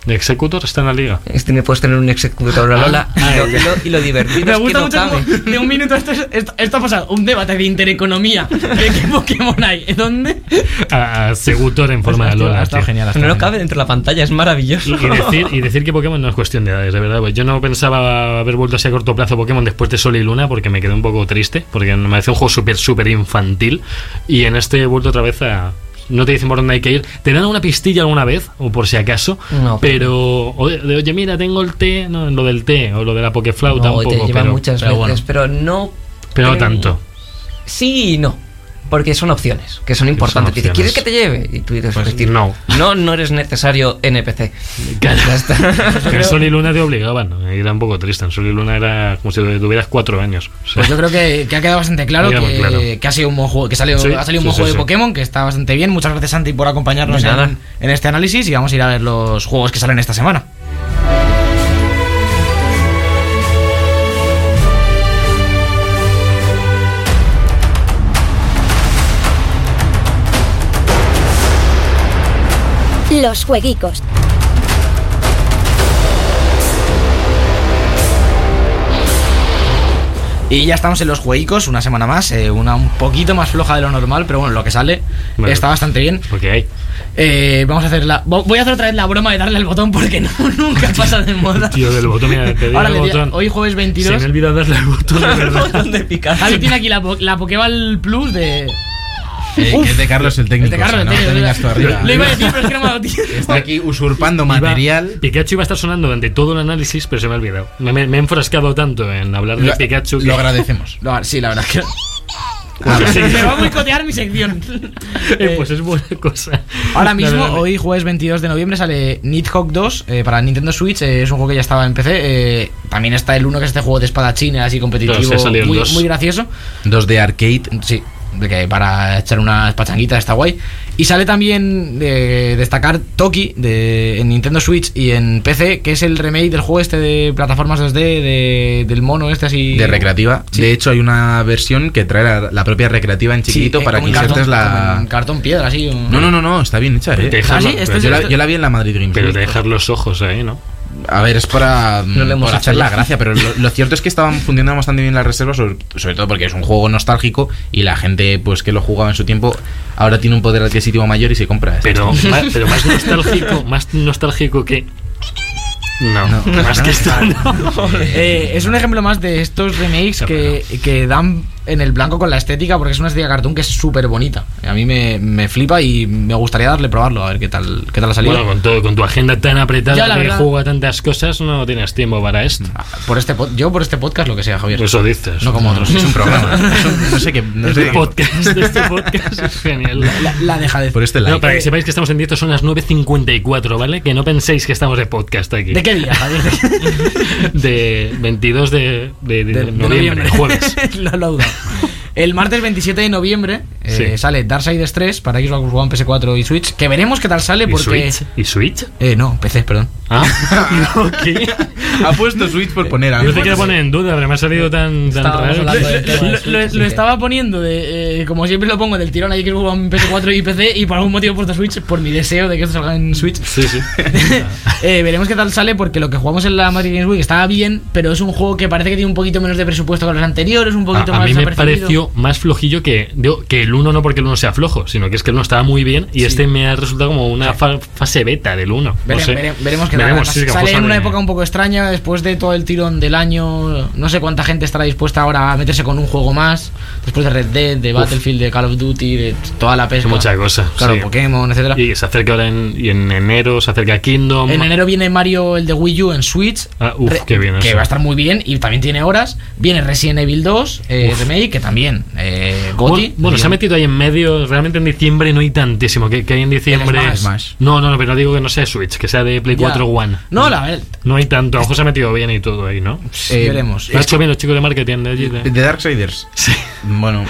[SPEAKER 2] ¿De Executor está en la liga?
[SPEAKER 4] Este me puedes tener un Executor a la ola
[SPEAKER 2] Ah,
[SPEAKER 4] y, lo, y lo- y lo
[SPEAKER 2] (laughs)
[SPEAKER 4] divertido
[SPEAKER 3] Me
[SPEAKER 4] es que
[SPEAKER 3] gusta
[SPEAKER 4] no
[SPEAKER 3] mucho
[SPEAKER 4] cabe.
[SPEAKER 3] como de un minuto esto, es- esto, esto ha pasado. Un debate de intereconomía. ¿De (laughs) qué Pokémon hay? ¿Dónde?
[SPEAKER 2] A, a Segutor en forma de
[SPEAKER 4] Pues
[SPEAKER 2] Alola.
[SPEAKER 3] Está
[SPEAKER 2] tío.
[SPEAKER 3] genial. ha estado
[SPEAKER 4] No
[SPEAKER 3] genial.
[SPEAKER 4] cabe dentro de la pantalla, es
[SPEAKER 2] Y,
[SPEAKER 4] maravilloso.
[SPEAKER 2] y decir, y decir que Pokémon no es cuestión de edades, de verdad. Pues yo no pensaba haber vuelto así a corto plazo Pokémon después de Sol y Luna porque me quedé un poco triste, porque me parece un juego súper, súper infantil. Y en este he vuelto otra vez a... No te dicen por dónde hay que ir. Te dan una pistilla alguna vez, o por si acaso,
[SPEAKER 4] No,
[SPEAKER 2] pero... o de- de, oye, mira, tengo el té, no, lo del té, o lo de la Pokéflauta
[SPEAKER 4] No,
[SPEAKER 2] un
[SPEAKER 4] y te
[SPEAKER 2] poco,
[SPEAKER 4] llevan
[SPEAKER 2] pero,
[SPEAKER 4] muchas
[SPEAKER 2] pero bueno,
[SPEAKER 4] veces, pero no.
[SPEAKER 2] pero no
[SPEAKER 4] eh,
[SPEAKER 2] tanto.
[SPEAKER 4] Sí y no. Porque son opciones, que son importantes. Te dice,
[SPEAKER 2] opciones.
[SPEAKER 4] ¿quieres que te lleve? Y tú dices,
[SPEAKER 2] Pues
[SPEAKER 4] decir,
[SPEAKER 2] no.
[SPEAKER 4] No, no eres necesario NPC.
[SPEAKER 2] Claro.
[SPEAKER 4] Ya
[SPEAKER 2] (laughs)
[SPEAKER 4] está.
[SPEAKER 2] Que en Sol y Luna te obligaban, era un poco triste. En Sol y Luna era como si tuvieras cuatro años. O sea,
[SPEAKER 3] Pues yo creo que, que ha quedado bastante claro
[SPEAKER 2] Queda muy
[SPEAKER 3] que,
[SPEAKER 2] claro.
[SPEAKER 3] que ha sido un buen juego, que salió-
[SPEAKER 2] Sí,
[SPEAKER 3] ha salido un
[SPEAKER 2] sí,
[SPEAKER 3] buen
[SPEAKER 2] sí,
[SPEAKER 3] juego
[SPEAKER 2] sí.
[SPEAKER 3] de Pokémon, que está bastante bien. Muchas gracias Santi por acompañarnos
[SPEAKER 4] De nada.
[SPEAKER 3] en, en este análisis y vamos a ir a ver los juegos que salen esta semana.
[SPEAKER 6] Los jueguicos.
[SPEAKER 3] Y ya estamos en los jueguicos, una semana más, eh, una un poquito más floja de lo normal, pero bueno, lo que sale
[SPEAKER 2] Bueno.
[SPEAKER 3] está bastante bien.
[SPEAKER 2] porque hay.
[SPEAKER 3] Eh, vamos a hacer la. vo- Voy a hacer otra vez la broma de darle al botón porque (laughs) no, nunca pasa de moda.
[SPEAKER 2] Tío, del botón, mira, te doy
[SPEAKER 3] Ahora
[SPEAKER 2] el
[SPEAKER 3] le di-
[SPEAKER 2] botón.
[SPEAKER 3] hoy jueves
[SPEAKER 2] Se
[SPEAKER 3] 22.
[SPEAKER 2] me olvida darle al botón, de verdad.
[SPEAKER 4] de
[SPEAKER 3] Javi tiene aquí la, po- la Pokéball Plus de.
[SPEAKER 5] Eh, que es de Carlos el técnico.
[SPEAKER 3] de Carlos,
[SPEAKER 5] o sea, no
[SPEAKER 3] tío,
[SPEAKER 5] te
[SPEAKER 3] de
[SPEAKER 5] vengas tú
[SPEAKER 3] verdad.
[SPEAKER 5] arriba.
[SPEAKER 3] Lo iba a decir, pero es que no me ha dado tiempo.
[SPEAKER 5] Está aquí usurpando
[SPEAKER 2] Iba-
[SPEAKER 5] (laughs) material.
[SPEAKER 2] Pikachu iba a estar sonando durante todo el análisis, pero se me ha olvidado. Me, me- me he enfrascado tanto en hablar de
[SPEAKER 5] Lo-
[SPEAKER 2] Pikachu que. (laughs)
[SPEAKER 5] Lo agradecemos.
[SPEAKER 3] No, sí, la verdad es que.
[SPEAKER 2] Pues sí.
[SPEAKER 3] Me va a boicotear mi (laughs) sección.
[SPEAKER 2] (laughs) Eh, pues es buena cosa.
[SPEAKER 3] Ahora
[SPEAKER 2] La
[SPEAKER 3] mismo,
[SPEAKER 2] verdad,
[SPEAKER 3] hoy jueves 22 de noviembre, sale Nidhogg 2 eh, para Nintendo Switch. eh, es un juego que ya estaba en PC. eh, también está el 1, que es este juego de espadachín, así
[SPEAKER 2] Claro,
[SPEAKER 3] competitivo,
[SPEAKER 2] se ha salido el
[SPEAKER 3] muy,
[SPEAKER 2] 2.
[SPEAKER 3] muy gracioso.
[SPEAKER 5] Dos de arcade.
[SPEAKER 3] Sí, de que para echar unas pachanguitas está guay. Y sale también eh, destacar Toki de, en Nintendo Switch y en PC, que es el remake del juego este de plataformas 2D de- del mono este así.
[SPEAKER 5] De recreativa.
[SPEAKER 3] Sí.
[SPEAKER 5] De hecho, hay una versión que trae la, la propia recreativa en
[SPEAKER 3] Sí,
[SPEAKER 5] chiquito
[SPEAKER 3] eh,
[SPEAKER 5] para
[SPEAKER 3] como
[SPEAKER 5] que
[SPEAKER 3] en
[SPEAKER 5] insertes
[SPEAKER 3] cartón- como
[SPEAKER 5] la.
[SPEAKER 3] en cartón piedra, así. un-
[SPEAKER 5] No, no, no, no, está bien hecha.
[SPEAKER 2] Pero
[SPEAKER 5] eh.
[SPEAKER 2] te dejas
[SPEAKER 3] Ah, sí,
[SPEAKER 2] los-
[SPEAKER 3] este
[SPEAKER 2] pero
[SPEAKER 3] es
[SPEAKER 5] Yo
[SPEAKER 2] te-
[SPEAKER 5] la, yo la vi en la Madrid Games.
[SPEAKER 2] pero te
[SPEAKER 5] Week.
[SPEAKER 2] dejar los ojos ahí, ¿no?
[SPEAKER 5] A ver, es para,
[SPEAKER 4] No lo hemos
[SPEAKER 5] para
[SPEAKER 4] hecho
[SPEAKER 5] hacer la
[SPEAKER 4] ya.
[SPEAKER 5] gracia, pero lo, lo cierto es que estaban funcionando bastante bien las reservas, sobre, sobre todo porque es un juego nostálgico y la gente pues que lo jugaba en su tiempo ahora tiene un poder adquisitivo mayor y se compra. este.
[SPEAKER 2] Pero, ma- pero
[SPEAKER 5] (laughs)
[SPEAKER 2] más nostálgico, más nostálgico que. No, (laughs)
[SPEAKER 5] No,
[SPEAKER 2] más
[SPEAKER 5] no,
[SPEAKER 2] que esto.
[SPEAKER 5] no.
[SPEAKER 2] no.
[SPEAKER 3] (laughs) Eh, es un ejemplo más de estos remakes
[SPEAKER 2] Ya,
[SPEAKER 3] que, que dan en el blanco con la estética, porque es una estética cartoon que es súper bonita. A mí me, me flipa y me gustaría darle probarlo, a ver qué tal, qué tal ha salido.
[SPEAKER 2] Bueno, con, todo, con tu agenda tan
[SPEAKER 3] Ya, la
[SPEAKER 2] apretada que
[SPEAKER 3] verdad.
[SPEAKER 2] juega tantas cosas, no tienes tiempo para esto.
[SPEAKER 3] por este pod- yo por este podcast lo que sea, Javier.
[SPEAKER 2] Eso dices.
[SPEAKER 3] no como otros.
[SPEAKER 5] Es
[SPEAKER 2] (laughs)
[SPEAKER 5] un programa. Es un- no sé qué. No
[SPEAKER 2] Este
[SPEAKER 5] sé qué-
[SPEAKER 2] podcast, este podcast es genial.
[SPEAKER 3] La, la deja de
[SPEAKER 5] por este like.
[SPEAKER 2] No, para que sepáis que estamos en directo son las 9.54, ¿vale? Que no penséis que estamos de podcast aquí.
[SPEAKER 3] ¿De qué día, Javier?
[SPEAKER 2] (laughs) De 22 de, de- de
[SPEAKER 3] (laughs) De- de (laughs)
[SPEAKER 2] noviembre, jueves.
[SPEAKER 3] Lo- lo he dudado. El martes 27 de noviembre Eh,
[SPEAKER 2] Sí.
[SPEAKER 3] Sale Darksiders 3 para Xbox One, PS4 y Switch. Que veremos qué tal sale
[SPEAKER 2] ¿Y
[SPEAKER 3] porque.
[SPEAKER 2] Switch? ¿Y Switch?
[SPEAKER 3] Eh, no, PC, perdón.
[SPEAKER 2] Ah,
[SPEAKER 3] (laughs)
[SPEAKER 2] no, ¿qué?
[SPEAKER 5] Ha puesto Switch por poner
[SPEAKER 2] Yo te
[SPEAKER 5] algo.
[SPEAKER 2] quiero poner en duda, pero me ha salido tan, tan
[SPEAKER 4] Estábamos
[SPEAKER 2] raro. (laughs)
[SPEAKER 4] hablando de-
[SPEAKER 3] Lo, lo- lo estaba poniendo de. eh, como siempre lo pongo del tirón a Xbox One, PS4 y PC. Y por algún motivo he puesto Switch por mi deseo de que esto salga en Switch.
[SPEAKER 2] Sí, sí.
[SPEAKER 3] Eh, veremos qué tal sale porque lo que jugamos en la Madrid Games Week estaba bien, pero es un juego que parece que tiene un poquito menos de presupuesto que los anteriores, un poquito
[SPEAKER 2] A, a
[SPEAKER 3] más
[SPEAKER 2] mí me
[SPEAKER 3] desapercibido.
[SPEAKER 2] pareció más flojillo que, digo, que el 1, no porque el 1 sea flojo, sino que es que el 1 estaba muy bien y este me ha resultado como una fa- fase beta del 1.
[SPEAKER 3] Vere- vere- veremos qué tal. Además, sale en una época un poco extraña, después de todo el tirón del año. No sé cuánta gente estará dispuesta ahora a meterse con un juego más. Después de Red Dead, de Battlefield, de Call of Duty, de toda la pesca.
[SPEAKER 2] Mucha cosa,
[SPEAKER 3] Claro,
[SPEAKER 2] sí.
[SPEAKER 3] Pokémon, etcétera.
[SPEAKER 2] Y se acerca ahora en, y en enero, se acerca Kingdom.
[SPEAKER 3] En enero viene Mario el de Wii U en Switch.
[SPEAKER 2] Ah, uf,
[SPEAKER 3] Re-
[SPEAKER 2] qué bien
[SPEAKER 3] Que
[SPEAKER 2] eso.
[SPEAKER 3] va a estar muy bien y también tiene horas. Viene Resident Evil 2 eh, Remake, que también. Eh,
[SPEAKER 2] Bueno,
[SPEAKER 3] Gotti.
[SPEAKER 2] bueno, se ha metido ahí en medio. Realmente en diciembre no hay tantísimo. Que, que hay en diciembre.
[SPEAKER 3] El Smash.
[SPEAKER 5] Smash.
[SPEAKER 2] No, no, no, pero no digo que no sea Switch, que sea de Play 4 One.
[SPEAKER 3] No, la verdad.
[SPEAKER 2] No hay tanto. A lo mejor se ha metido bien y todo ahí, ¿no?
[SPEAKER 5] Eh,
[SPEAKER 3] veremos.
[SPEAKER 2] Lo han hecho bien los chicos de marketing de allí. de-
[SPEAKER 5] De Darksiders.
[SPEAKER 2] Sí.
[SPEAKER 5] Bueno,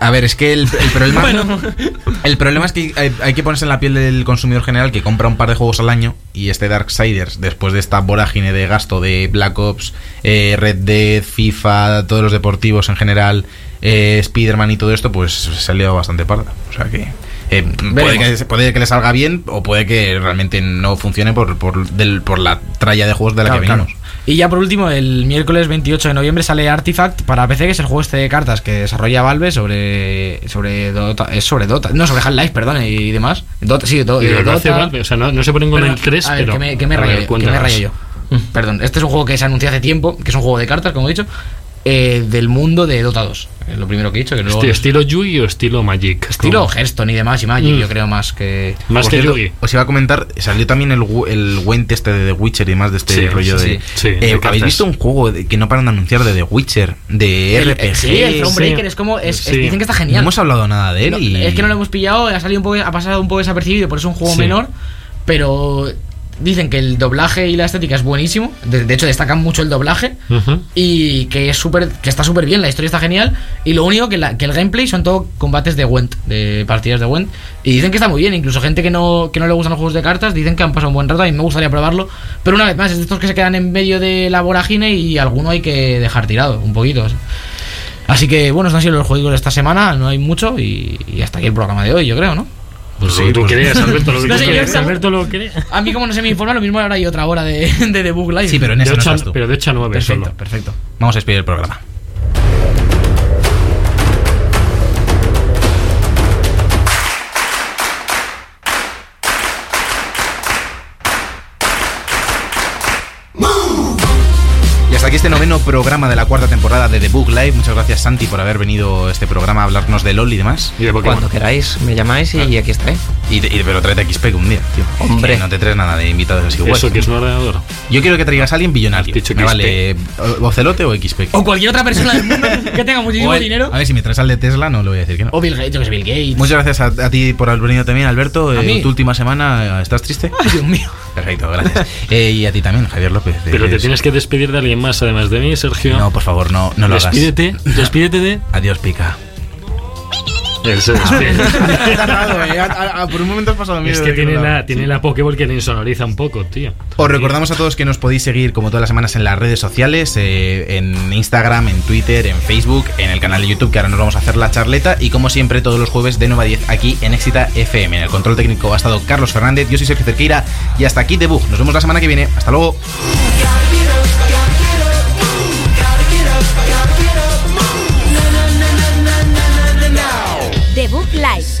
[SPEAKER 5] a ver, es que el, el problema. El problema es que hay, hay que ponerse en la piel del consumidor general que compra un par de juegos al año y este Darksiders, después de esta vorágine de gasto de Black Ops, eh, Red Dead, FIFA, todos los deportivos en general, eh, Spider-Man y todo esto, pues se ha liado bastante parda. O sea que. eh, puede, que, puede que le salga bien o puede que realmente no funcione por, por, del- por la tralla de juegos de la
[SPEAKER 3] Claro,
[SPEAKER 5] que
[SPEAKER 3] claro.
[SPEAKER 5] venimos.
[SPEAKER 3] Y ya por último, el miércoles 28 de noviembre sale Artifact para PC, que es el juego este de cartas que desarrolla Valve sobre. sobre Dota. Es sobre Dota. No, sobre Half-Life, perdón, y demás. Dota, sí, do-
[SPEAKER 2] Y
[SPEAKER 3] eh,
[SPEAKER 2] lo
[SPEAKER 3] Dota.
[SPEAKER 2] hace Valve, O sea, no, no se ponen con
[SPEAKER 3] Perdón,
[SPEAKER 2] el 3,
[SPEAKER 3] a ver,
[SPEAKER 2] pero.
[SPEAKER 3] que me, que me
[SPEAKER 2] a ver,
[SPEAKER 3] rayé yo, que me
[SPEAKER 2] cuéntanos.
[SPEAKER 3] rayé yo. Perdón, este es un juego que se anunció hace tiempo, que es un juego de cartas, como he dicho, eh, del mundo de Dota 2. Es lo primero que he dicho, que luego.
[SPEAKER 2] Hostil- ¿Estilo Yugi o estilo Magic?
[SPEAKER 3] estilo
[SPEAKER 2] Como-
[SPEAKER 3] Hearthstone y demás, y Magic,
[SPEAKER 2] Mm.
[SPEAKER 3] yo creo más que.
[SPEAKER 2] Más
[SPEAKER 5] Por
[SPEAKER 2] que
[SPEAKER 5] cierto,
[SPEAKER 2] Yugi.
[SPEAKER 5] Os iba a comentar, salió también el, gu- el Went este de The Witcher y más de este
[SPEAKER 2] Sí,
[SPEAKER 5] rollo
[SPEAKER 2] sí,
[SPEAKER 5] de.
[SPEAKER 2] sí, sí,
[SPEAKER 5] Eh,
[SPEAKER 2] de
[SPEAKER 5] ¿Habéis
[SPEAKER 2] cartas.
[SPEAKER 5] visto un juego de- que no paran de anunciar de The Witcher? De
[SPEAKER 3] El- eh,
[SPEAKER 5] RPG.
[SPEAKER 3] sí, el Thronebreaker
[SPEAKER 2] sí.
[SPEAKER 3] es como. es- es-
[SPEAKER 2] Sí.
[SPEAKER 3] dicen que está
[SPEAKER 5] no
[SPEAKER 3] genial.
[SPEAKER 5] hemos hablado nada de él.
[SPEAKER 3] No,
[SPEAKER 5] y...
[SPEAKER 3] Es que no lo hemos pillado, ha salido un poco, ha pasado un poco desapercibido, por eso es un juego
[SPEAKER 2] Sí.
[SPEAKER 3] menor, pero dicen que el doblaje y la estética es buenísimo. De, de hecho, destacan mucho el doblaje.
[SPEAKER 2] Ujú.
[SPEAKER 3] Y que es súper, que está súper bien, la historia está genial. Y lo único que, la- que el gameplay son todo combates de Went, de partidas de Went. Y dicen que está muy bien, incluso gente que no, que no le gustan los juegos de cartas dicen que han pasado un buen rato. A mí me gustaría probarlo, pero una vez más, es de estos que se quedan en medio de la vorágine y alguno hay que dejar tirado un poquito. Así que bueno, estos han sido los juegos de esta semana, no hay mucho y, y hasta aquí el programa de hoy, yo creo, ¿no?
[SPEAKER 2] Pues lo que tú querías, Alberto, lo que
[SPEAKER 3] (laughs) No
[SPEAKER 2] tú
[SPEAKER 3] sé, yo
[SPEAKER 2] querías.
[SPEAKER 3] estaba-
[SPEAKER 2] Alberto lo quería.
[SPEAKER 3] A mí como no se me informa, lo mismo ahora hay otra hora de, de The Book Live.
[SPEAKER 5] Sí, pero en
[SPEAKER 2] De
[SPEAKER 5] ese no
[SPEAKER 2] ocho a-
[SPEAKER 5] estás tú.
[SPEAKER 2] Pero de 8 a 9
[SPEAKER 3] Perfecto,
[SPEAKER 2] solo.
[SPEAKER 3] perfecto.
[SPEAKER 5] Vamos a despedir el programa. Y hasta aquí este noveno programa de la cuarta temporada de The Book Live. Muchas gracias, Santi, por haber venido a este programa a hablarnos de LOL y demás.
[SPEAKER 2] Y de Pokémon.
[SPEAKER 4] Cuando queráis, me llamáis y aquí estaré.
[SPEAKER 5] Y, te- y- pero tráete a XP que un día, tío.
[SPEAKER 4] Hombre.
[SPEAKER 5] Que no te traes nada de invitados así guays.
[SPEAKER 2] Eso que es un ordenador.
[SPEAKER 5] Yo quiero que traigas a alguien billonario.
[SPEAKER 2] Has dicho
[SPEAKER 5] Me
[SPEAKER 2] XP.
[SPEAKER 5] vale eh, o- Ocelote o XP.
[SPEAKER 3] O cualquier otra persona del mundo que tenga muchísimo
[SPEAKER 5] O el-
[SPEAKER 3] dinero.
[SPEAKER 5] A ver, si me traes al de Tesla, no le voy a decir que no.
[SPEAKER 3] O Bill Gates, yo que sé, Bill Gates.
[SPEAKER 5] Muchas gracias a, a ti por haber venido también, Alberto.
[SPEAKER 3] ¿A
[SPEAKER 5] Eh,
[SPEAKER 3] mí?
[SPEAKER 5] tu última semana, eh, ¿estás triste?
[SPEAKER 3] Ay, Dios mío.
[SPEAKER 5] Perfecto, gracias. Eh, y a ti también, Javier López.
[SPEAKER 2] Pero te
[SPEAKER 5] Eres-
[SPEAKER 2] tienes que despedir de alguien más, además de mí, Sergio.
[SPEAKER 5] No, por favor, no, no lo hagas.
[SPEAKER 2] despídete, despídete de.
[SPEAKER 3] (laughs)
[SPEAKER 5] Adiós, pica.
[SPEAKER 2] Él se despide.
[SPEAKER 3] eh.
[SPEAKER 5] por un momento has pasado
[SPEAKER 2] es que tiene la, tiene la Pokéball que le insonoriza un poco, tío.
[SPEAKER 5] Os recordamos a todos que nos podéis seguir como todas las semanas en las redes sociales, eh, en Instagram, en Twitter, en Facebook, en el canal de YouTube, que ahora nos vamos a hacer la charleta, y como siempre todos los jueves de 9 a 10 aquí en Éxita FM. En el control técnico ha estado Carlos Fernández, yo soy Sergio Cerqueira, y hasta aquí Debug. Nos vemos la semana que viene. Hasta luego.
[SPEAKER 6] The Book Live,